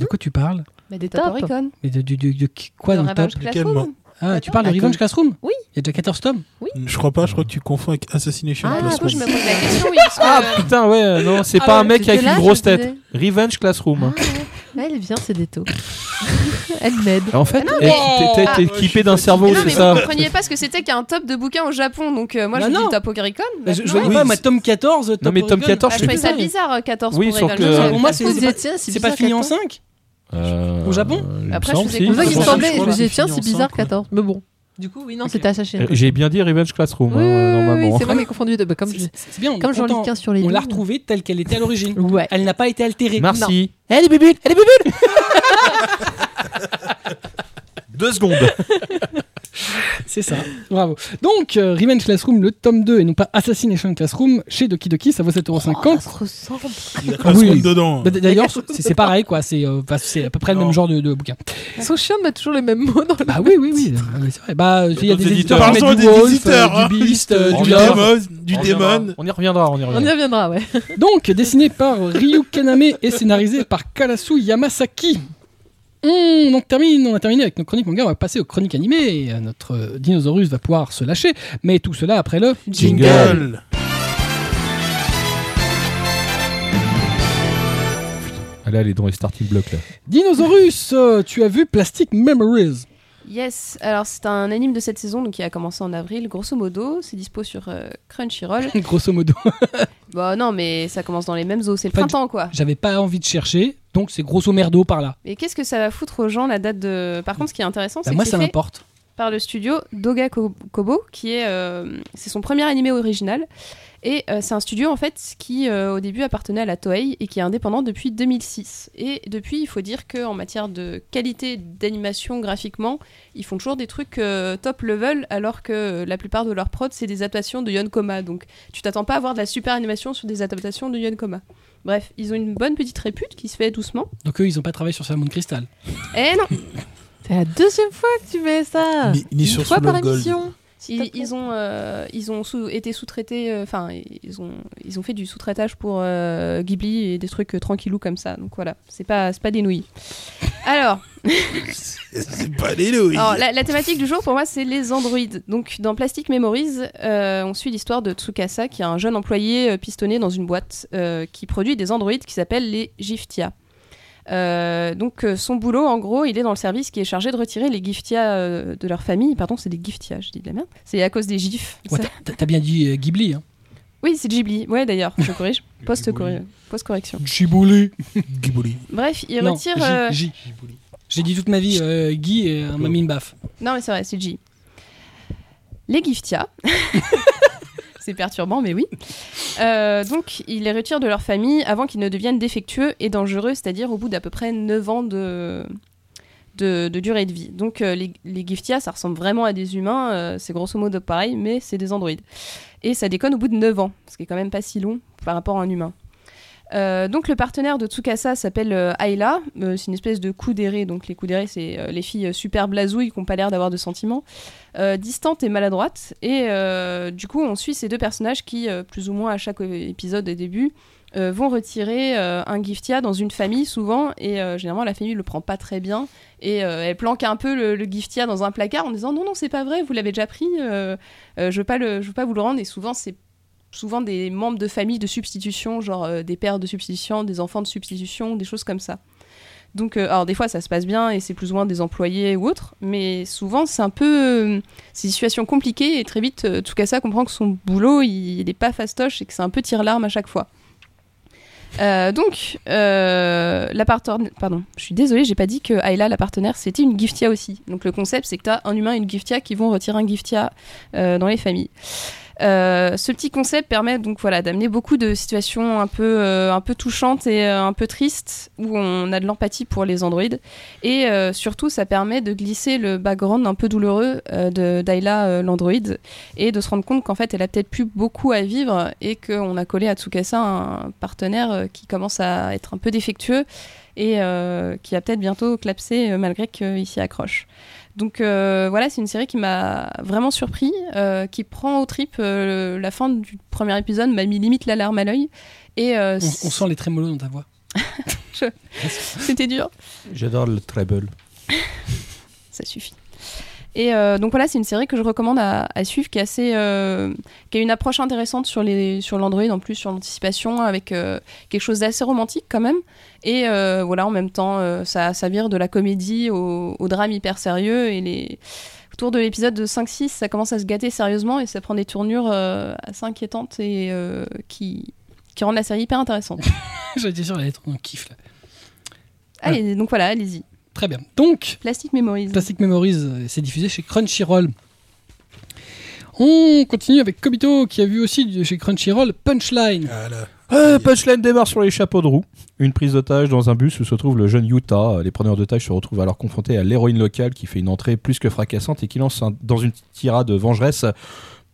de quoi tu parles
Mais des
Top.
tops Oricon.
mais de, du- du- de qui- quoi dans
Le
le top
Revenge
Lequel,
Classroom.
moi
ah, tu parles de
Attends.
Revenge Classroom
Oui.
il y a déjà 14 tomes
Je crois pas, je crois que tu confonds avec Assassination
Ah, du
Classroom.
coup, je me pose la question, oui. parce que-
Ah putain, ouais, euh, non, c'est
Ah
pas
ouais,
un mec
c'était
avec
là,
une
je
grosse
me
tête. Revenge Classroom. hein.
Elle vient, c'est des taux. Elle m'aide.
En fait,
Ah non,
elle-
mais-
t'es- t'es
Ah,
t'es équipé d'un cerveau,
Mais non,
c'est
mais
ça
vous compreniez pas ce que c'était qu'un top de bouquins au Japon, donc euh, moi
Bah
je vous
non.
dis top Bah Oricon.
je, je
maintenant.
vois
Oui,
pas
c'est-
ma tome 14 top
Non, mais tome
Oregon.
14,
Ah, je
je
trouvais ça
bizarre.
bizarre, 14
Oui,
pour
sauf
Revenge
que-
Classroom.
Pour moi, c'est-
Vous
c'est
disiez,
Bah, pas-
tiens, c'est
c'est pas
bizarre,
fini en
14.
5
Euh,
Au Japon
il me
Après, je
semble,
faisais
si.
C'est pour ça qu'il
Pour
me
ça, je
semblait, je
crois
me
que
disais,
c'est
tiens,
fini
c'est
en
bizarre
cinq,
14. Mais bon. Du coup, oui, non, c'était attaché.
Euh, J'ai bien dit Revenge Classroom,
Oui,
hein,
oui, oui,
normalement.
c'est moi qui ai confondu. Bah, Comme
C'est-
je-
c'est c'est bien on est
comme j'en
content.
lis 15 sur les
on l'a
lignes.
retrouvée telle qu'elle était à l'origine
Ouais.
elle n'a pas été altérée
Merci.
Eh, les bubules, eh, les bubules
Deux secondes.
c'est ça bravo donc euh, Revenge Classroom le tome 2 et non pas Assassination Classroom chez Doki Doki ça vaut 7,50€
se Oh, ressemble.
Il y a Classroom
Oui.
dedans.
Bah, d- D'ailleurs, c'est c'est pareil, quoi. C'est euh, bah, c'est à peu près le
Non.
même genre de, de bouquin.
Ils sont chiants de mettre toujours les mêmes mots dans le.
Bah oui, oui, oui. euh, c'est vrai. Bah, il y a
D'autres
des éditeurs
éditeurs.
qui
Parlons
mettent du
des
Wolf,
éditeurs,
euh,
hein.
du Beast, euh,
On
du
Du
reviendra.
Love.
démon, du
On reviendra,
démon.
On y reviendra, on y
On y
reviendra.
reviendra, ouais.
Donc, dessiné par Ryu Kaname et scénarisé par Kalasu Yamasaki. On en termine, on a terminé avec nos chroniques manga, on va passer aux chroniques animées. Et, euh, Notre euh, dinosaurus va pouvoir se lâcher, mais tout cela après le
Jingle. Allez, allez, dans les starting blocks là.
Dinosaurus, euh, tu as vu Plastic Memories
Yes, alors c'est un anime de cette saison donc, qui a commencé en avril, grosso modo. C'est dispo sur euh, Crunchyroll.
Grosso modo,
bah non, mais ça commence dans les mêmes eaux, c'est le
Pas du-
printemps quoi.
j'avais pas envie de chercher, donc c'est grosso merdo par là.
Mais qu'est-ce que ça va foutre aux gens la date de. Par contre, ce qui est intéressant,
Bah,
c'est
moi,
que
ça
c'est fait
m'importe.
par le studio Doga Ko- Kobo, qui est. euh, c'est son premier animé original. Et euh, c'est un studio en fait qui euh, au début appartenait à la Toei et qui est indépendant depuis 2006. Et depuis, il faut dire qu'en matière de qualité d'animation graphiquement, ils font toujours des trucs euh, top level alors que euh, la plupart de leurs prods c'est des adaptations de Yonkoma. Donc tu t'attends pas à avoir de la super animation sur des adaptations de Yonkoma. Bref, ils ont une bonne petite répute qui se fait doucement.
Donc eux, ils ont pas travaillé sur Salmon Crystal.
Eh non
C'est la deuxième fois que tu mets ça.
Ni- ni
Une
sur
fois
Solo
par
Gold.
émission. s'il te
Ils,
plaît.
ils ont, euh, ils ont sous- été sous-traités, euh, enfin, ils, ont, ils ont fait du sous-traitage pour euh, Ghibli et des trucs euh, tranquillous comme ça. Donc voilà, c'est pas, c'est pas des nouilles. Alors,
C'est pas les nouilles.
alors, la, la thématique du jour pour moi, c'est les androïdes. Donc dans Plastic Memories, euh, on suit l'histoire de Tsukasa, qui est un jeune employé euh, pistonné dans une boîte euh, qui produit des androïdes qui s'appellent les Giftia. Euh, donc euh, son boulot, en gros, il est dans le service qui est chargé de retirer les Giftia euh, de leur famille. Pardon, c'est des Giftia, je dis de la merde. C'est à cause des gifs.
Ouais,
Ça-
t'as- T'as bien dit euh, Ghibli. Hein.
oui, c'est Ghibli. Ouais, d'ailleurs, je corrige. Post-corre- Post-correction.
Ghibli.
Ghibli.
Bref, il
Non,
retire.
J-
euh,
J. J'ai dit toute ma vie euh, Guy et un mamine baffe.
Non, mais c'est vrai, c'est J. Les Giftia. c'est perturbant, mais oui. Euh, donc, il les retire de leur famille avant qu'ils ne deviennent défectueux et dangereux, c'est-à-dire au bout d'à peu près 9 ans de, de, de durée de vie. Donc, euh, les, les Giftia, ça ressemble vraiment à des humains, euh, c'est grosso modo pareil, mais c'est des androïdes. Et ça déconne au bout de 9 ans, ce qui est quand même pas si long par rapport à un humain. Euh, donc le partenaire de Tsukasa s'appelle euh, Ayla, Euh, c'est une espèce de coudérée, donc les coudérées c'est euh, les filles euh, super blasouilles qui n'ont pas l'air d'avoir de sentiments, euh, distantes et maladroites, et euh, du coup on suit ces deux personnages qui, euh, plus ou moins à chaque euh, épisode et début, euh, vont retirer euh, un giftia dans une famille souvent, et euh, généralement la famille le prend pas très bien, et euh, elle planque un peu le, le giftia dans un placard en disant non non c'est pas vrai, vous l'avez déjà pris, euh, euh, je veux pas le- je veux pas vous le rendre, et souvent c'est souvent des membres de famille de substitution, genre euh, des pères de substitution, des enfants de substitution, des choses comme ça. Donc, euh, alors des fois ça se passe bien et c'est plus ou moins des employés ou autres, mais souvent c'est un peu. euh, c'est une situation compliquée et très vite euh, Tsukasa comprend que son boulot il n'est pas fastoche et que c'est un peu tire-larme à chaque fois. Euh, donc, euh, la partenaire. Pardon, je suis désolée, j'ai pas dit que Ayla, la partenaire, c'était une giftia aussi. Donc, le concept, c'est que t'as un humain et une giftia qui vont retirer un giftia euh, dans les familles. Euh, ce petit concept permet donc voilà d'amener beaucoup de situations un peu euh, un peu touchantes et euh, un peu tristes où on a de l'empathie pour les androïdes et euh, surtout ça permet de glisser le background un peu douloureux euh, de d'Ayla euh, l'androïde et de se rendre compte qu'en fait elle a peut-être plus beaucoup à vivre et qu'on a collé à Tsukasa un partenaire euh, qui commence à être un peu défectueux et euh, qui va peut-être bientôt clapser euh, malgré qu'il s'y accroche. Donc euh, voilà, c'est une série qui m'a vraiment surpris, euh, qui prend aux tripes. euh, la fin du premier épisode m'a mis limite la larme à l'œil. Et euh,
On, on sent les trémolos dans ta voix.
c'était dur.
J'adore le treble.
ça suffit. Et euh, donc voilà, c'est une série que je recommande à, à suivre, qui est assez, euh, qui a une approche intéressante sur les, sur l'Android en plus, sur l'anticipation, avec euh, quelque chose d'assez romantique quand même. Et euh, voilà, en même temps, euh, ça, ça vire de la comédie au, au drame hyper sérieux. Et les autour de l'épisode de 5-6, ça commence à se gâter sérieusement et ça prend des tournures euh, assez inquiétantes et euh, qui qui rendent la série hyper intéressante.
J'étais sûr, elle allait être en kiff là.
Allez, donc voilà, allez-y.
Très bien. Donc,
Plastic Memories.
Plastic Memories, euh, c'est diffusé chez Crunchyroll. On continue avec Kobito qui a vu aussi de- chez Crunchyroll Punchline.
Ah, là.
Euh, Punchline démarre sur les chapeaux de roue. Une prise d'otage dans un bus où se trouve le jeune Utah. Les preneurs d'otages se retrouvent alors confrontés à l'héroïne locale qui fait une entrée plus que fracassante et qui lance un- dans une tirade vengeresse.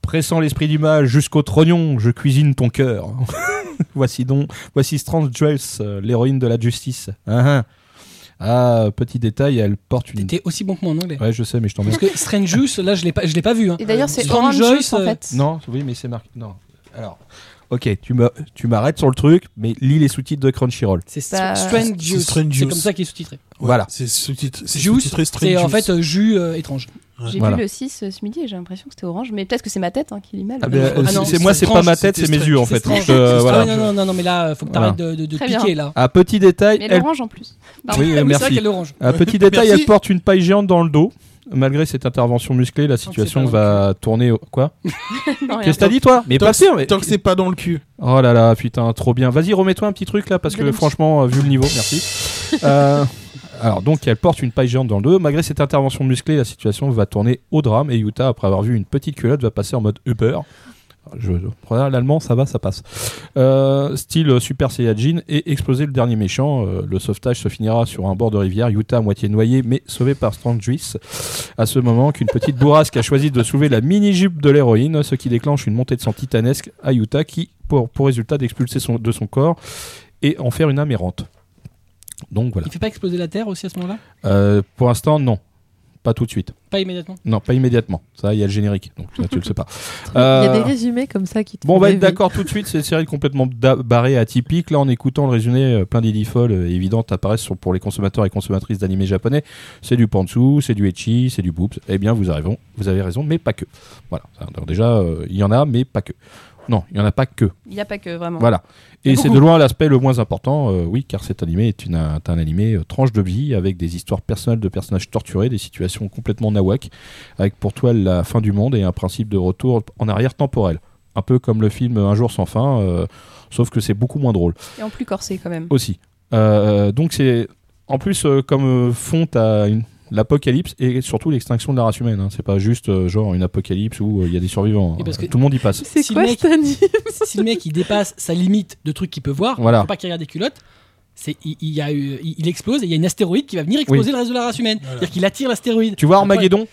Pressant l'esprit du mal jusqu'au trognon, je cuisine ton cœur. voici donc, voici Strange Dress, euh, l'héroïne de la justice. Ah, ah. Ah, petit détail, elle porte une.
T'étais aussi bon que moi en anglais.
Ouais, je sais, mais je t'en
Parce que Strange Juice, là, je l'ai pas, je l'ai pas vu. hein.
Et d'ailleurs, c'est
Strange
Orange Juice,
euh,
en fait.
Non, oui, mais c'est marqué. Non. Alors, ok, tu me- tu m'arrêtes sur le truc, mais lis les sous-titres de Crunchyroll.
C'est
Bah,
Str- Strange
c'est
Juice.
Strange
C'est
Juice.
comme ça qu'il est sous-titré.
Ouais,
Voilà.
C'est sous-titre. C'est
Juice,
sous-titré Strange
c'est en
Juice.
fait euh, jus euh, étrange.
J'ai
Voilà.
vu le 6 euh, ce midi et j'ai l'impression que c'était orange, mais peut-être que c'est ma tête hein, qui lit mal.
Ah ben,
Ah
euh,
non,
c'est moi, c'est pas
Strange,
ma tête,
c'était
c'est mes
Strange.
yeux en
C'est
fait.
Strange.
Je- euh,
Ah
voilà.
ouais, non, non, non, non, mais là, faut que t'arrêtes de, de- de
Très
piquer là.
Un petit détail,
mais
elle...
l'orange en plus.
oui, euh,
Oui, C'est vrai
merci.
qu'elle est orange.
Un petit détail,
Merci.
elle porte une paille géante dans le dos. malgré cette intervention musclée, la situation
pas
va tourner. au- Quoi
Non, rien.
Qu'est-ce que t'as dit, toi Mais
Tant
pas
que-
sûr, mais-
Tant que c'est pas dans le cul.
Oh là là, putain, trop bien. Vas-y, remets-toi un petit truc là, parce que
Donnez-moi.
franchement, euh, vu le niveau, merci. Euh, alors, donc, elle porte une paille géante dans le dos. Malgré cette intervention musclée, la situation va tourner au drame et Utah, après avoir vu une petite culotte, va passer en mode Uber. Je, voilà, l'allemand, ça va, ça passe. Euh, style euh, Super Saiyajin et exploser le dernier méchant. Euh, le sauvetage se finira sur un bord de rivière. Utah, à moitié noyé, mais sauvé par Strangewiss à ce moment qu'une petite bourrasque a choisi de soulever la mini-jupe de l'héroïne, ce qui déclenche une montée de sang titanesque à Utah qui, pour, pour résultat d'expulser son, de son corps et en faire une âme errante. Donc voilà.
Il fait pas exploser la Terre aussi à ce moment-là
Euh, pour l'instant, non. Pas tout de suite.
Pas immédiatement.
Non, pas immédiatement. Ça, il y a le générique. Donc là, tu le sais pas.
Il y
Euh,
a des résumés comme ça qui te
Bon, on
font
va être
rêver.
d'accord tout de suite, c'est une série complètement da- barrée, atypique. Là, en écoutant le résumé, euh, plein d'idées folles euh, évidentes apparaissent sur- pour les consommateurs et consommatrices d'animés japonais. C'est du pantsu, c'est du ecchi, c'est du boobs. Eh bien, vous, arrivons, vous avez raison, mais pas que. Voilà. Alors déjà, euh, il y en a, mais pas que. Non, il n'y en a pas que.
Il n'y a pas que vraiment.
Voilà.
Il y
Et
a
c'est de
beaucoup.
loin l'aspect le moins important, euh, oui, car cet animé est, une, un, un animé euh, tranche de vie avec des histoires personnelles de personnages torturés, des situations complètement nawak, avec pour toile la fin du monde et un principe de retour en arrière temporel. Un peu comme le film Un jour sans fin, euh, sauf que c'est beaucoup moins drôle
Et en plus corsé quand même.
aussi. Euh, donc c'est en plus euh, comme euh, fond à une- l'apocalypse et surtout l'extinction de la race humaine. hein. C'est pas juste euh, genre une apocalypse où euh, il y a des survivants.
Et parce
hein.
que-
Tout le monde y passe.
C'est
Si le
quoi
mec-
cette année
si le mec il dépasse sa limite de trucs qu'il peut voir,
Voilà.
faut pas qu'il regarde des culottes. C'est, il, il y a eu- il- il explose et il y a une astéroïde qui va venir exploser le reste de la race humaine.
Voilà.
C'est-à-dire qu'il attire l'astéroïde.
Tu vois Armageddon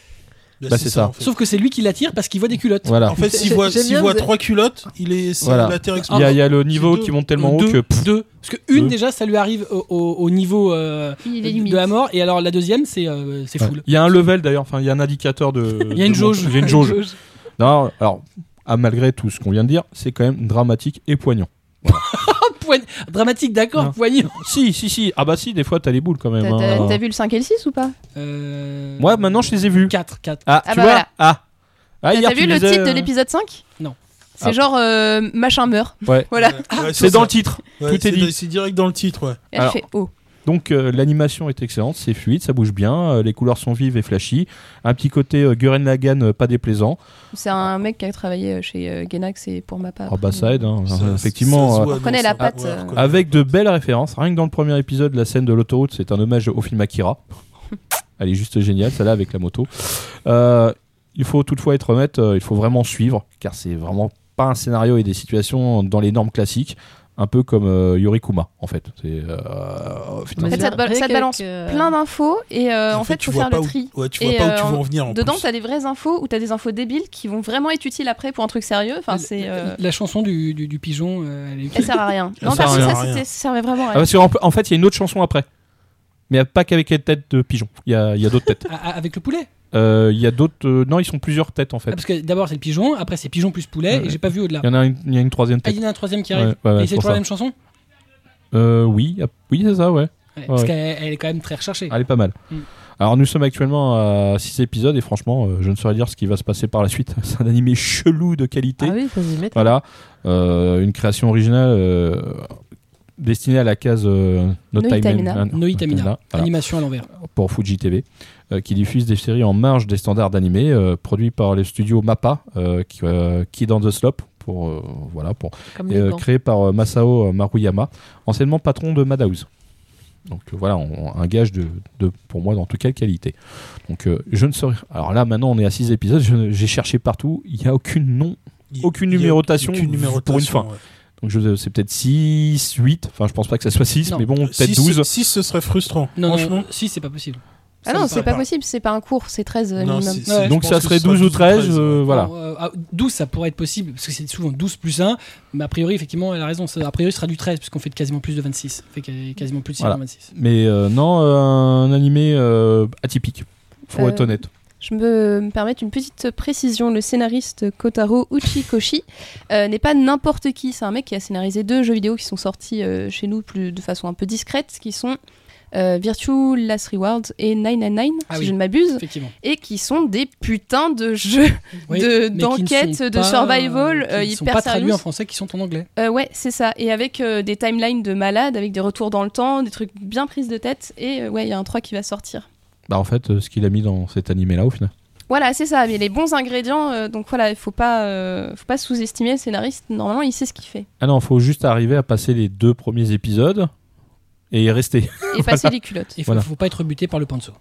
Bah, c'est ça.
en fait.
Sauf que c'est lui qui l'attire parce qu'il voit des culottes.
Voilà.
En fait, s'il
J'ai-
voit,
j'aime
s'il
bien,
voit
vous-
trois culottes, il est, c'est
Voilà.
la terre explose.
Il y, a- il y a le niveau
deux-
qui monte tellement
deux,
haut que pff,
deux. Parce que une
Deux.
déjà ça lui arrive au, au- au niveau euh,
Oh,
Il est limite.
de la mort et alors la deuxième c'est euh, c'est full.
Il y a un level d'ailleurs, enfin il y a un indicateur de.
Il y a une
de-
jauge.
Euh, Il y a une jauge. Non, alors ah, malgré tout ce qu'on vient de dire, c'est quand même dramatique et poignant.
Poign- Dramatique d'accord,
Non.
poignant.
Si, si, si. Ah bah si, des fois t'as les boules quand même.
T'as-
hein.
T'as t'as vu le 5 et le 6 ou pas
Euh,
Moi maintenant je les ai vus.
4 4.
Ah,
Ah
tu
bah
vois
voilà.
Ah. Ah,
T'as
hier,
t'as
tu
vu le
les as- euh,
titre de l'épisode 5
Non.
C'est
Ah.
genre euh, machin meurt.
Ouais.
Voilà.
C'est dans le titre.
titre.
tout est dit.
C'est direct dans le titre, ouais.
Elle
Alors.
fait oh.
Donc euh, l'animation est excellente, c'est fluide, ça bouge bien, euh, les couleurs sont vives et flashy. Un petit côté euh, Gurren Lagann euh, pas déplaisant.
C'est un mec qui a travaillé euh, chez euh, Gainax et pour ma part.
Ah bah ça aide, hein.
Ça-
effectivement.
ça se
euh,
voit,
On reconnaît
non,
la
ça-
patte,
ouais, on
euh.
reconnaît.
Avec de belles références. Rien que dans le premier épisode, la scène de l'autoroute, c'est un hommage au film Akira. Elle est juste géniale, celle-là avec la moto. Euh, il faut toutefois être honnête, euh, il faut vraiment suivre, car c'est vraiment pas un scénario et des situations dans les normes classiques, un peu comme euh, Yorikuma, en fait. C'est, euh, putain,
En fait, ça te, ba-
Rien
ça te
que-
balance
que-
Euh, plein d'infos et euh, en fait,
tu
faut
vois
faire
pas
le
où-
tri.
Ouais, tu
Et,
vois pas où tu
euh,
veux en venir. En
Dedans,
plus.
t'as des vraies infos ou t'as des infos débiles qui vont vraiment être utiles après pour un truc sérieux. Enfin, c'est.
la,
euh,
la chanson du, du- du pigeon euh, elle est-
Elle sert à rien.
Elle
Non,
sert
par
à
contre,
rien.
ça, c'était- ça servait vraiment à
Ah,
rien.
parce qu'en en fait, il y a une autre chanson après. Mais il y a pas qu'avec les têtes de pigeons. Il y a, il y a d'autres têtes.
Ah, ah, avec le poulet.
Euh, Il y a d'autres. euh, non, ils sont plusieurs têtes en
Ah,
fait.
parce que d'abord c'est le pigeon, après c'est pigeon plus poulet
Ouais.
et j'ai pas vu au-delà.
Il y en a une, il y a une troisième
Ah,
tête.
il y en a un troisième qui arrive.
Ouais, ouais, ouais,
et c'est
pour
toujours la
ça.
même chanson
Euh, oui, ah, oui c'est ça, ouais.
Ouais, Parce
ouais. Ah,
qu'elle elle est quand même très recherchée.
Elle est pas mal.
Mm.
Alors nous sommes actuellement à 6 épisodes et franchement, euh, je ne saurais dire ce qui va se passer par la suite. C'est un animé chelou de qualité.
Ah oui, faut y mettre.
Voilà, Euh, une création originale euh, destinée à la case euh, No,
No
Time
Itamina.
Man-
Noï Tamina,
Voilà,
animation à l'envers.
pour Fuji TV, euh, qui diffuse des séries en marge des standards d'animé, euh, produits par les studios MAPPA, euh, qui, euh, Kid on the Slope, pour, euh, voilà, pour
Comme
et,
les
euh,
gants.
créé par euh, Masao euh, Maruyama, anciennement patron de Madhouse. Donc euh, voilà, on- un gage de, de- pour moi dans tout cas de qualité. Donc euh, je ne saurais. Alors là maintenant on est à 6 épisodes, je ne- j'ai cherché partout, il n'y a aucune nom.
Il-
aucune
il y a
numérotation
aucune
pour
numérotation,
une fin.
ouais.
Donc je- c'est peut-être 6, 8, enfin je pense pas que ça soit 6,
Non.
mais bon,
Si-
peut-être
si-
12.
Si ce serait frustrant,
Non,
franchement.
non, si, c'est pas possible.
Ah
ça
non,
me
c'est
paraît
pas
pas.
possible, c'est pas un cours, c'est 13 euh,
Non,
minimum.
c'est-
Ouais.
c'est-
Donc
je
ça
pense que
serait
ce sera
12 ou 13, euh,
ouais.
voilà.
Alors, euh, ah, 12, ça pourrait être possible, parce que c'est souvent 12 plus 1, mais a priori, effectivement, elle a raison. ça- A priori, ce sera du 13, puisqu'on fait quasiment plus de 26. On fait quasi- quasiment plus de
Voilà.
26.
Mais euh, non, euh, un animé euh, atypique, faut
Euh,
être honnête.
Je peux me permettre une petite précision. Le scénariste Kotaro Uchikoshi euh, n'est pas n'importe qui. C'est un mec qui a scénarisé deux jeux vidéo qui sont sortis euh, chez nous plus, de façon un peu discrète, qui sont euh, Virtue Last Reward et 999,
Ah
si
oui.
je ne m'abuse,
Effectivement.
et qui sont des putains de jeux
Oui, mais
de-
qui ne sont
d'enquête, de,
pas-
survival, euh,
qui ne sont
hyper
pas traduits
sérieux.
en français, qui sont en anglais.
Euh, ouais, c'est ça. Et avec euh, des timelines de malades, avec des retours dans le temps, des trucs bien prises de tête. Et euh, ouais, il y a un 3 qui va sortir.
Bah, en fait, euh, ce qu'il a mis dans cet animé-là, au final.
Voilà, c'est ça, mais les bons ingrédients, euh, donc voilà, il faut pas, euh, faut pas sous-estimer le scénariste, normalement il sait ce qu'il fait.
Ah non, faut juste arriver à passer les deux premiers épisodes et y rester.
Et passer les culottes.
Il faut,
Voilà.
faut pas être buté par le panzo.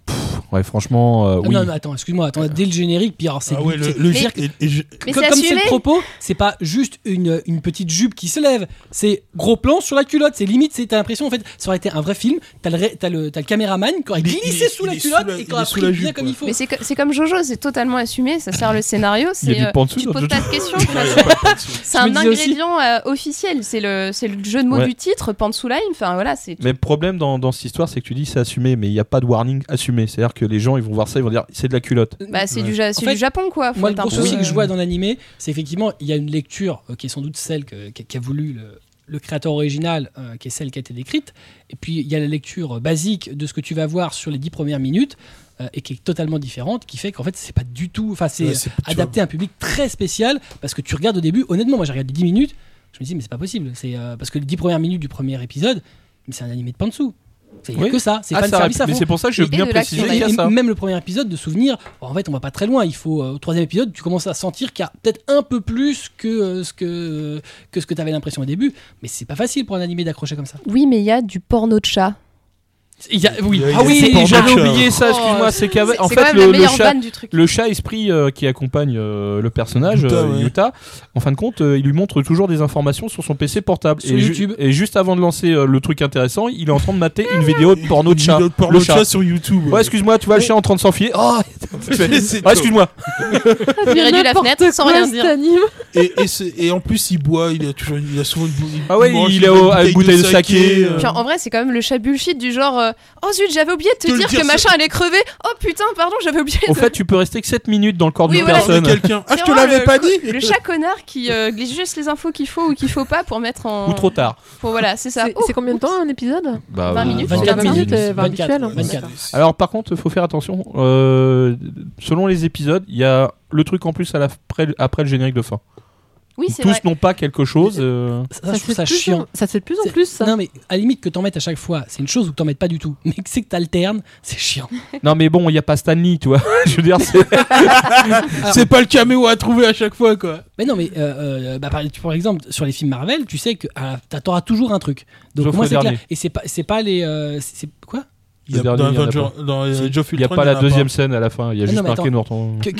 Ouais, franchement, euh,
Ah
oui.
Non, mais attends, excuse-moi,
Euh.
attends, dès le générique, puis alors c'est.
Ah ouais, le,
c'est-
le
Mais-
cirque est- est- je-
Mais
comme
c'est
comme c'est
assumé
le propos, c'est pas juste une, une petite jupe qui se lève, c'est gros plan sur la culotte, c'est limite, c'est- t'as l'impression en fait, ça aurait été un vrai film, t'as le, ré- t'as le, t'as le caméraman qui aurait
Il est- il
glissé
est-
sous
il
la
est
culotte
sous la-
et qui
il
aurait
est sous
pris
la
bien
jupe,
comme
ouais.
il faut.
Mais c'est que- c'est comme Jojo, c'est totalement assumé, ça sert le scénario.
Il y
c'est euh,
a du pan dessous
tu
dans
poses pas de questions. tu vois. C'est
Je me
un
disais aussi-
ingrédient euh, officiel, c'est le, c'est le jeu de mots
Ouais.
du titre, Pantsulaim. Enfin voilà, c'est
Mais le problème dans, dans cette histoire, c'est que tu dis c'est assumé, mais il n'y a pas de warning assumé. C'est-à-dire que les gens, ils vont voir ça, ils vont dire c'est de la culotte.
bah, c'est
Ouais.
du, ja- c'est
fait,
du Japon quoi. Faut
Moi, le
être un
gros
peu,
souci que
euh,
je vois dans l'animé, c'est effectivement, il y a une lecture euh, qui est sans doute celle que- qu'a qu'a voulu le, le créateur original, euh, qui est celle qui a été décrite. Et puis, il y a la lecture euh, basique de ce que tu vas voir sur les dix premières minutes, euh, et qui est totalement différente, qui fait qu'en fait, c'est pas du tout. Enfin, c'est
Ouais,
euh,
c'est- tu
adapté à un public très spécial, parce que tu regardes au début, honnêtement, moi, j'ai regardé 10 minutes, je me dis, mais c'est pas possible. c'est euh, parce que les dix premières minutes du premier épisode, mais c'est un animé de pan dessous. C'est il y a
Oui.
que ça, c'est
Ah,
pas de
ça aurait
service
pu-
à
mais
fond.
c'est pour ça que je veux
Et
bien
de l'action,
préciser qu'il y
Et
a ça.
même le premier épisode de souvenir, bon, en fait, on va pas très loin. Il faut, euh, au troisième épisode, tu commences à sentir qu'il y a peut-être un peu plus que euh, ce que, euh, que, ce que tu avais l'impression au début. Mais c'est pas facile pour un animé d'accrocher comme ça.
Oui, mais il y a du porno de chat.
Il y a- oui,
Il y a-
ah oui,
il y a-
j'ai-
J'avais
Porno chat.
oublié ça,
Oh,
excuse-moi. C'est qu'en
C'est
en
c'est quand
fait,
même la
le, le
meilleure
chat,
vanne du truc.
le chat esprit euh, qui accompagne euh, le personnage,
Yuta,
euh,
ouais.
Yuta, en fin de compte, euh, il lui montre toujours des informations sur son PC portable.
Sur
et, ju-
YouTube.
et juste avant de lancer euh, le truc intéressant, il est en train de mater une vidéo de porno de
Une
chat.
vidéo de
Le
porno de chat sur YouTube.
Ouais, excuse-moi, tu vois le chat en train de s'enfiler. Oh, tu fais-
C'est-
Ah, excuse-moi.
Virer du la fenêtre sans rien dire.
et, et c'est- et en plus, il boit, il a, toujours, il a souvent une bou- il
Ah ouais,
mange
il
une
est au- à
bonne
bouteille de saké,
euh,
Puis en en vrai, c'est quand même le chat bullshit du genre euh, Oh zut, j'avais oublié de te,
Te le
dire,
dire,
que
ça-
machin allait crever. Oh putain, pardon, j'avais oublié
Au
de.
fait, tu peux rester que 7 minutes dans le corps
Oui,
d'une
voilà.
personne.
quelqu'un. Ah,
C'est
je te
vraiment
l'avais
le
pas
co-
dit
Le chat connard qui euh, glisse juste les infos qu'il faut ou qu'il faut pas pour mettre en.
Ou trop tard.
Pour- voilà, c'est ça.
C'est
Oh,
c'est combien de temps hein un épisode
Bah,
20
euh,
minutes,
24
minutes.
minutes.
euh, bah,
24,
habituel, hein.
24.
Alors par contre, faut faire attention. euh, selon les épisodes, il y a le truc en plus à la, après, après le générique de fin.
Oui, c'est vrai.
Tous n'ont pas quelque chose. euh,
Ça, Ah, je
se fait
trouve ça
de plus
chiant.
en- Ça se fait de plus
C'est-
en plus. ça.
Non, mais à la limite que t'en mettes à chaque fois, c'est une chose ou que t'en mettes pas du tout. Mais que c'est que t'alternes, c'est chiant.
Non mais bon, il y a pas Stanley, tu vois. Je veux dire, c'est-
Ah. C'est pas le caméo à trouver à chaque fois, quoi.
Mais non, mais euh, euh, bah, par, tu- par exemple, sur les films Marvel, tu sais que ah, t'as- t'auras toujours un truc. Donc,
Sauf
moi,
le
c'est clair.
dernier.
Et c'est pas, c'est pas les. euh, c'est c'est- quoi
Il y a,
Le
dans
dernier, il y en a
Avenger- dans euh, Age of
il y a
Ultron,
pas
en
la deuxième scène à la fin. Il y a
Ah,
juste
non, mais
marqué
attends.
nous retrouvons-
que,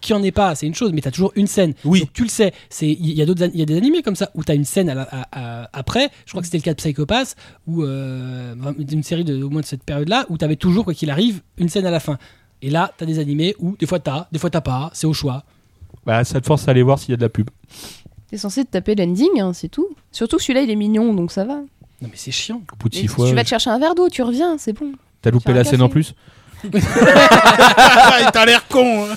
qui en est pas, c'est une chose, mais t'as toujours une scène.
Oui.
Donc tu le sais. C'est il y a d'autres, an- il y a des animés comme ça où t'as une scène à la- à- à- après. Je crois que c'était le cas de Psychopass ou euh, une série de au moins de cette période-là où t'avais toujours quoi qu'il arrive une scène à la fin. Et là, t'as des animés où des fois t'as, des fois t'as pas. C'est au choix.
Bah ça te force à aller voir s'il y a de la pub.
T'es censé te taper l'ending, hein, c'est tout. Surtout que celui-là, il est mignon, donc ça va.
Non mais c'est chiant.
Au bout de
Mais
6 fois,
tu vas te chercher un verre d'eau, tu reviens, c'est bon.
t'as loupé
faire un
la scène en
café.
plus.
Ah, et t'as l'air con. hein.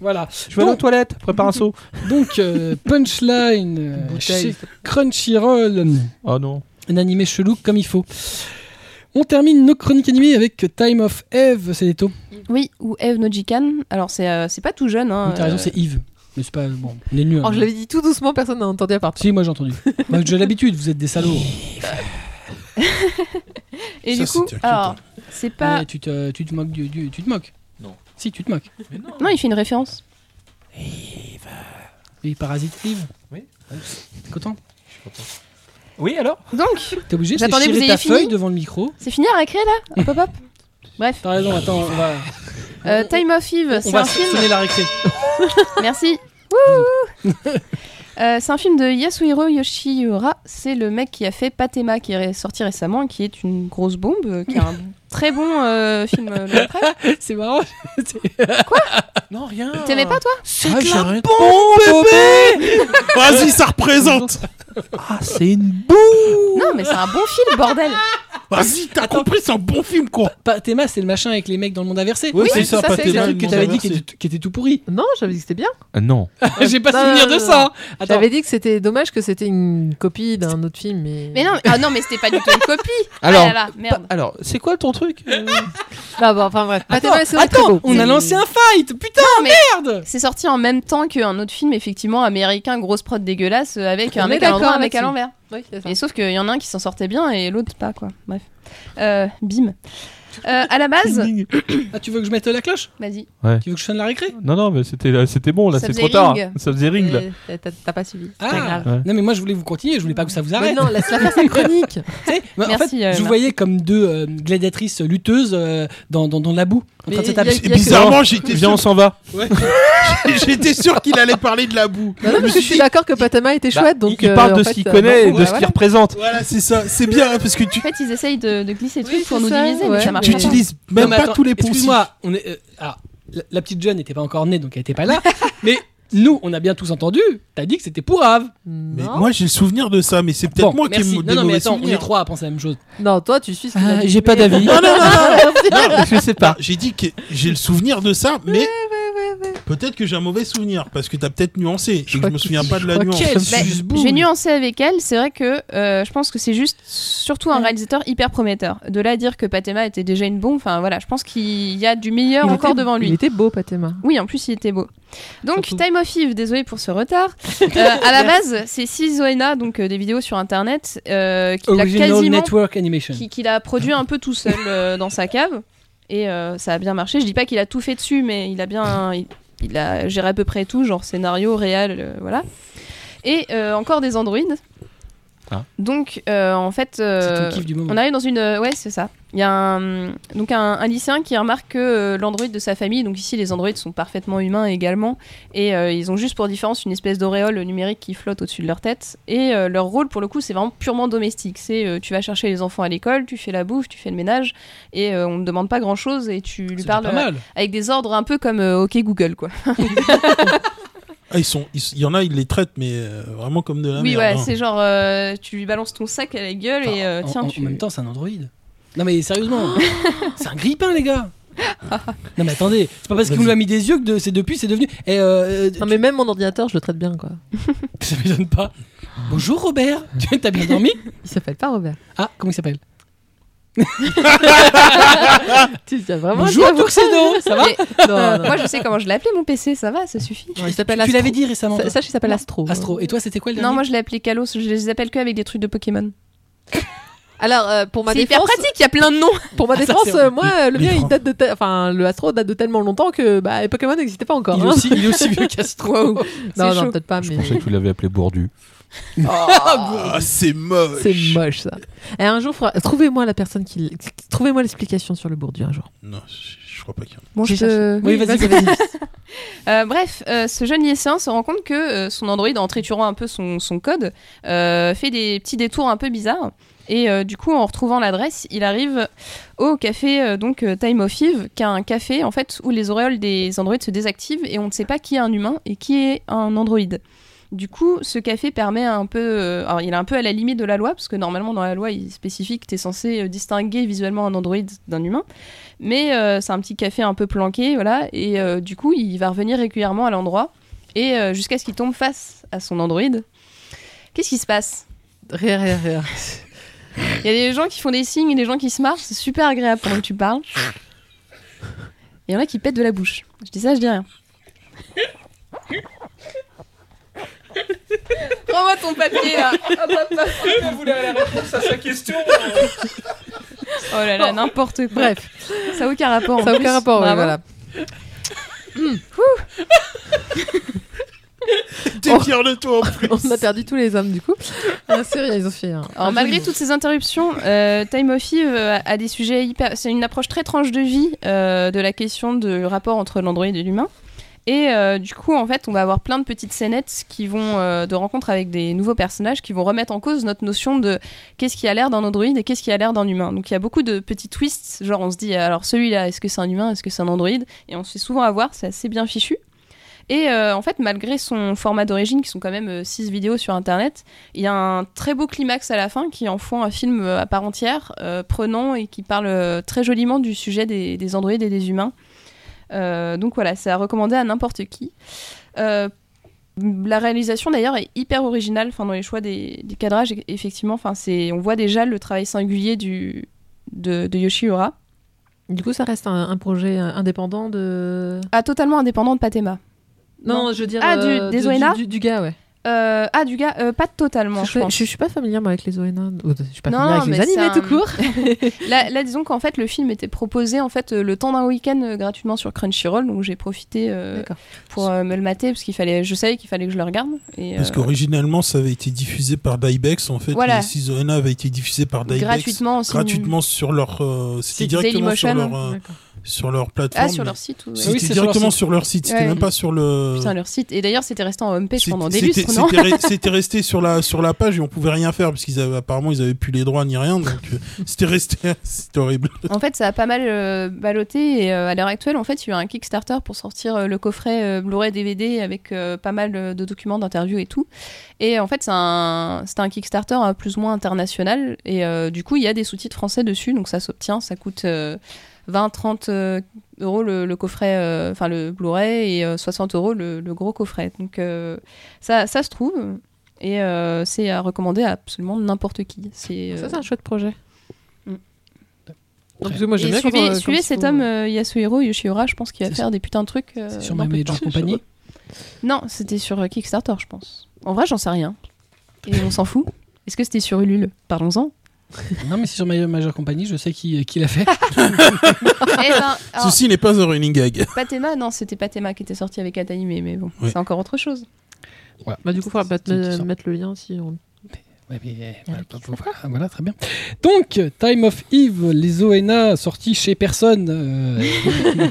Voilà.
Je vais à la toilette, prépare un seau.
Donc euh, punchline euh,
Bouteille.
chez Crunchyroll,
Oh non.
un animé chelou comme il faut. On termine nos chroniques animées avec Time of Eve, c'est des taux.
Oui, ou Eve Nojikan. Alors, c'est euh, c'est pas tout jeune. Hein,
T'as raison,
euh,
c'est Yves. Mais c'est pas bon. On est nuls.
Oh,
Alors,
hein.
Oh, je l'avais dit tout doucement, personne n'a entendu à part. toi.
Si, moi j'ai entendu. Moi, j'ai l'habitude, vous êtes des salauds.
Et
Ça,
du coup,
c'était cute,
alors, c'est pas.
Ouais, Eh, tu, te, tu te moques du, du- Tu te moques
Non.
Si, tu te moques.
Non, il fait une référence.
Oui, parasite Yves
Oui.
T'es content
Oui alors
Donc,
T'es obligé de
J'attendais que vous
déchirer ta
ayez fini.
feuille devant le micro
c'est fini à récré là Hop hop hop. Bref,
T'as raison, attends, on va.
euh, Time of Eve,
on
c'est
va
un film.
sonner la récré.
Merci. Wouhou. Euh, c'est un film de Yasuhiro Yoshiura. C'est le mec qui a fait Patema, qui est ré- sorti récemment, qui est une grosse bombe, euh, qui est un très bon euh, film. euh, le après.
C'est marrant.
Non rien.
T'aimais pas toi
C'est
Ah, j'arrête.
Vas-y, ça représente. Ah, c'est une boue.
Non, mais c'est un bon film, bordel.
Vas-y, t'as compris, c'est un bon film, quoi.
Pathéma, c'est le machin avec les mecs dans le monde inversé.
Oui,
c'est ça,
C'est le
Pathéma,
truc que t'avais dit qui était, qui était tout pourri.
Non, j'avais dit que c'était bien.
Non.
Ah, J'ai pas
Non,
souvenir
non,
de
non.
ça. hein. Attends,
J'avais dit que c'était dommage que c'était une copie d'un autre film. Mais,
Mais non, mais- ah non, mais c'était pas du tout une copie.
Alors,
ah là là, merde.
pa- alors, c'est quoi ton truc euh
Bah, bon, enfin bref. Pathéma, c'est très
attends
beau.
on a
C'est-
lancé un fight. Putain,
mais-
merde
C'est sorti en même temps qu'un autre film, effectivement, américain, grosse prod dégueulasse, euh, avec un
On est
mec à l'endroit,
d'accord
un mec à
là-dessus.
l'envers.
Oui, c'est ça.
Et sauf qu'il y en a un qui s'en sortait bien et l'autre pas, quoi. Bref. Euh, bim. Euh, à la base,
Ding, ding.
Ah, tu veux que je mette la cloche
vas-y.
Tu veux que je sonne la récré
Non, non, mais c'était là- c'était bon, là,
Ça
c'est
faisait
trop tard.
ring.
Ça faisait ring, là.
Euh,
Eh, t'as- t'as- T'as pas suivi. C'est pas
Ah
grave.
Ouais.
Non, mais moi je voulais vous continuer, je voulais pas que ça vous
Mais
arrête.
non, laisse-la faire sa chronique.
Tu sais, mais en
Merci,
fait,
euh,
je vous
Marc.
voyais comme deux euh, gladiatrices lutteuses euh, dans, dans, dans la boue, en
Mais
train de se
il y a-
taper.
il y a que-
Bizarrement, j'étais
Viens, on
sûr,
s'en va.
j'étais sûr qu'il allait parler de la boue.
Non, non, parce que je suis d'accord que Patama était chouette,
Bah,
donc.
il, il
euh,
parle
en
de
fait,
ce qu'il
euh,
connaît
non,
et de
bah,
ce qu'il
voilà.
représente.
Voilà, c'est ça. C'est bien hein, parce que tu,
En fait, ils essayent de, de glisser des
Oui,
trucs pour
c'est
nous
ça,
diviser,
ouais.
mais ça marche
tu
pas.
utilises
Non,
même
mais
pas
attends,
tous les poncifs.
Excuse-moi, on est. euh, ah, la, la petite jeune n'était pas encore née, donc elle n'était pas là. mais nous, on a bien tous entendu. T'as dit que c'était pour Ave.
Mais
Non.
moi, j'ai le souvenir de ça, mais c'est peut-être
Bon,
moi qui ai
merci.
des
Non, non, mais
mauvais
attends, on est
souvenirs.
trois à penser la même chose.
Non, toi, tu suis ce qu'il a dit.
Non, non, non, non,
je sais
Bah, j'ai dit que j'ai le souvenir de ça, mais peut-être que j'ai un mauvais souvenir parce que t'as peut-être nuancé. et que Je,
crois
me
que-
souviens pas de la
Ok,
nuance.
elle
Bah,
suce-boule.
J'ai nuancé avec elle, c'est vrai que euh, je pense que c'est juste surtout un réalisateur hyper prometteur. De là à dire que Patema était déjà une bombe, enfin voilà, je pense qu'il y a du meilleur
Il
encore
était-
devant lui.
Il était beau, Patema.
Oui, en plus il était beau. Donc
Surtout.
Time of Eve, désolé pour ce retard. Euh, à la base, c'est Sizoena, donc euh, des vidéos sur internet, euh, qu'il a
Original
quasiment
Network Animation.
qui- qu'il a produit un peu tout seul euh, dans sa cave et euh, ça a bien marché. Je dis pas qu'il a tout fait dessus, mais il a bien, il, il a géré à peu près tout, genre scénario, réel, euh, voilà. Et euh, encore des androïdes.
Ah.
Donc euh, en fait,
C'est
euh,
ton kiff du moment.
on arrive dans une, euh, ouais c'est ça. Il y a un, donc un, un lycéen qui remarque que euh, l'androïde de sa famille, donc ici les androïdes sont parfaitement humains également, et euh, ils ont juste pour différence une espèce d'auréole numérique qui flotte au-dessus de leur tête. Et euh, leur rôle, pour le coup, c'est vraiment purement domestique. C'est euh, tu vas chercher les enfants à l'école, tu fais la bouffe, tu fais le ménage, et euh, on ne demande pas grand-chose, et tu lui
C'est
parles
pas mal.
euh, avec des ordres un peu comme euh, OK Google, quoi.
Ah, ils sont, ils- il y en a, ils les traitent, mais euh, vraiment comme
Ah,
de la
oui,
merde.
ouais,
hein.
c'est genre euh, tu lui balances ton sac à la gueule
Enfin,
et euh,
en-
tiens,
en, en
tu.
même temps, c'est un androïde. Non, mais sérieusement, c'est un grippin, les gars. non, mais attendez, c'est pas parce qu'il
Vas-y.
nous a mis des yeux que de- c'est depuis, c'est devenu. Eh, euh, euh,
Non, mais même mon ordinateur, je le traite bien, quoi.
Ça m'étonne pas. Bonjour Robert, tu t'as bien dormi
Il s'appelle pas Robert.
Ah, comment il s'appelle
Tu tiens vraiment
Bonjour
à
Tuxedo, ça va
Mais-
Non, non.
Moi, je sais comment je l'ai appelé mon PC, ça va, ça suffit.
il s'appelle
Tu
Astro.
l'avais dit récemment.
Ça,
toi.
ça, il s'appelle Astro.
Astro. Et toi, c'était quoi le
Non,
dernier
moi je l'ai appelé Kalos, je les appelle que avec des trucs de Pokémon.
Alors, euh, pour ma
C'est hyper
défense,
pratique, il y a plein de noms.
pour ma
Ah, ça,
défense,
c'est-
euh, moi, euh, le
Les
mien, il
francs.
date de, te- enfin, le Astro date de tellement longtemps que, bah, les Pokémon n'existaient pas encore.
il, est
hein.
aussi, il est aussi vieux qu'Astro.
Non, non,
chaud.
peut-être pas,
Je
Ah, mais
pensais que tu l'avais appelé Bourdu.
Ah, c'est moche.
c'est moche ça. Et un jour, faudra- trouvez-moi la personne qui, l- trouvez-moi l'explication sur le Bourdieu un jour.
Non, je, je crois pas qu'il y en a.
Bon,
J'ai
je
cherché.
te-
Oui, vas-y, vas-y.
Euh, bref, euh, ce jeune lycéen se rend compte que euh, son Android, en triturant un peu son, son code, euh, fait des petits détours un peu bizarres. Et euh, du coup, en retrouvant l'adresse, il arrive au café euh, donc euh, Time of Eve, qui est un café en fait où les auréoles des androïdes se désactivent et on ne sait pas qui est un humain et qui est un androïde. Du coup, ce café permet un peu. euh, alors, il est un peu à la limite de la loi, parce que normalement, dans la loi, il spécifie que tu es censé euh, distinguer visuellement un androïde d'un humain. Mais euh, c'est un petit café un peu planqué, voilà. Et euh, du coup, il va revenir régulièrement à l'endroit. Et euh, jusqu'à ce qu'il tombe face à son androïde. Qu'est-ce qui se passe
Rire, rire, rire.
Il y a des gens qui font des signes et des gens qui se marrent. C'est super agréable pendant que tu parles. Il y en a qui pètent de la bouche. Je dis ça, je dis rien. Prends-moi ton papier là. Hop, hop, hop. Oh là là, n'importe quoi.
Bref,
Ça n'a aucun rapport. en
ça n'a
plus. Bah,
aucun rapport. oui,
Bravo.
voilà.
T'es fier de toi en plus.
On a perdu tous les hommes du coup. Ah, c'est vrai, ils ont fait. Un,
Alors,
un
malgré
joli-
toutes ces interruptions, euh, Time of Eve euh, a des sujets hyper. C'est une approche très tranche de vie euh, de la question du rapport entre l'androïde et l'humain. Et euh, du coup, en fait, on va avoir plein de petites scénettes qui vont euh, de rencontres avec des nouveaux personnages qui vont remettre en cause notre notion de qu'est-ce qui a l'air d'un androïde et qu'est-ce qui a l'air d'un humain. Donc il y a beaucoup de petits twists, genre on se dit alors celui-là, est-ce que c'est un humain, est-ce que c'est un androïde Et on se fait souvent avoir, c'est assez bien fichu. Et euh, en fait, malgré son format d'origine, qui sont quand même 6 vidéos sur internet, il y a un très beau climax à la fin qui en font un film euh, à part entière, euh, prenant et qui parle euh, très joliment du sujet des, des androïdes et des humains. Euh, donc voilà, c'est à recommander à n'importe qui. Euh, la réalisation d'ailleurs est hyper originale enfin, dans les choix des, des cadrages, e- effectivement. Enfin, c'est, on voit déjà le travail singulier du, de, de Yoshiura.
Du coup, ça reste un, un projet euh, indépendant de.
Ah, totalement indépendant de Patema.
Non,
Non.
je veux dire.
Ah, du-
euh,
des
du-
Zoéna
du, du gars, ouais.
Euh, ah, du gars, euh, pas totalement, je
je,
pense.
je suis pas familière moi, avec les ONA. ou- Oh, bah, Je suis pas
Non,
familière avec
mais
les
c'est
animés
un-
tout court.
Là, là, disons qu'en fait, le film était proposé en fait euh, le temps d'un week-end euh, gratuitement sur Crunchyroll, donc j'ai profité euh,
D'accord.
pour euh, me le mater parce qu'il fallait, je savais qu'il fallait que je le regarde. Et,
Parce
euh,
qu'originalement, ça avait été diffusé par Dybex. En fait,
Voilà.
les 6 ONA avaient été diffusés par Dybex.
euh, gratuitement, aussi.
gratuitement sur leur. euh, c'était
Site
directement
Dailymotion.
sur
hein.
leur, euh,
D'accord.
sur leur plateforme.
Ah, sur leur site. ouais.
Ah oui,
C'était
c'est sur leur
directement
site.
sur leur site. C'était
Ouais.
même pas sur le.
Putain, leur site. Et d'ailleurs, c'était resté en homepage
C'est-
pendant des
euh, c'était-
lustres, non
c'était re- C'était resté sur la, sur la page et on pouvait rien faire parce qu'ils avaient apparemment ils avaient plus les droits ni rien donc euh, c'était resté c'était horrible.
En fait, ça a pas mal euh, ballotté et euh, à l'heure actuelle, en fait, il y a eu un Kickstarter pour sortir euh, le coffret euh, Blu-ray DVD avec euh, pas mal euh, de documents, d'interviews et tout. Et en fait, c'est un, c'est un Kickstarter euh, plus ou moins international et euh, du coup, il y a des sous-titres français dessus, donc ça s'obtient, ça coûte euh, 20, 30 euh, euros le, le coffret, euh, enfin le Blu-ray et euh, 60 euros le, le gros coffret. Donc euh, ça, ça se trouve. Et euh, c'est à recommander à absolument n'importe qui. C'est euh,
Ça, c'est un chouette projet.
Mm.
Donc, parce que moi, j'aime
et
bien quand,
suivez,
euh,
suivez
quand
cet
ils font-
homme euh, Yasuhiro Yoshiura, je pense qu'il va
C'est
faire des putains de trucs. euh,
C'est sur
dans
My
peu de
Major
temps.
Company.
Non, c'était sur euh, Kickstarter, je pense. En vrai, j'en sais rien. Et on s'en fout. Est-ce que c'était sur Ulule Parlons-en.
Non, mais c'est sur My Major Company, je sais qui, qui l'a fait.
eh ben, alors,
Ceci n'est pas un running gag.
Patema, non, c'était Patema qui était sorti avec Ataime, mais bon,
Oui.
c'est encore autre chose.
Bah, du coup, il faudra peut-être
C'est- c'est
me-
ça.
mettre le lien si on.
Ouais, mais, euh, voilà, voilà, voilà, très bien. Donc, Time of Eve, les ONA sortis chez personne. euh,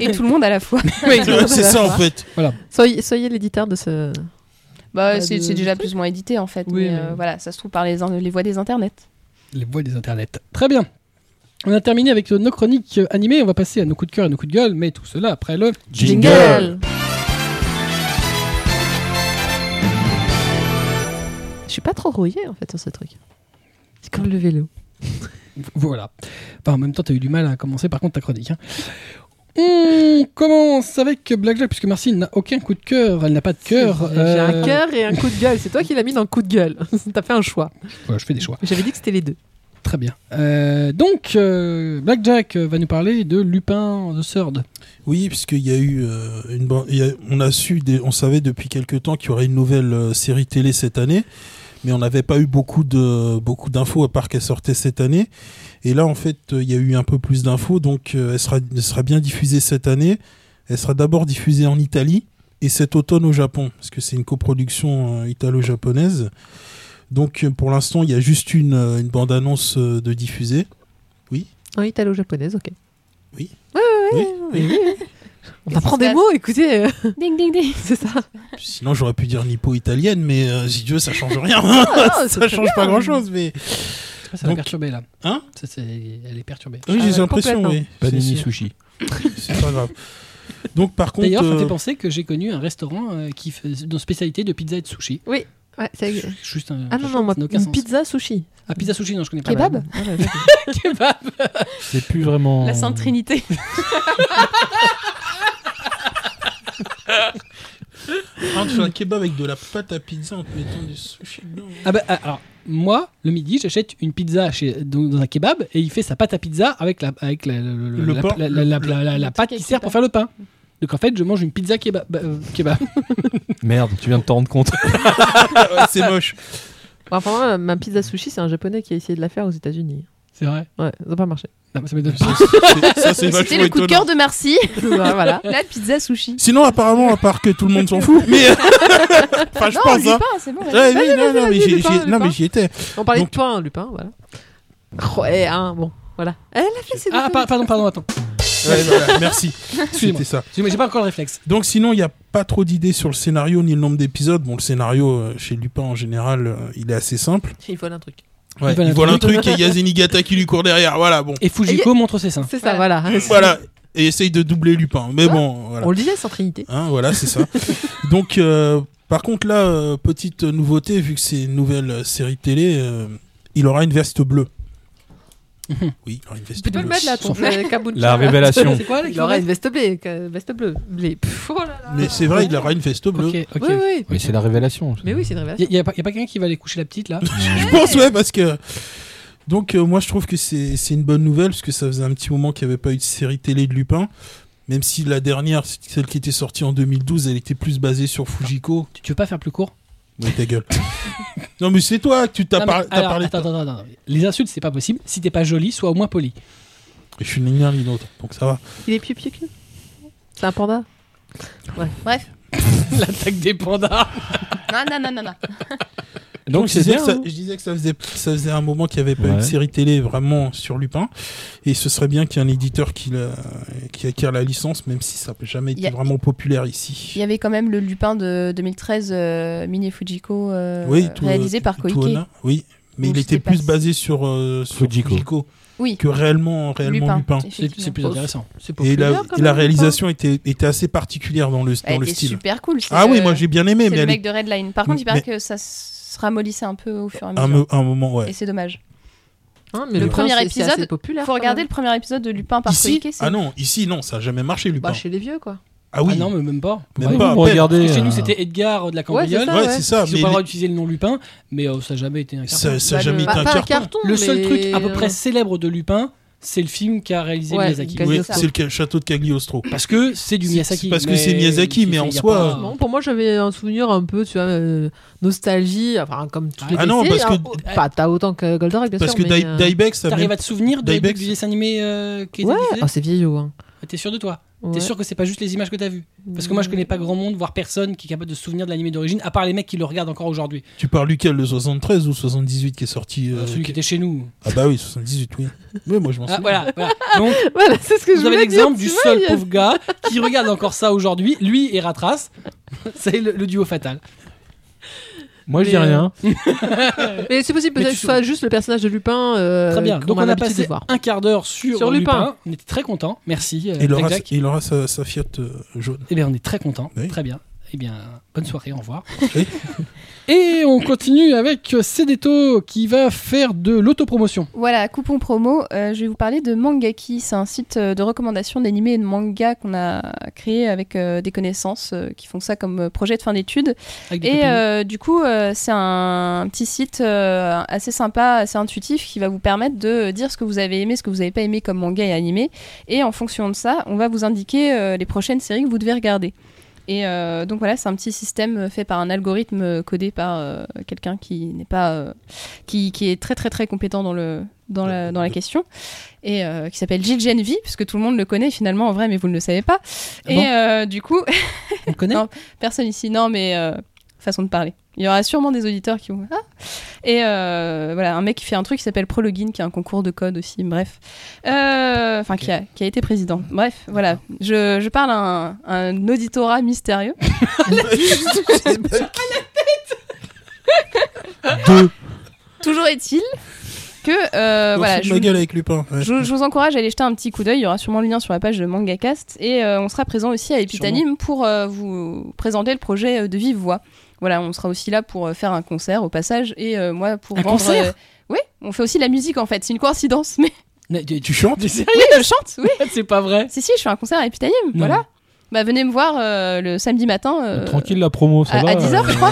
Et tout le monde à la fois.
oui,
C'est c'est ça en fait.
Soyez, soyez l'éditeur de ce.
Bah,
Pas
c'est
de-
c'est déjà plus ou moins édité en fait.
Oui,
mais, euh,
mais-
voilà, ça se trouve par les, in- les voies des internets.
les voix des internets. Très bien. On a terminé avec nos chroniques euh, animées. On va passer à nos coups de cœur et nos coups de gueule, mais tout cela après le.
Je suis pas trop rouillée en fait sur ce truc. C'est comme le vélo.
Voilà. Enfin, en même temps, tu as eu du mal à commencer par contre ta chronique. hein. On commence avec Blackjack, puisque Marcine n'a aucun coup de cœur. Elle n'a pas de cœur.
J'ai un
Euh,
cœur et un coup de gueule. C'est toi qui l'as mis dans le coup de gueule. T'as fait un choix.
voilà, je fais des choix.
J'avais dit que c'était les deux.
Très bien. Euh, donc, euh, Blackjack euh, va nous parler de Lupin de Surde.
Oui puisqu'il y a eu euh, une ban- il y a- on a su des- on savait depuis quelque temps qu'il y aurait une nouvelle euh, série télé cette année mais on n'avait pas eu beaucoup de beaucoup d'infos à part qu'elle sortait cette année et là en fait euh, il y a eu un peu plus d'infos donc euh, elle sera elle sera bien diffusée cette année. Elle sera d'abord diffusée en Italie et cet automne au Japon, parce que c'est une coproduction euh, italo-japonaise. Donc euh, pour l'instant, il y a juste une, euh, une bande-annonce euh, de diffusée.
En italo-japonaise, ok.
Oui.
Ouais, ouais, ouais,
Oui,
ouais, ouais. On apprend
Qu'est-ce qui
des mots, écoutez, euh,
Ding ding ding.
c'est ça.
Sinon, j'aurais pu dire nippo-italienne, mais euh, si Dieu, ça change rien.
Ah, c'est
ça
très
change pas
bien.
grand-chose, mais...
Ça va
Donc-
perturber là.
Hein
Ça, c'est- Elle est perturbée.
Oui,
Ah
j'ai
ouais,
l'impression,
complètement.
oui. C'est-
Panini
C'est
Sushi.
c'est pas grave. Donc par contre...
D'ailleurs, ça me fait
euh,
penser que j'ai connu un restaurant euh, qui fait de spécialité de pizza et de sushi.
Ouais, c'est-
Juste un-
Ah non, non, moi,
ça n'a aucun
une
sens.
pizza sushi.
Ah, pizza sushi, non, je connais pas.
Kebab
Kebab
C'est plus
Oh.
vraiment.
La Sainte Trinité.
ah, tu fais un kebab avec de la pâte à pizza en te mettant du sushi dedans.
Ah bah, ah, alors, moi, le midi, j'achète une pizza chez, dans, dans un kebab et il fait sa pâte à pizza avec la, avec la, le- le-
Le
la-
pain.
la- la- la- la- la- la
truc
pâte qui
avec
sert
le
pour
pain.
faire le pain. Donc en fait, je mange une pizza kebab. bah, euh, kebab.
Merde, tu viens de t'en rendre compte.
Ah, Ouais, c'est moche.
Bon, Enfin, moi, ma pizza sushi, c'est un japonais qui a essayé de la faire aux États-Unis.
C'est vrai
Ouais, ça n'a pas marché.
Non, mais ça m'étonne
Ah,
pas.
C'est- Ça, c'est
C'était
vachement
le coup de
étonnant.
cœur de Marcy.
voilà.
La pizza sushi.
Sinon, apparemment, à part que tout le monde s'en fout, mais. enfin, je
non,
pense,
le
hein.
lupin, c'est bon.
Ouais, oui, non, non,
vas-y,
mais j'y-
le pain,
j'y-
le
non,
pain.
mais j'y étais.
On parlait
Donc-
de pain, Lupin, voilà. Ouais, hein, bon, voilà. Elle a fait ses
Ah, pa- pardon, pardon, attends.
Ouais, voilà, merci.
Excusez-moi.
C'était ça.
Excusez-moi, j'ai pas encore le réflexe.
Donc, sinon, il n'y a pas trop d'idées sur le scénario ni le nombre d'épisodes. Bon, le scénario, euh, chez Lupin, en général, euh, il est assez simple.
Il vole un truc.
Ils veulent
il
un
vole un
truc.
truc et il y a Zenigata qui lui court derrière. Voilà, bon.
Et Fujiko montre ses seins.
Ah, C'est ça, voilà.
Voilà. Et essaye de doubler Lupin. Mais
Ah,
bon, voilà.
On le disait sans Trinité.
Hein, voilà, c'est ça. Donc, euh, par contre, là, euh, petite nouveauté, vu que c'est une nouvelle euh, série télé, euh, il aura une veste bleue.
Mhm.
Oui, il aura une veste
Tu peux
bleue.
le mettre là, ton euh, kabuncha.
La révélation.
C'est quoi là,
Il aurait une veste bleue. euh, Veste bleue. Blé. Pff, oh là là.
Mais c'est vrai, il aura une veste bleue.
Ok, ok.
Oui, oui.
Oui, c'est la révélation.
Mais oui, c'est une révélation.
Il n'y a, pas y a pas quelqu'un qui va aller coucher la petite là
Je pense, ouais, parce que. Donc, euh, moi, je trouve que c'est c'est une bonne nouvelle, parce que ça faisait un petit moment qu'il n'y avait pas eu de série télé de Lupin. Même si la dernière, celle qui était sortie en 2012, elle était plus basée sur Fujiko.
tu, tu veux pas faire plus court
Oui, ta gueule. non, mais c'est toi que tu t'as
Non,
par-
mais
t'as
alors,
parlé.
attends, attends, attends, attends. Les insultes, c'est pas possible. Si t'es pas joli, sois au moins poli.
Je suis ni l'un ni l'autre, donc ça va.
Il est plus pieux que C'est un panda.
Bref.
L'attaque des pandas.
Non, non, non, non, non.
Donc
je
c'est
disais,
bien. hein.
que ça, je disais que ça faisait, ça faisait un moment qu'il n'y avait pas eu
Ouais.
de série télé vraiment sur Lupin. Et ce serait bien qu'il y ait un éditeur qui, la- qui acquiert la licence, même si ça n'a jamais été
Il y a-
vraiment populaire
Il
ici.
y avait quand même le Lupin de 2013, euh, Mine et Fujiko, euh,
oui, tout-
réalisé par
tout
Koike.
Ona, Oui, mais
Donc
il
c'était
était plus
pas-
basé sur, euh, sur
Fujiko.
Fujiko.
Oui,
que réellement, réellement Lupin.
C'est
effectivement.
c'est plus intéressant. C'est
Et la,
populaire, quand
et la
même,
réalisation était, était assez particulière dans le,
Elle
dans le
était
style.
super cool. c'est
Ah oui,
le-
moi j'ai bien aimé,
C'est
mais
le
elle
mec de Redline. Par contre, il paraît
Mais-
que ça se ramollissait un peu au fur et à
est- un,
mesure.
mo- un moment, ouais.
Et c'est dommage.
Hein,
Le
mais le
premier
premier
épisode,
épisode, c'est populaire.
Faut
quand
regarder
même.
le premier épisode de Lupin par
Ici,
Koike. c'est-
ah non, ici non, ça n'a jamais marché Lupin.
Bah, chez les vieux, quoi.
Ah
Ah
oui,
non, mais même pas.
même
Ouais,
pas. à
Bah, vous
peine.
regardez,
Parce que chez
euh,
nous, c'était Edgar euh, de la cambriole.
ça,
Ouais,
ouais.
c'est ça.
Ils n'ont
mais
pas le droit
les-
d'utiliser le nom Lupin, mais euh, ça n'a jamais été un carton.
Ça ça a
Bah,
jamais
le-
été
pas,
un
pas
carton.
Le seul
mais,
truc à peu
euh,
près célèbre de Lupin, c'est le film qu'a réalisé
Ouais,
Miyazaki.
quasi
Ouais,
ça.
c'est le ca- château de Cagliostro.
Parce que c'est du
C'est-
Miyazaki.
c'est parce que c'est Miyazaki,
il
mais
fait-
en
il y a
soi,
pas-
euh,
Non, pour moi, j'avais un souvenir un peu, tu vois, euh, nostalgie, enfin, comme tous les
Ah non,
décès,
parce que-
hein. Pas t'as autant que Goldorak, bien
Parce
sûr.
que
mais,
Dai-
euh,
Dieback, ça
T'arrives
même-
à te souvenir de,
Diebex-
du dessin animé euh, qui était
Ouais,
diffusé
oh, c'est vieillot. Hein.
T'es sûr de toi
Ouais.
T'es sûr que c'est pas juste les images que t'as vues Parce que moi je connais pas grand monde, voire personne qui est capable de se souvenir de l'animé d'origine, à part les mecs qui le regardent encore aujourd'hui.
Tu parles duquel Le 73 ou 78 qui est sorti euh,
Celui qui
qui-
était chez nous.
Ah bah oui, 78, oui. Oui, moi je m'en
Ah,
souviens.
voilà, voilà. Donc
Voilà, c'est ce que je
vous avez
voulais dire.
l'exemple du
tu vois,
seul
il y a-
pauvre gars qui regarde encore ça aujourd'hui, lui et Ratras. C'est le, le duo fatal.
Moi je dis
Mais, euh,
rien.
Mais c'est possible, peut-être
Mais
que
tu-
ce soit juste le personnage de Lupin. euh,
Très bien.
qu'on
Donc on a
l'habitude de
passé
voir.
un quart d'heure sur,
Sur
Lupin.
Lupin.
On était très contents. Merci. euh,
Et il aura,
Jack.
il aura sa, sa Fiat euh, jaune.
Eh bien, on est très content.
Oui.
Très bien. Eh bien, bonne soirée, au revoir.
Oui.
Et on continue avec Cédéto qui va faire de l'autopromotion.
Voilà, coupon promo. euh, je vais vous parler de Mangaki. C'est un site euh, de recommandation d'animés et de manga qu'on a créé avec euh, des connaissances euh, qui font ça comme euh, projet de fin d'études.
Avec des
Et
copines.
euh, du coup, euh, c'est un petit site euh, assez sympa, assez intuitif, qui va vous permettre de dire ce que vous avez aimé, ce que vous n'avez pas aimé comme manga et animé. Et en fonction de ça, on va vous indiquer euh, les prochaines séries que vous devez regarder. Et euh, donc voilà, c'est un petit système euh, fait par un algorithme euh, codé par euh, quelqu'un qui n'est pas, euh, qui, qui est très très très compétent dans le dans la, dans la question et euh, qui s'appelle Gilles Genvi, puisque tout le monde le connaît finalement en vrai, mais vous ne le savez pas.
Ah
Et
bon
euh, du coup,
on connaît
non. Personne ici, non, mais euh, façon de parler. Il y aura sûrement des auditeurs qui vont. Ah Et euh, voilà, un mec qui fait un truc qui s'appelle Prologin, qui est un concours de code aussi, bref. Euh, Enfin, qui, a, qui a été président. Bref, voilà. Je, je parle à un, un auditorat mystérieux.
Deux.
Toujours est-il que. euh, voilà,
je
je
ma
vous-
gueule avec Lupin. ouais.
Je, je vous encourage à aller jeter un petit coup d'œil. Il y aura sûrement le lien sur la page de MangaCast. Et euh, on sera présent aussi à Epitanime pour euh, vous présenter le projet euh, de Vive Voix. Voilà, on sera aussi là pour euh, faire un concert au passage. Et euh, moi, pour
Un
vendre.
concert
euh, Oui, on fait aussi de la musique en fait. C'est une coïncidence. Mais
Mais tu-
Tu chantes
T'es sérieux
oui, je chante. Oui,
C'est pas vrai
si, si, je fais un concert à Epitanime.
Non.
Voilà. Bah, venez me voir euh, le samedi matin. euh,
Tranquille la promo, ça
à-
va. euh,
à 10 heures, je crois.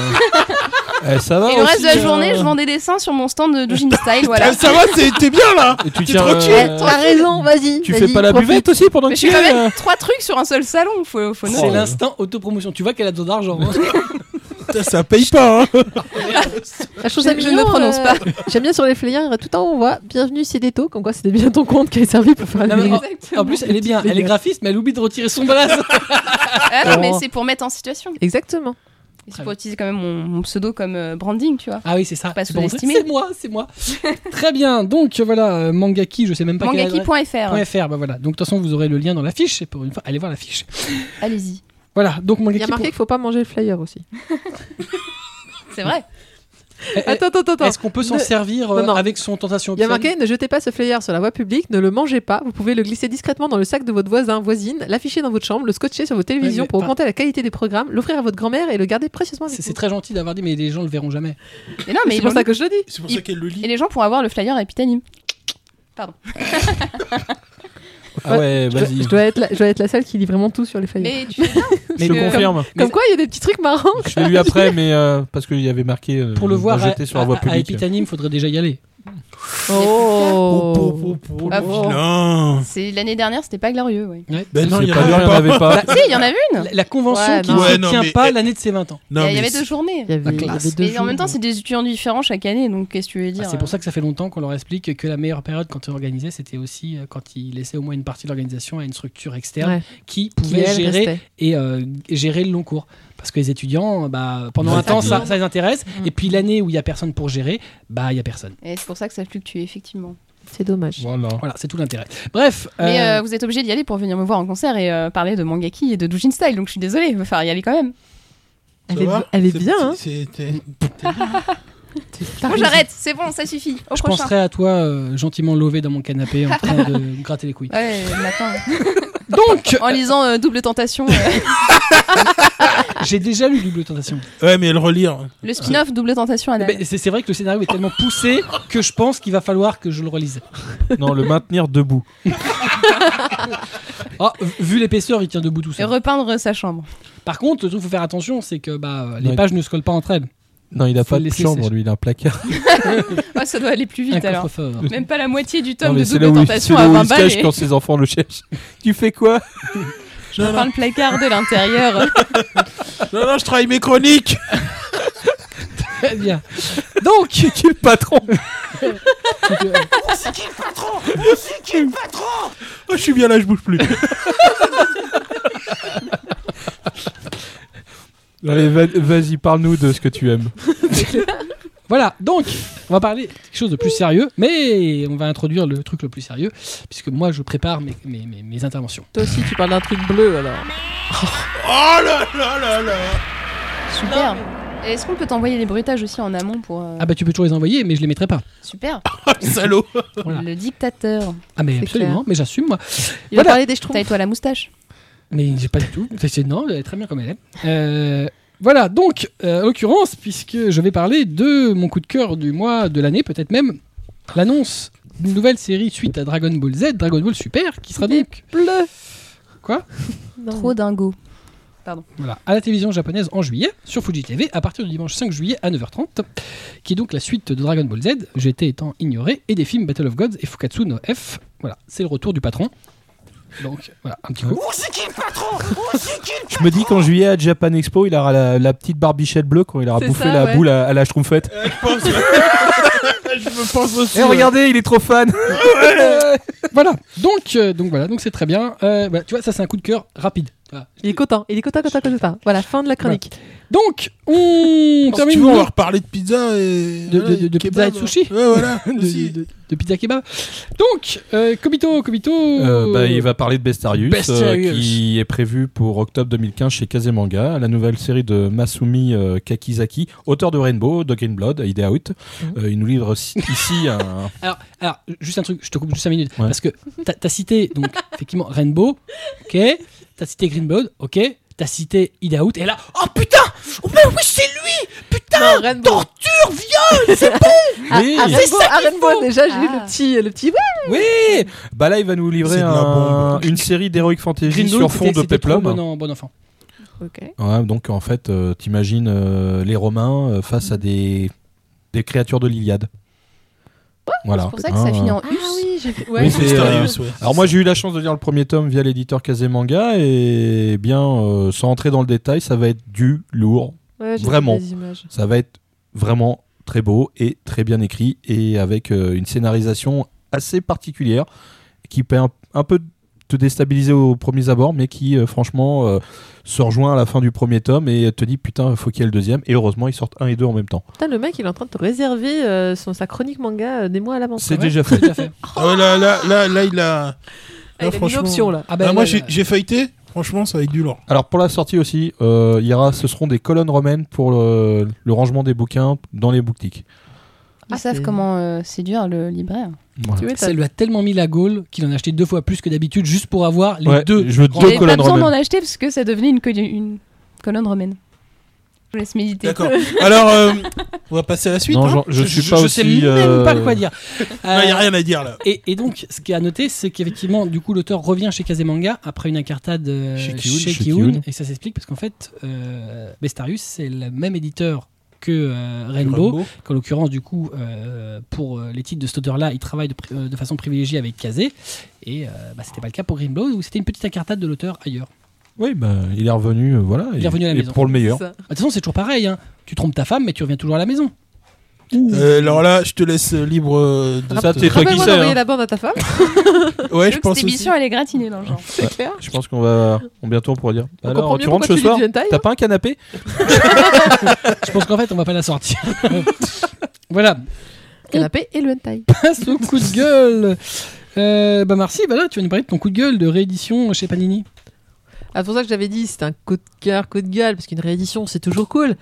eh, ça va.
Et le reste
aussi,
de la
euh,
journée, je vends des dessins sur mon stand de Doujin Style. Voilà.
Ah, ça va, c'est- t'es bien là
et tu
T'es
tiens,
tranquille,
euh,
Eh, raison, vas-y.
Tu fais pas la buvette aussi pendant que
Mais je
tu
suis
es
quand
euh,
même trois trucs sur un seul salon. Faut, faut
C'est
Oh.
l'instant autopromotion. Tu vois qu'elle a besoin d'argent. hein.
Putain, Ça paye pas, hein
Je trouve ça
Je ne me
mignon,
prononce
euh,
pas.
J'aime bien sur les flyers, tout en haut, on voit Bienvenue, c'est des taux, comme quoi c'était bien ton compte qui a servi pour faire
Non, mais
le
en-
Ah,
en plus, elle est bien. Elle est graphiste, mais elle oublie de retirer son blaze.
Ah, non, mais
Laurent.
c'est pour mettre en situation.
Exactement.
Et
Très
C'est pour utiliser quand même mon, mon pseudo comme euh, branding, tu vois.
Ah oui, c'est ça.
Pas
C'est pour montrer,
sous-estimé.
C'est moi, c'est moi. Très bien. Donc voilà, euh, Mangaki, je sais même pas quelle adresse-
Mangaki.fr,
.fr, bah voilà. Donc de toute façon, vous aurez le lien dans la fiche. Et pour une fois, allez voir la fiche.
allez-y.
Voilà. Donc
Il y
Mangaki.
a marqué qu'il faut pas manger le flyer aussi.
Euh,
C'est vrai.
Eh, eh,
Attends, attends, attends.
Est-ce qu'on peut s'en
Ne-
servir euh,
Non, non.
avec son tentation
Il y a
obscène
marqué Ne jetez pas ce flyer sur la voie publique, ne le mangez pas. Vous pouvez le glisser discrètement dans le sac de votre voisin, voisine, l'afficher dans votre chambre, le scotcher sur vos télévisions
mais
pour
pas-
augmenter la qualité des programmes, l'offrir à votre grand-mère et le garder précieusement avec
C'est
vous.
c'est très gentil d'avoir dit, mais les gens le verront jamais.
Mais non, mais
C'est
ils
pour
l'ont
ça
lu.
que je le dis.
C'est pour
Il-
ça qu'elle le
Et
lit.
les gens pourront avoir le flyer à Epitanime.
Ah ouais,
Je dois-
vas-y.
Je dois, être la, je dois être la seule qui lit vraiment tout sur les flyers.
Mais tu fais bien.
Je
que-
te confirme.
Mais-
Comme quoi, il y a des petits trucs marrants.
Je l'ai lu après, mais euh, parce qu'il y avait marqué euh,
Pour le
de
voir à,
jeter sur la voie
à- à
publique.
Epitanime, faudrait déjà y aller.
Oh.
Oh, oh, oh, oh,
Ah
le
bon.
vilain.
C'est l'année dernière, c'était pas glorieux. Ouais.
Ben non,
C'est
il y
pas
en
bien,
a
il y en
pas.
avait pas.
si, il y en avait une.
La, la convention
Ouais,
qui
non.
ne
Ouais, non,
tient
mais-
pas l'année de ses 20 ans.
Non,
il y
mais
avait
c'est-
deux journées.
Il y avait, il y
classe.
avait deux
Mais en même
jours.
temps, c'est des étudiants différents chaque année, donc qu'est-ce que tu veux dire euh,
Ah, c'est pour ça que ça fait longtemps qu'on leur explique que la meilleure période quand ils organisaient, c'était aussi euh, quand ils laissaient au moins une partie de l'organisation à une structure externe
Ouais.
qui
Qui,
pouvait
elle,
gérer
restait.
et euh, gérer le long cours. Parce que les étudiants, bah, pendant un
Ouais,
temps,
ça
ça,
tourne.
ça les intéresse.
Mm.
Et puis l'année où il n'y a personne pour gérer, bah, il n'y a personne.
Et c'est pour ça que ça fluctue, effectivement.
C'est dommage.
Voilà.
Voilà, c'est tout l'intérêt. Bref,
Mais
euh,
euh, vous êtes obligé d'y aller pour venir me voir en concert et euh, parler de Mangaki et de Doujin Style, donc je suis désolée, il va falloir y aller quand même.
ça
Elle est,
va
elle est
C'est-
bien, hein.
c'est- c'est-
Bon, j'arrête, c'est bon, ça suffit. Au
je
prochain.
penserai à toi euh, gentiment lové dans mon canapé en train de me gratter les couilles.
Ouais, le matin.
Donc,
en lisant euh, Double Tentation, euh,
j'ai déjà lu Double Tentation.
Ouais, mais le relire.
le spin-off Double Tentation à Noël.
Mais C'est c'est vrai que le scénario est tellement poussé que je pense qu'il va falloir que je le relise.
Non, le maintenir debout.
Ah, vu l'épaisseur, il tient debout tout
Et
seul.
repeindre sa chambre.
Par contre, le truc qu'il faut faire attention, c'est que bah, euh,
Ouais.
les pages ne se collent pas entre elles.
Non, il a
Faut
pas
le
de
laisser
chambre,
sécher.
lui, il a un placard.
Ah, ça doit aller plus
Un
vite alors.
coffre-fort.
Même pas la moitié du
Non,
tome
mais
de
c'est là
Double
où il, c'est
Tentation
là
à
où
20
il se
balles.
cache
et
quand ses enfants le cherchent. Tu fais quoi
Non, non,
Enfin, le placard de l'intérieur.
non, non, je travaille mes chroniques.
Très bien. Donc,
Qui est le patron
C'est qui le patron Où c'est qui le patron
Oh, je suis bien là, je bouge plus.
Allez, va- vas-y, parle-nous de ce que tu aimes.
voilà. Donc, on va parler de quelque chose de plus sérieux, mais on va introduire le truc le plus sérieux, puisque moi, je prépare mes, mes, mes- mes interventions.
Toi aussi, tu parles d'un truc bleu alors.
Oh là là là là.
Super. Et Est-ce qu'on peut t'envoyer les bruitages aussi en amont pour. euh,
Ah bah, tu peux toujours les envoyer, mais je les mettrai pas.
bah,
Super.
Oh, le salaud.
Voilà.
Le dictateur.
Ah mais
C'est
absolument, mais j'assume moi.
Il va
Voilà.
parler des schtroumpfs.
Taille-toi la moustache.
Mais j'ai pas du tout. C'est- c'est- Non, elle est très bien comme elle est. Euh, voilà, donc, euh, en l'occurrence, puisque je vais parler de mon coup de cœur du mois, de l'année peut-être même, l'annonce d'une nouvelle série suite à Dragon Ball Z, Dragon Ball Super, qui sera donc
Bleu.
Quoi
Non.
Trop dingo.
Voilà, à la télévision japonaise en juillet, sur Fuji TV, à partir du dimanche 5 juillet à 9h30, qui est donc la suite de Dragon Ball Z, GT étant ignoré, et des films Battle of Gods et Fukatsu no F. Voilà, c'est le retour du patron. Donc, voilà, un petit coup.
Où c'est qui le patron Où c'est qui le patron
Je me dis qu'en juillet à Japan Expo, il aura la, la petite barbichette bleue quand il aura
C'est
bouffé
ça,
la
ouais.
boule à, à la schtroumpfette.
Eh, Je pense. je me pense aussi.
Eh, regardez, il est trop fan
Voilà, donc euh, donc voilà, donc c'est très bien. Euh, voilà, tu vois, ça c'est un coup de cœur rapide. Voilà.
Il est content, il est content, content, content. Voilà, fin de la chronique.
Donc on
Si
termine
tu veux, on
nos-
va reparler de pizza et. euh,
De- de- de- de
kebab.
pizza et de sushi.
Ouais, voilà.
de,
aussi.
de- de pizza kebab. Donc euh, Kobito, Kobito.
Euh, bah, Il va parler de Bestarius,
Bestarius.
euh, qui est prévu pour octobre 2015 chez Kazemanga, la nouvelle série de Masumi euh, Kakizaki, auteur de Rainbow, Dog and Blood, Idea Out. Euh, il nous livre si- ici un...
Alors, alors, juste un truc, je te coupe juste 5 minutes.
Ouais.
Parce que t'as as cité, donc, effectivement, Rainbow, ok. T'as cité Greenblood, ok. T'as cité Ida Out, et là, oh putain Oh, mais oui, c'est lui Putain
Non, Rainbow.
Torture, viol
Oui.
à
C'est
Rainbow,
ça
à
qu'il
Rainbow,
faut.
déjà, j'ai eu
Ah.
le petit, le petit.
Oui Bah là, il va nous livrer
C'est de la
un-
bombe.
une série d'Heroic Fantasy
Greenblood,
sur fond
c'était-
de
c'était trop
Peplum.
Bon, en- bon enfant.
Ok.
Ouais, donc en fait, euh, t'imagines euh, les Romains euh, face à des, des créatures de l'Iliade. voilà.
C'est pour ça que ça
Hein,
finit en
Ah
us.
oui, j'ai vu.
Oui,
Ouais.
c'est,
Mystérieux,
euh,
ouais.
Alors moi j'ai eu la chance de lire le premier tome via l'éditeur Kazemanga et bien euh, sans entrer dans le détail ça va être du lourd,
Ouais, j'ai vu
Vraiment.
des images.
ça va être vraiment très beau et très bien écrit et avec euh, une scénarisation assez particulière qui peut un, un peu te déstabiliser aux premiers abords mais qui euh, franchement euh, se rejoint à la fin du premier tome et te dit putain faut qu'il y ait le deuxième et heureusement ils sortent un et deux en même temps.
Putain, le mec, il est en train de te réserver euh, son, sa chronique manga euh, des mois à l'avance.
C'est
vrai
déjà fait.
Tout à Ah fait.
Oh là là, là, là, il a.
Ah, il a mis une option là.
Ah
Ah, moi,
là,
j'ai
là.
j'ai feuilleté. Franchement, ça va être du lourd.
Alors pour la sortie aussi, euh, il y aura, ce seront des colonnes romaines pour le, le rangement des bouquins dans les boutiques.
Ils
Ah,
savent
c'est-
comment euh, séduire le libraire.
Voilà.
Tu
Ça
m'étonnes.
lui a tellement mis la gaule qu'il en a acheté deux fois plus que d'habitude juste pour avoir les
Ouais,
deux.
je veux
grands-
deux
J'avais pas
colonnes
besoin d'en
romaines.
acheter parce que ça devenait une, col- une colonne romaine. Je vous laisse méditer.
D'accord. Alors, euh, on va passer à la suite.
Non,
hein.
j'en- je,
Je,
suis
je-
pas
je
aussi.
sais même
euh,
pas quoi dire.
Non, il n'y
Euh,
a rien à dire là.
Et, et donc, ce qui est à noter, c'est qu'effectivement, du coup, l'auteur revient chez Kazemanga après une incartade euh,
Chez Kihun,
chez
chez
Kihun,
Kihun.
et ça s'explique parce qu'en fait, euh, Bestarius, c'est le même éditeur que euh, Rainbow, qu'en l'occurrence, du coup, euh, pour euh, les titres de cet auteur-là, il travaille de, pri- euh, de façon privilégiée avec Kazé. Et euh, bah, c'était pas le cas pour Rainbow, où c'était une petite incartade de l'auteur ailleurs. Bah,
Oui, ben, il est revenu, euh, voilà.
Il est
et-
revenu à la
et
maison.
pour le meilleur.
Ça.
Bah, De toute façon, c'est toujours pareil. hein. Tu trompes ta femme, mais tu reviens toujours à la maison.
Euh, alors là, je te laisse euh, libre euh, de.
Ça, t'es toi qui
Rappelle-moi
sais.
d'envoyer
hein.
la bande à ta femme.
Ouais, je
Donc,
pense
cette
aussi.
émission, elle est gratinée dans le genre.
C'est clair.
Je pense qu'on va. On bientôt on pourra dire.
On comprend
Alors,
mieux
tu rentres
pourquoi
ce
tu lis
soir
du hentai,
T'as
hein.
pas un canapé
Je pense qu'en fait, on va pas la sortir. voilà.
Canapé et le hentai.
Passe au coup de gueule. Euh, bah Marcy, bah là, tu vas nous parler de ton coup de gueule de réédition chez Panini.
Ah, c'est pour ça que j'avais dit, c'est un coup de cœur, coup de gueule, parce qu'une réédition, c'est toujours cool.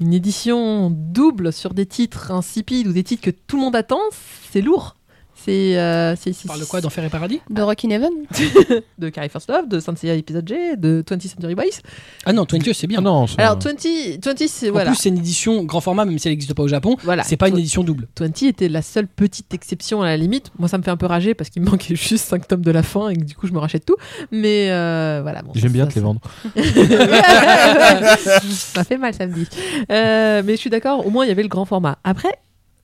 Une édition double sur des titres insipides ou des titres que tout le monde attend, c'est lourd. C'est. euh, c'est-
Tu
c'est-
parles de quoi d'Enfer et Paradis
De Rockin' Heaven
De Carrie First Love, de Saint Seiya Episode G, de 20th Century Boys.
Ah non, 20 c'est bien.
Ah non, ça-
Alors, 20, 20 c'est.
en
Voilà.
plus, c'est une édition grand format, même si elle n'existe pas au Japon.
voilà.
c'est pas une édition double.
20 était la seule petite exception à la limite. Moi, ça me fait un peu rager parce qu'il me manquait juste 5 tomes de la fin et que du coup, je me rachète tout. Mais euh, voilà. bon,
J'aime
ça,
bien
ça,
te les vendre.
ça fait mal samedi. Euh, mais je suis d'accord, au moins il y avait le grand format. Après,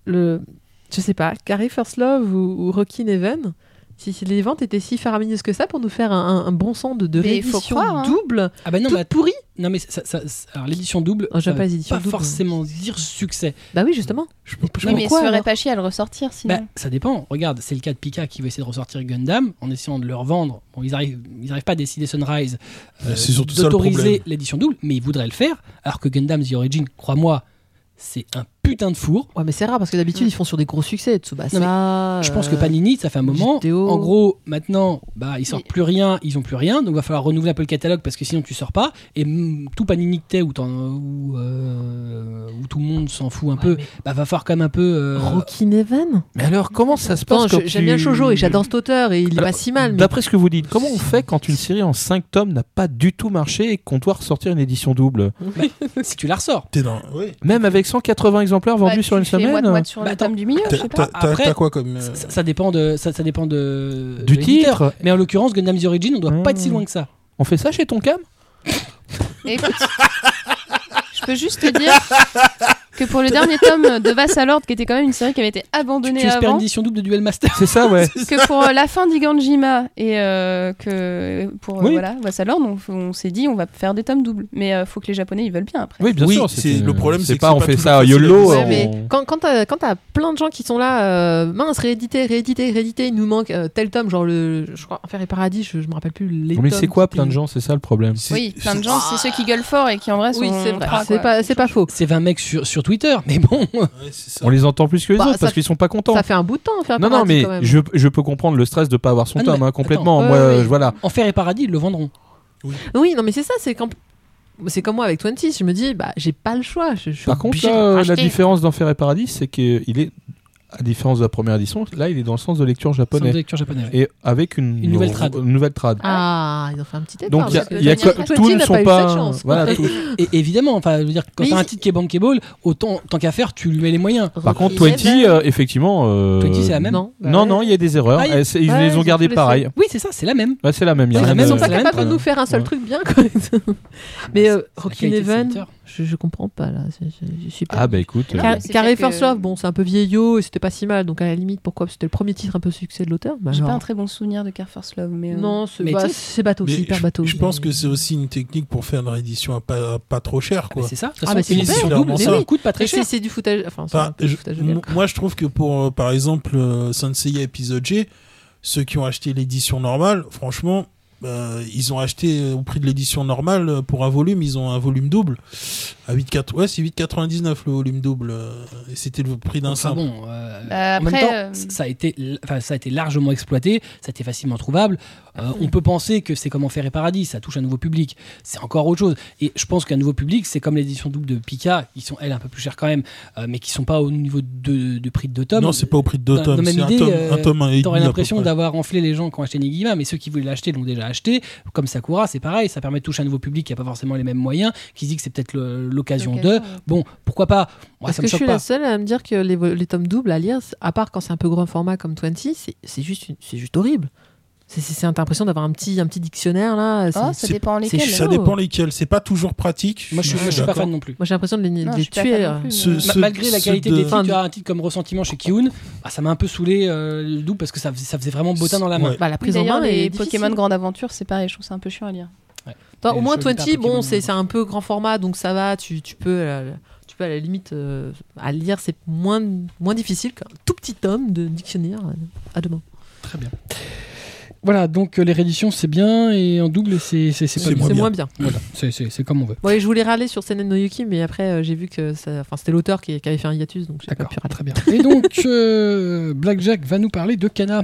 le, je sais pas, Carrie First Love ou, ou Rockin' Heaven, si, si les ventes étaient si faramineuses que ça pour nous faire un, un bon sang de, de
Mais
réédition
faut croire, hein.
double,
Ah bah non,
toute
mais, att-
pourrie.
non, mais ça- ça- ça- alors, l'édition double,
Oh, j'aime
ça
pas
veut
les éditions
pas
doubles.
forcément dire succès.
Bah oui, justement.
Je,
Non, mais
Pourquoi,
se
alors
ferait pas chier à le ressortir sinon.
Bah, ça dépend. Regarde, c'est le cas de Pika qui veut essayer de ressortir Gundam en essayant de le revendre. Bon, ils arrivent, ils arrivent pas à décider Sunrise euh,
Bah, c'est surtout ça le
d'autoriser
problème.
l'édition double, mais ils voudraient le faire. Alors que Gundam The Origin, crois-moi, c'est un putain de four.
Ouais, mais c'est rare parce que d'habitude,
Mm.
ils font sur des gros succès. Tsubasa.
Je pense que
euh,
Panini, ça fait un moment.
vidéo.
En gros, maintenant, bah, ils sortent
Mais-
plus rien, ils ont plus rien, donc va falloir renouveler un peu le catalogue parce que sinon tu sors pas. Et mm, tout Panini que t'es, où, t'en- où, euh, où tout le monde s'en fout un
Ouais,
peu,
mais-
bah va falloir quand même un peu. euh,
Rockin' Heaven
Mais alors, comment ça se
Attends,
passe quand
je- J'aime
tu-
bien Shoujo et j'adore cet auteur et il est
Alors,
pas si mal. Mais...
D'après ce que vous dites, comment on fait quand une série en 5 tomes n'a pas du tout marché et qu'on doit ressortir une édition double
si tu la ressors.
T'es dans. Ouais.
Même avec 180 exemplaires vendus
Bah,
sur une
tu fais
semaine euh.
moite-moite sur
Bah,
le tome du milieu, je
T'as
sais pas.
t'as- t'as-
Après-
t'as quoi comme. euh,
Ça, ça dépend de, ça, ça dépend de
euh, Du
de l'éditeur.
titre
Mais en l'occurrence, Gundam The Origin, on doit pas être si
Mmh.
Hmm.
loin que ça.
On fait ça chez Tonkam
Et écoute, je peux juste te dire que pour le dernier tome de Vassalord, qui était quand même une série qui avait été
Tu,
abandonnée
tu espères une
avant,
édition double de Duel Master
C'est ça, ouais.
que pour euh, la fin d'Iganjima et euh, que pour euh,
Oui.
voilà Vassalord, on, on s'est dit on va faire des tomes doubles. Mais euh, faut que les Japonais ils veulent bien après.
Oui, bien
Oui,
sûr.
c'est-
c'était-
le problème, c'est
c'est
que
pas
c'est
on
pas
fait
tout
ça à
à fait
YOLO.
facile
Ouais,
on-
mais
on-
quand, quand t'as quand t'as plein de gens qui sont là, euh, mince, réédité, réédité, réédité, il nous manque euh, tel tome, genre le, je crois, Enfer et Paradis, je, je me rappelle plus les
Mais
tomes
c'est quoi
qui
plein de
étaient-
gens C'est ça le problème.
c'est-
Oui, plein de gens, c'est ceux qui gueulent fort et qui en vrai sont.
Oui, c'est vrai,
crades,
c'est
quoi.
pas, c'est pas faux.
C'est 20 mecs sur, sur Twitter, mais bon.
Ouais, c'est ça.
On les entend plus que les
Bah,
autres parce
ça-
qu'ils sont pas contents.
Ça fait un bout de temps, Enfer et
Non, non,
Paradis,
mais
quand même.
je, je peux comprendre le stress de pas avoir son
Ah non,
tome
mais
hein,
attends,
complètement.
euh,
Moi, euh,
oui.
voilà.
Enfer et Paradis, ils le vendront.
Oui, non, mais c'est ça, c'est quand. C'est comme moi avec 20, je me dis, bah, j'ai pas le choix. Je, je suis
Par contre,
obligée
là,
de
euh,
racheter.
la différence d'Enfer et Paradis, c'est qu'il est, à différence de la première édition, là, il est dans le sens de lecture
Centre de
japonais.
lecture japonais.
Et avec une,
Une nouvelle trad.
une nouvelle trad.
Ah, ils ont fait un petit effort.
Donc, il y a,
parce que
il y a
Daniel
que-
Radcliffe
tous ne
n'a
sont
eu
pas.
cette chance, quoi.
voilà, tous.
Et évidemment, enfin, je veux dire, quand
Mais
t'as un
il-
titre qui est bankable, autant tant qu'à faire, tu lui mets les moyens.
Par contre,
Rockin'
20,
Heaven.
euh, effectivement. euh,
20, c'est la même.
Non, bah
Non,
ouais.
non, il y a des erreurs.
Ah, il-
Eh, c'est- Ils
ouais,
les
ils
ont
ont
gardés
tout laissé.
pareil.
Oui, c'est ça, c'est la même.
Ouais, c'est la même. il y a
C'est la
rien
même,
Ils Ah,
de-
sont pas
la
capables de
même.
nous faire un seul
Ouais.
truc bien, quoi. Mais euh,
C'est la
Rockin'
qualité de ces
Heaven,
auteurs.
je, je comprends pas là. c'est- c'est- Je suis pas.
Ah, bah écoute.
Non,
euh,
mais
Car-
c'est
Carré
clair
First
que-
Love, bon, c'est un peu vieillot et c'était pas si mal, donc à la limite, pourquoi C'était le premier titre un peu succès de l'auteur. Bah,
J'ai
genre,
pas un très bon souvenir de Carforce Love,
hein.
mais. euh,
Non, c'est
Mais
bah,
tu sais-
c'est bateau,
Mais
c'est hyper
je-
bateau.
Je pense que c'est aussi une technique pour faire une réédition à pas, à pas trop cher.
Mais
Quoi.
c'est ça. De toute
Ah,
façon,
mais c'est
une
super.
édition
C'est
double,
vraiment
ça
ça.
coûte pas
Mais
très
c'est
cher.
c'est du foutage. Enfin, c'est un
Enfin,
peu du
je-
foutage de gueule,
m- moi, je trouve que pour, euh, par exemple, euh, Senseiya épisode G, ceux qui ont acheté l'édition normale, franchement, euh, ils ont acheté euh, au prix de l'édition normale euh, pour un volume, ils ont un volume double. À 8, ouais, c'est 8,99 le volume double. euh, et c'était le prix d'un
Enfin,
simple.
bon, euh,
Bah,
en même
après,
temps,
euh,
ça a été, l- enfin, ça a été largement exploité, ça a été facilement trouvable. Euh, On peut penser que c'est comme Enfer et Paradis, ça touche un nouveau public. C'est encore autre chose. Et je pense qu'un nouveau public, c'est comme l'édition double de Pika, qui sont elles un peu plus chères quand même, euh, mais qui sont pas au niveau de, du prix de deux tomes.
non, c'est pas au prix de deux
dans-
tomes,
dans la
c'est
même
un
idée,
tome,
euh,
un tome et
T'aurais
demi à peu
l'impression
près.
d'avoir enflé les gens qui ont acheté Nigima, mais ceux qui voulaient l'acheter l'ont déjà acheté. Comme Sakura, c'est pareil, ça permet de toucher un nouveau public qui n'a pas forcément les mêmes moyens, qui se dit que c'est peut-être le- l'occasion de.
l'occasion,
Bon, pourquoi pas Moi,
Parce
ça
que
me
je
choque
suis
pas.
la seule à me dire que les, vo- les tomes doubles à lire, c'est- à part quand c'est un peu grand format comme 20, c'est- c'est juste, une- c'est juste horrible. C'est- C'est c'est impression d'avoir un petit, un petit dictionnaire là. c'est-
Oh,
Ah,
ça
c'est-
dépend lesquels.
chaud.
Ça dépend lesquels. C'est pas toujours pratique.
Moi, je suis,
suis
je suis pas
d'accord.
fan non plus.
Moi j'ai l'impression de les, de
Non,
les
je suis pas fan
tuer.
non
euh.
plus,
Ce-
mais-
ce-
Ma- malgré la
ce
qualité
de-
des films, tu as un titre comme Ressentiment chez Kyun, ah, ça m'a un peu saoulé euh, le double parce que ça, faisait- ça faisait vraiment botin dans la main.
Ouais.
Bah, la
Oui,
prise en
D'ailleurs,
main
les
est difficile.
Pokémon Grande Aventure, c'est pareil, je trouve ça un peu chiant à lire.
Toi,
Et
au moins
je lis pas
20,
Pokémon,
bon, c'est
moi.
c'est un peu grand format, donc ça va, tu, tu peux, euh, tu peux à la limite, euh, à lire, c'est moins, moins difficile qu'un tout petit tome de dictionnaire euh, à deux mains.
Très bien. Voilà, donc euh, les rééditions, c'est bien et en double, c'est c'est- c'est pas
C'est
bien.
moins
C'est
bien.
moins bien.
Voilà, c'est- c'est c'est comme on veut.
Bon, et je voulais râler sur Senen no Yuki, mais après, euh, j'ai vu que ça- enfin, c'était l'auteur qui, qui avait fait un hiatus, donc j'ai pas
D'accord,
pu râler.
très bien. Et donc, euh, Blackjack va nous parler de Cana.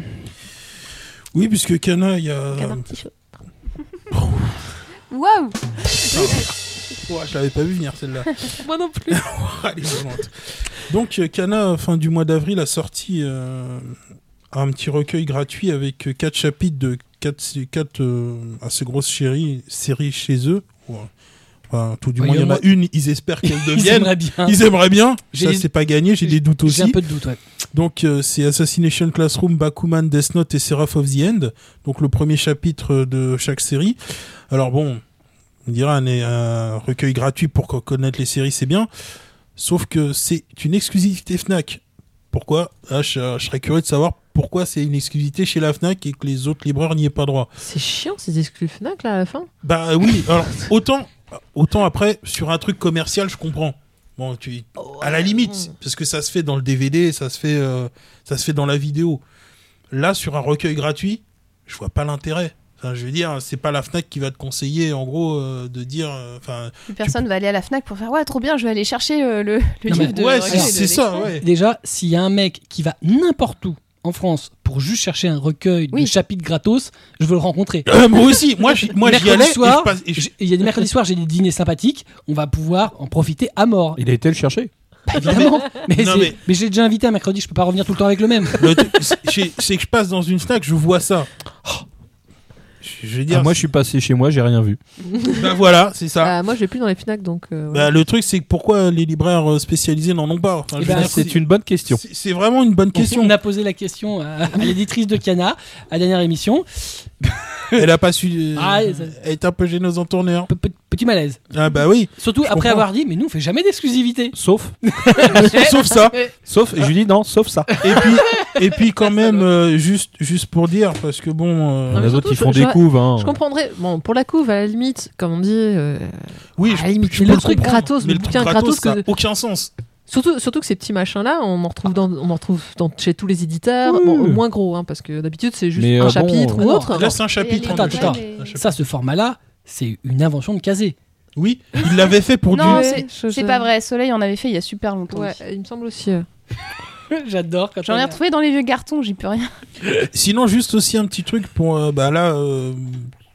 Oui, puisque Cana, il y a.
Canard Tichot.
Waouh
Ouah, je l'avais pas vu venir celle-là.
Moi non plus.
Ah, elle est violente. Donc, euh, Cana, fin du mois d'avril, a sorti euh, un petit recueil gratuit avec euh, quatre chapitres de quatre, quatre euh, assez grosses séries, séries chez eux. Ouais. Enfin, tout du
Ouais,
moins,
Oh, il y en a-
il y en a une, ils espèrent qu'elle
Ils
devienne.
aimeraient bien.
Ils aimeraient bien.
J'ai
Ça,
des-
c'est pas gagné, j'ai des doutes
J'ai un
aussi.
peu de doute, ouais.
Donc euh, c'est Assassination Classroom, Bakuman, Death Note et Seraph of the End. Donc le premier chapitre euh, de chaque série. Alors bon, on dirait un, un recueil gratuit pour co- connaître les séries, c'est bien. Sauf que c'est une exclusivité Fnac. Pourquoi Ah, je, je serais curieux de savoir pourquoi c'est une exclusivité chez la Fnac et que les autres libraires n'y aient pas droit.
C'est chiant ces exclus Fnac là à la fin.
Bah oui, alors autant, autant après, sur un truc commercial, je comprends. Bon, tu, à la limite, parce que ça se fait dans le DVD, ça se fait, euh, ça se fait dans la vidéo. Là, sur un recueil gratuit, je vois pas l'intérêt. Enfin, je veux dire, c'est pas la Fnac qui va te conseiller, en gros, euh, de dire. euh, Enfin,
Plus Personne va aller à la Fnac pour faire Ouais, trop bien, je vais aller chercher euh, le, le
Non, mais-
livre de.
ouais,
Roger
c'est
et de
c'est ça,
Alexandre.
ouais.
Déjà, s'il y a un mec qui va n'importe où en France pour juste chercher un recueil de
Oui.
chapitres gratos, je veux le rencontrer.
Euh, moi aussi, moi, j'y- moi j'y
Mercredi
allais. et je
soir,
passe- et je-
J'ai- Il y a des mercredis soirs, j'ai des dîners sympathiques, on va pouvoir en profiter à mort.
Il a été le chercher.
Bah, évidemment, mais,
Non,
c'est-
mais-
mais j'ai déjà invité un mercredi, je peux pas revenir tout le temps avec le même.
le truc, c'est- c'est c'est que je passe dans une Fnac, je vois ça. Oh. Je, je veux dire,
Ah, moi, je suis passé chez moi, j'ai rien vu.
bah voilà, c'est ça.
Euh, moi je vais plus dans les Fnac donc. euh, voilà.
Bah, le truc, c'est que pourquoi les libraires euh, spécialisés n'en ont pas Enfin,
Eh
je veux
ben,
dire,
C'est une bonne question.
c'est- c'est vraiment une bonne question.
On a posé la question à, à l'éditrice de Cana à la dernière émission.
Elle a pas su. euh,
Ah, ça-
elle est un peu gêneuse en tourneur.
Pe- pe- petit malaise.
Ah bah oui.
Surtout
Je
après
comprends.
avoir dit, mais nous on fait jamais d'exclusivité.
Sauf,
Sauf ça.
sauf, et je lui dis non, sauf ça.
Et puis, et puis quand même, euh, juste, juste pour dire, parce que bon. euh,
Non, mais
Les autres,
surtout,
ils font
je-
des
je-
couves. hein.
Je comprendrais. Bon, pour la couve, à la limite, comme on dit, euh,
oui,
à
je,
la limite,
je
mais
peux
le truc
comprendre,
gratos,
mais
le
le truc
bouquin gratos
ça
que-
a aucun sens.
surtout, surtout que ces petits machins-là, on en retrouve, dans, on en retrouve dans, chez tous les éditeurs,
Oui.
bon, au moins gros, hein, parce que d'habitude, c'est juste
Mais,
un
euh, bon,
chapitre
euh,
ou
non,
autre.
Là, c'est un chapitre.
Attends,
hein,
attends,
je-
attends.
Ça, ce format-là, c'est une invention de Kazé.
Oui, il l'avait fait pour
Non,
du.
c'est-
je-
C'est
je-
pas vrai, Soleil en avait fait il y a super longtemps.
Ouais,
aussi.
il me semble aussi. euh.
J'adore quand
J'en ai
elle-
retrouvé dans les vieux cartons, j'y peux rien.
Sinon, juste aussi un petit truc pour. euh, bah là, euh,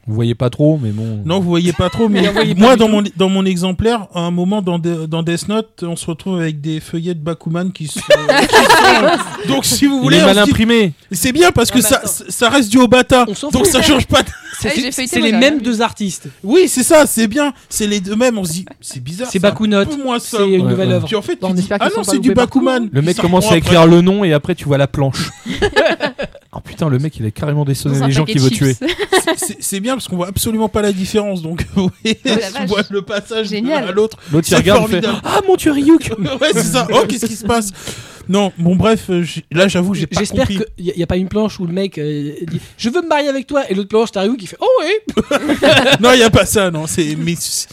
Vous voyez pas trop, mais bon.
non, vous voyez pas trop, mais
Vous voyez pas
moi,
du
dans
tout.
mon, dans mon exemplaire, à un moment dans, De- dans Death Note, on se retrouve avec des feuillets de Bakuman qui se. Donc, si vous
Il
voulez,
est
on
mal
se dit-
imprimé.
C'est bien parce que
Non, mais
ça,
attends.
ça ça reste du Obata.
On s'en
Donc
fout.
ça change pas. de-
C'est
Ah, j'ai
c'est-
feuilleté,
c'est
moi,
les
j'ai
mêmes
rien
deux artistes.
Oui, c'est ça, c'est bien. C'est les deux mêmes. On se dit, c'est bizarre.
C'est
ça.
Bakunote.
Pour moi, ça.
C'est une
Ouais,
nouvelle
ouais.
œuvre.
Puis en fait,
Bon,
tu
on
dis,
espère qu'ils
ah
sont
non,
pas
c'est du
loupés partout.
Bakuman.
Le mec
Ça
commence
reprend
à écrire le nom et après tu vois la planche. Oh putain, le mec il a carrément dessonné
Dans un
les gens
paquet
qu'il veut
de
tuer.
chips.
après. C'est- C'est bien parce qu'on voit absolument pas la différence. Donc, vous voyez,
la
tu
vache.
vois le passage de
Génial.
l'un à l'autre.
L'autre il
C'est
regarde, il fait
formidable.
Ah mon dieu, Ryuk
ouais, c'est ça. Oh, qu'est-ce qui se passe Non, bon, bref, euh, j'ai- là, j'avoue, j'ai pas
J'espère
compris.
qu'il n'y a, pas une planche où le mec euh, dit Je veux me marier avec toi, et l'autre planche, t'as Ryu qui fait Oh oui
Non, il y a pas ça. Non, c'est mais c'est-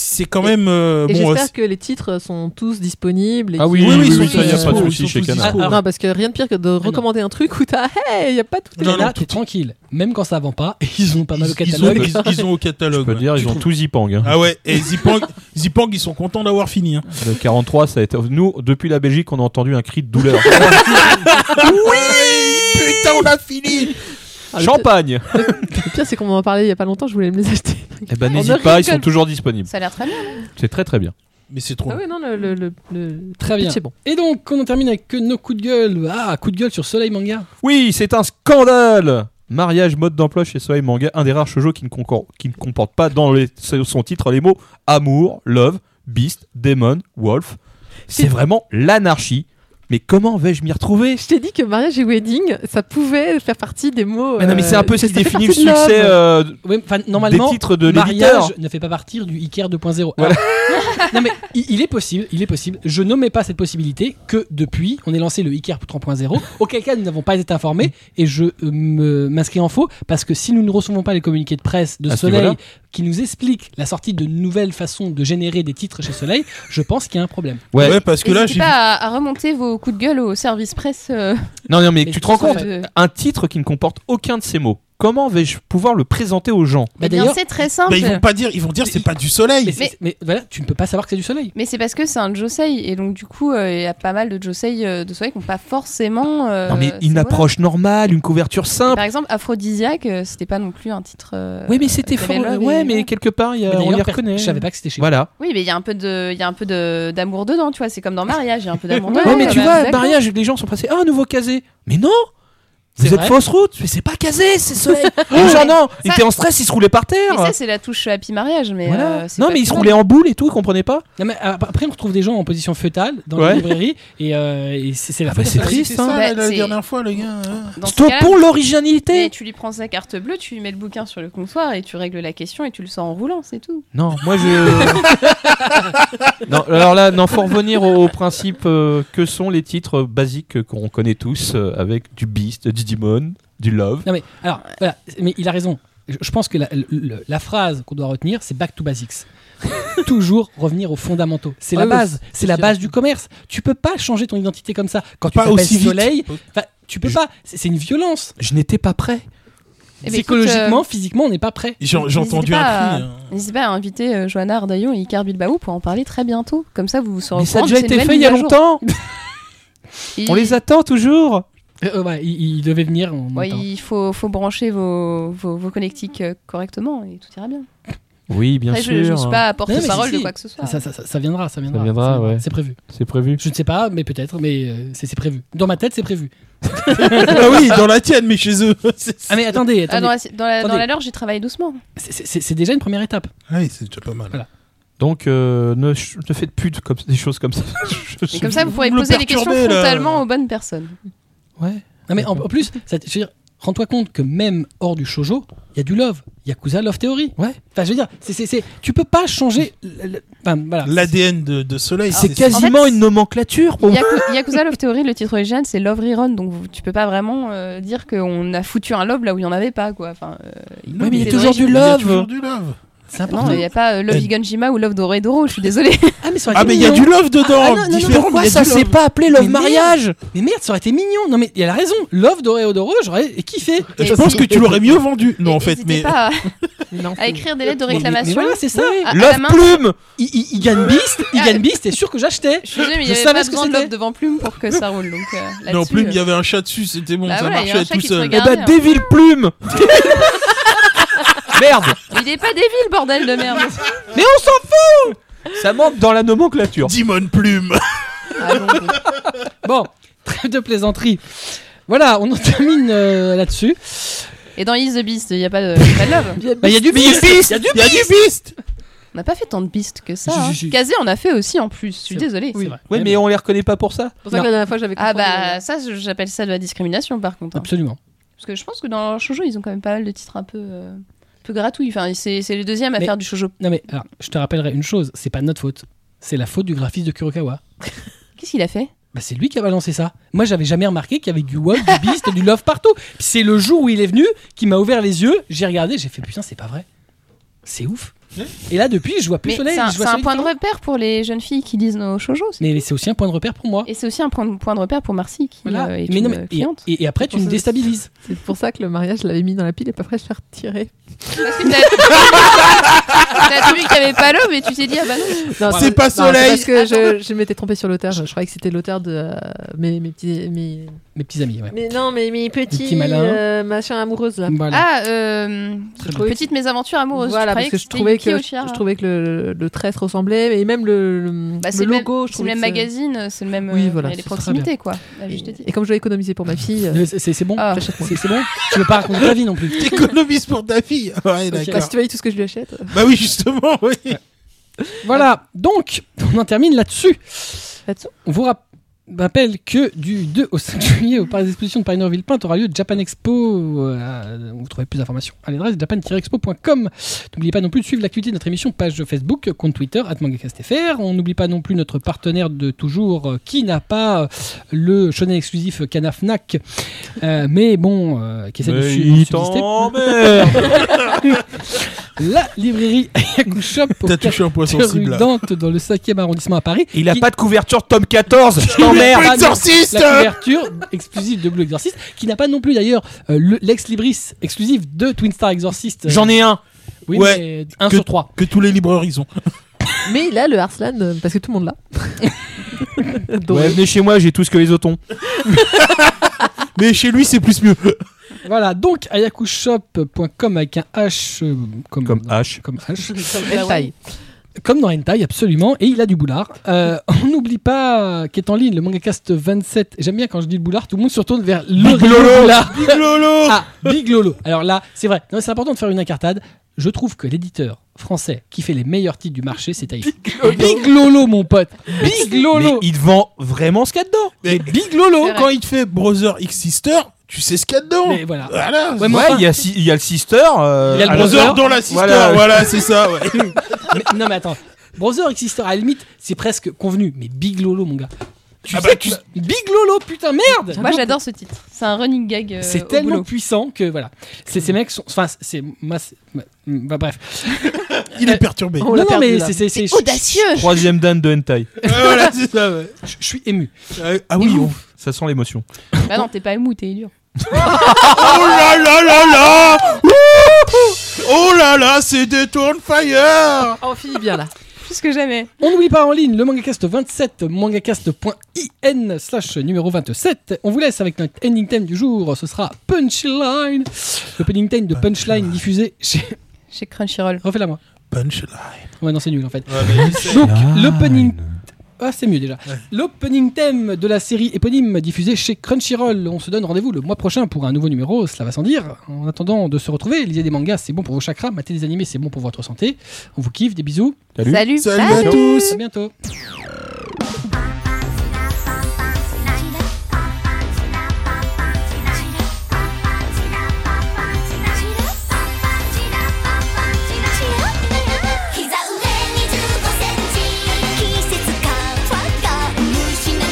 c'est quand même euh,
Et
bon. euh,
j'espère que les titres sont tous disponibles. et
Ah
qu'ils-
oui,
Oui, oui,
oui,
ils
oui,
sont
ça y a
dispo,
pas de
ils
souci
sont
chez
tous
Canard.
dispo.
Ah, non, parce que rien de pire que de recommander un truc où t'as, hey, y a pas tout.
Non,
là,
non,
t'es
tout-
tranquille. Même quand ça vend pas, ils ont pas mal au
ils- ils ont-
catalogue.
Ils ils ont au catalogue.
Je peux
ouais.
dire,
Tu
ils ont
trouves-
tout Zipang. hein.
Ah ouais, et Zipang, Zipang, ils sont contents d'avoir fini. hein.
Le 43, ça a été. Nous, depuis la Belgique, on a entendu un cri de douleur.
Putain, on a fini
Ah, le
Champagne
pire- Le pire, c'est qu'on m'en parlait il y a pas longtemps, je voulais me les acheter.
Eh ben
On
n'hésite
ne
pas, ils sont
rigole.
toujours disponibles.
Ça a l'air très bien.
C'est très très bien.
Mais c'est trop.
Ah oui, non, le. le, le- le-
Très bien.
C'est bon.
Et donc, on en termine avec nos coups de gueule. Ah, coup de gueule sur Soleil Manga.
Oui, c'est un scandale Mariage mode d'emploi chez Soleil Manga, un des rares shoujo qui ne, concor- qui ne comporte pas dans les- son titre les mots amour, love, beast, demon, wolf. C'est vraiment l'anarchie. mais comment vais-je m'y retrouver
Je t'ai dit que mariage et wedding, ça pouvait faire partie des mots.
Mais non, mais c'est
euh,
un peu ce qui
ça fait
définit le
partie de l'homme.
succès euh,
Oui, enfin, normalement,
des titres de l'éditeur.
mariage ne fait pas partir du Iker 2.0. Alors, Ah non mais il, il est possible, il est possible. Je nommais pas cette possibilité que depuis on ait lancé le Iker 3.0. Auquel cas nous n'avons pas été informés et je euh, me- m'inscris en faux parce que si nous ne recevons pas les communiqués de presse de
À ce
Soleil
niveau-là.
qui nous expliquent la sortie de nouvelles façons de générer des titres chez Soleil, je pense qu'il y a un problème.
Ouais.
Ouais, parce que là,
N'hésitez
j'ai
pas à, à remonter vos coups de gueule au service presse. euh,
Non, non, mais
Mais
tu te rends
tout ça
compte
de-
Un titre qui ne comporte aucun de ces mots. Comment vais-je pouvoir le présenter aux gens
Bah,
Eh bien,
d'ailleurs,
c'est très simple.
Bah, ils vont pas dire, ils vont dire c'est pas du soleil.
mais, c'est- mais voilà, tu ne peux pas savoir que c'est du Soleil.
Mais c'est parce que c'est un Josei, et donc du coup, euh, il y a pas mal de Josei euh, de soleil qui n'ont pas forcément. euh, Bah,
Non, mais
ces
une
mots-là.
approche normale, une couverture simple.
Par exemple, Aphrodisiaque, euh, c'était pas non plus un titre. euh,
Oui, mais c'était
il y avait
fort.
Love
Ouais,
et-
mais quelque part, il y a-
Mais
Euh, on les
d'ailleurs, per-
reconnaît.
Je savais pas que c'était chez.
Voilà.
Oui, mais il y a un peu de, il y a un peu de d'amour dedans, tu vois. C'est comme dans mariage, il y a un peu d'amour.
Ouais,
dedans, euh,
mais
quand
tu
même.
vois,
Ah, bah, D'accord.
mariage, les gens sont passés. Ah, nouveau casé. Mais non Vous
C'est
êtes
vrai.
fausse route Mais c'est pas casé, c'est soleil Les gens, non Ils
Ça-
étaient en stress, ils se roulaient par terre
Mais ça, c'est la touche happy mariage, mais.
hein. Voilà.
euh, c'est
Non,
pas
mais ils se
tout.
roulaient en boule et tout, ils comprenaient pas
Non, mais euh, après on retrouve des gens en position fœtale dans
Ouais.
les librairies et, euh, et c'est c'est la
Ah bah,
faute à
c'est
Soleil.
triste,
C'était
hein.
ça,
Bah,
la- la
c'est-
dernière fois, les gars. hein.
Dans ce cas-là,
Stoppons
mais
l'originalité
tu lui prends sa carte bleue, tu lui mets le bouquin sur le comptoir et tu règles la question et tu le sors en roulant, c'est tout.
Non, moi je. non, alors là, non, faut revenir au, au principe euh, que sont les titres euh, basiques euh, qu'on connaît tous euh, avec du Beast, du Demon, du Love.
Non mais alors voilà, mais il a raison. Je je pense que la, le- le- la phrase qu'on doit retenir, c'est back to basics. Toujours revenir aux fondamentaux. C'est la
Ouais,
base.
Ah c'est
C'est la
sûr.
base du commerce. Tu peux pas changer ton identité comme ça. Quand tu
Pas
t'appelles
aussi vite.
Soleil, enfin, tu peux
Je-
pas. C'est c'est une violence.
Je n'étais pas prêt.
Eh ben,
Psychologiquement, physiquement, on n'est pas prêt.
J'ai j'ai entendu
pas
un
à-
cri. hein.
N'hésitez pas à inviter euh, Johanna Ardaillon et Icar Bilbao pour en parler très bientôt. Comme ça, vous vous serez
Mais
au
ça a
courant
déjà
de ces
été
nouvelles
fait il y a
mises à jour.
longtemps.
Il-
On les attend toujours.
Euh, euh, ouais, il, il devait venir. on
ouais,
entend.
il faut, faut brancher vos, vos, vos connectiques euh, correctement et tout ira bien.
Oui, bien
Après, je,
sûr.
je suis pas
Non, mais
porte-parole
si,
de
si.
quoi que ce soit.
ça, ça, ça- ça viendra, ça viendra.
viendra, ouais.
C'est prévu.
C'est prévu.
Je ne sais pas, mais peut-être. Mais euh, c'est c'est prévu. Dans ma tête, c'est prévu.
Ah oui, dans la tienne, mais chez eux. C'est-
Ah mais attendez,
Ah,
attendez.
dans, la, dans, la, dans
Attendez.
la leur, j'ai travaillé doucement.
C'est- c'est c'est déjà une première étape.
Ouais, Ah c'est déjà pas mal.
Donc euh, ne, ch- ne faites plus de, comme, des choses comme ça. Je
Et
suis-
comme ça, vous pourrez
vous me
poser les questions
perturbez, là.
frontalement aux bonnes personnes.
Ouais.
Non mais en, en plus, ça- je veux dire, rends-toi compte que même hors du shojo, il y a du love, Yakuza Love Theory.
Ouais.
Enfin, je veux dire, c'est, c'est, c'est- tu peux pas changer. le- le- Enfin, voilà.
L'ADN de, de soleil.
C'est quasiment
en fait,
une nomenclature pour moi.
Yaku- Yakuza Love Theory, le titre original, c'est Love Rerun, donc vous- tu peux pas vraiment euh, dire qu'on a foutu un love là où il y en avait pas, quoi. Enfin, euh,
Ouais, mais il y a
c'est
toujours du
Il y a
love.
toujours du love.
C'est
non,
important.
il n'y a pas euh, Love
Euh,
Igonjima ou Love Doredoro, je suis désolée.
Ah mais ça aurait
Ah,
été
mais il y a
mignon.
du love dedans.
Ah, ah, non, non, non,
différent,
Pourquoi
mais il y a
ça
du
s'est
love.
pas appelé
Mais
Love
merde.
Mariage
Mais merde, ça aurait été mignon. Non mais il y a la raison. Love d'Oré Odoro, j'aurais kiffé.
Et
Je pense
si-
que tu l'aurais mieux vendu. Non, en fait,
N'hésitez
mais.
pas à-
Non,
à écrire des lettres de
Mais- Mais, mais
réclamation.
voilà, c'est ça.
à- à la
Love
main.
Plume
Il, il, il gagne Beast, il gagne Beast, t'es sûr que j'achetais.
Je suis désolée, mais il
Je
n'y avait
savais
pas
ce que
besoin de
c'était.
l'offre devant Plume pour que ça roule. Donc, euh,
Mais en
là-dessus,
plume,
euh,
il y avait un chat dessus, c'était bon,
Bah
ça
voilà, il y a un
marchait
chat
tout
qui te
seul.
Eh
Regardez,
bah,
hein.
Devil Plume Merde
il n'est pas débile, bordel de merde.
Mais on s'en fout Ça manque dans la nomenclature.
Demon Plume
Ah, bon, bon.
Bon, trêve de plaisanterie. Voilà, on en termine euh, là-dessus.
Et dans Is the Beast, il n'y a pas de, il y a pas de love.
Bah, il y a du
Mais il y a
Beast.
Beast
Il y a du
Il y a du Beast
On n'a pas fait tant de Beast que ça.
Je- je-
hein.
je-
Kazé en a fait aussi en plus, je suis
C'est-
désolée.
C'est vrai.
Ouais, mais on les reconnaît pas pour ça.
C'est pour ça que la dernière fois j'avais
Ah
confondu,
bah ça, je- j'appelle ça de la discrimination par contre. hein.
Absolument.
Parce que je pense que dans Shoujo, ils ont quand même pas mal de titres un peu, euh, un peu gratouilles. Enfin, c'est c'est le deuxième à
Mais-
faire du Shoujo.
Non mais alors, je te rappellerai une chose, c'est pas de notre faute. C'est la faute du graphiste de Kurokawa.
Qu'est-ce qu'il a fait
Bah, c'est lui qui a balancé ça. Moi, j'avais jamais remarqué qu'il y avait du wow, du beast et du love partout. Puis C'est le jour où il est venu qui m'a ouvert les yeux. J'ai regardé, j'ai fait putain, c'est pas vrai. C'est ouf. Et là, depuis, je vois plus
Mais
soleil.
C'est un,
je vois
c'est un
soleil
point de
différent.
repère pour les jeunes filles qui lisent nos Shoujo. c'est-
Mais, mais c'est aussi un point de repère pour moi.
Et c'est aussi un point de, point de repère pour Marcy qui
Voilà.
euh, est
Mais
une
non, mais-
euh,
et,
cliente.
et- et après, tu
Pour
me
ça-
déstabilises.
C'est pour ça que le mariage, je l'avais mis dans la pile et pas après je l'ai retiré.
Parce que t'as t'as vu qu'il n'y avait pas l'homme et tu t'es dit, ah bah non.
Non,
C'est pas soleil.
Parce que je, je m'étais trompée sur l'auteur. Je, je croyais que c'était l'auteur de euh, mes, mes petits. Mes...
Mes petits amis, ouais.
Mais non, mais mes
petits,
petits.
petits malins.
machin amoureuse là.
Voilà.
Ah, euh, petite mésaventure amoureuse.
Voilà, parce
croyais
que je
c'était
trouvais
Yuki
que, je,
Oshihara.
je trouvais que le, le trait se ressemblait, et même le, le,
Bah,
le
c'est le même-
logo.
C'est le
je trouvais
même
que ça-
magazine, c'est le même.
Oui,
euh, il
voilà,
y a les
c'est très
proximités, quoi. Ah, je te dis.
Et, et comme je dois économiser pour ma fille, euh,
Euh, c'est- C'est c'est bon
Ah.
j'achète moi.
C'est c'est bon Tu veux pas raconter ta vie non plus.
Économiste pour ta fille Ouais,
Ok.
Enfin,
d'accord.
si tu voyais tout ce que je lui achète.
Bah oui, justement, oui
Voilà, donc, on en termine là-dessus.
Là-dessous
On vous rappelle. rappelle que du 2 au 5 juillet au Parc des Expositions de paris norville pinte aura lieu Japan Expo. euh, vous trouvez plus d'informations à l'adresse japan-expo.com. N'oubliez pas non plus de suivre l'activité de notre émission, page Facebook, compte Twitter, @mangacastfr. On n'oublie pas non plus notre partenaire de toujours euh, qui n'a pas euh, le shonen exclusif Canafnac, euh, mais bon, euh, qui essaie de
Mais
su-
il
subsister.
t'emmerde
La librairie Ayaku Shop au
T'as touché un point
quatre rue
sensible. là.
Dante dans le 5e arrondissement à Paris.
Il a
Qui-
pas de couverture de tome 14 Je t'emmerde
Ah, non,
Exorciste
La couverture exclusive de Blue Exorcist, qui n'a pas non plus d'ailleurs euh, le- l'ex libris exclusif de Twin Star Exorcist. euh,
J'en ai un
oui,
ouais,
mais un
que-
sur trois.
Que tous les librairies ont.
Mais il a le Arslan, euh, parce que tout le monde l'a. Donc,
Ouais, venez chez moi, j'ai tout ce que les otons.
Mais chez lui, c'est plus mieux.
Voilà, donc ayakushop.com avec un H euh, comme,
Comme H.
comme H.
hentai.
Comme dans Hentai, absolument. Et il a du boulard. Euh, on n'oublie pas euh, qu'est en ligne le mangacast 27. J'aime bien quand je dis le boulard, tout le monde se retourne vers le
Big
rayon
Lolo.
boulard.
Lolo
Ah, Big Lolo. Alors là, c'est vrai. Non, mais c'est important de faire une incartade. Je trouve que l'éditeur français qui fait les meilleurs titres du marché, c'est Taïf. Big Lolo, mon pote. Big
Mais
Lolo.
il te vend vraiment ce qu'il y a dedans
Mais
Big Lolo.
C'est vrai.
quand il te fait Brother X Sister, tu sais ce qu'il y a dedans.
Mais voilà.
Voilà.
Ouais, mais
Ouais,
enfin-
il y, a si- il y a le sister. euh,
Il y a le
à la-
brother.
Brother dans la sister,
Voilà.
voilà, c'est ça. ouais.
Mais- non, mais attends. Brother Exister, à la limite, c'est presque convenu. Mais Big Lolo, mon gars. Tu
Ah
sais
bah,
que-
tu-
Big Lolo, putain, merde
Ah bah,
Bah,
Moi j'adore ce titre. C'est un running gag. euh,
C'est
au
tellement
boulot.
puissant que voilà. C'est ces mecs sont. Enfin, c'est. Moi, c'est- bah, bref.
Il est perturbé.
On l'a
non, non,
perdu,
mais
là.
c'est. c'est- c'est-
Audacieux
Troisième dan de hentai.
Ouais, voilà, c'est ça. ouais.
Je je suis ému.
Euh, Ah oui. on-
Ça sent l'émotion.
Bah non, t'es pas ému, t'es dur.
Oh là là là là. Ouh Oh là là, c'est des tournes fire.
On finit bien Oh, là.
Plus que jamais.
On n'oublie pas en ligne le mangacast 27, mangacast.in slash numéro 27. On vous laisse avec notre ending theme du jour. Ce sera Punchline. Le ending theme de Punchline diffusé chez.
Chez Crunchyroll.
Refais-la moi.
Punchline.
Ouais, non, c'est nul en fait.
Ouais, mais je sais.
Donc, l'opening Ah, c'est mieux déjà. L'opening thème de la série éponyme diffusée chez Crunchyroll. On se donne rendez-vous le mois prochain pour un nouveau numéro, cela va sans dire. En attendant de se retrouver, lisez des mangas, c'est bon pour vos chakras, matez des animés, c'est bon pour votre santé. On vous kiffe, des bisous,
Salut.
Salut à tous.
à bientôt.
「膝上25センチ」「季節感わが虫なの」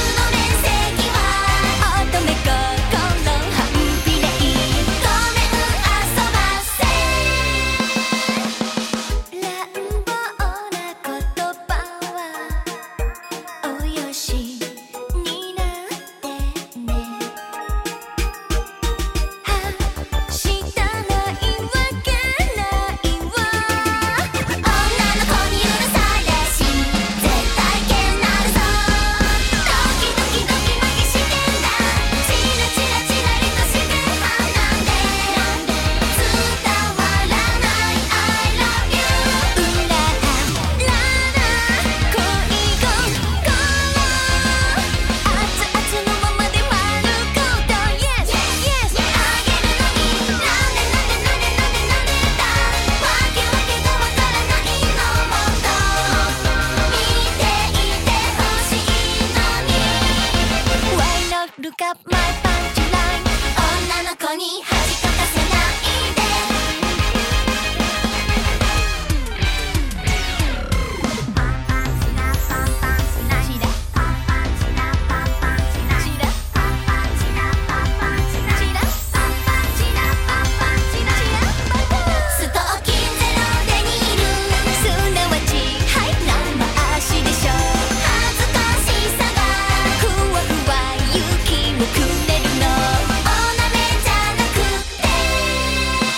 「布面積は乙女心半ビレイ」「ごめん遊ばせ」「乱暴な言葉はおよしになってね」「したらいわけないわ」「女の子に許されし絶対剣なるぞ」「ドキドキドキドキしてんだ」「チラチラチラりとしてはなんで」「伝わらない I love you」「うららら恋心」「熱々のままで丸ごと Yes Yes」「あげるのになんでなんでなんでなんでなんでだ」「わけわけがわからないのもっと」「見ていてほしいのに」Why not look up my punchline 女の子に恥かかせないでストッキンゼロデニールすなわちはい生足でしょ恥ずかしさがふわふわ勇気をくれるのオーナメじゃなくて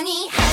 に走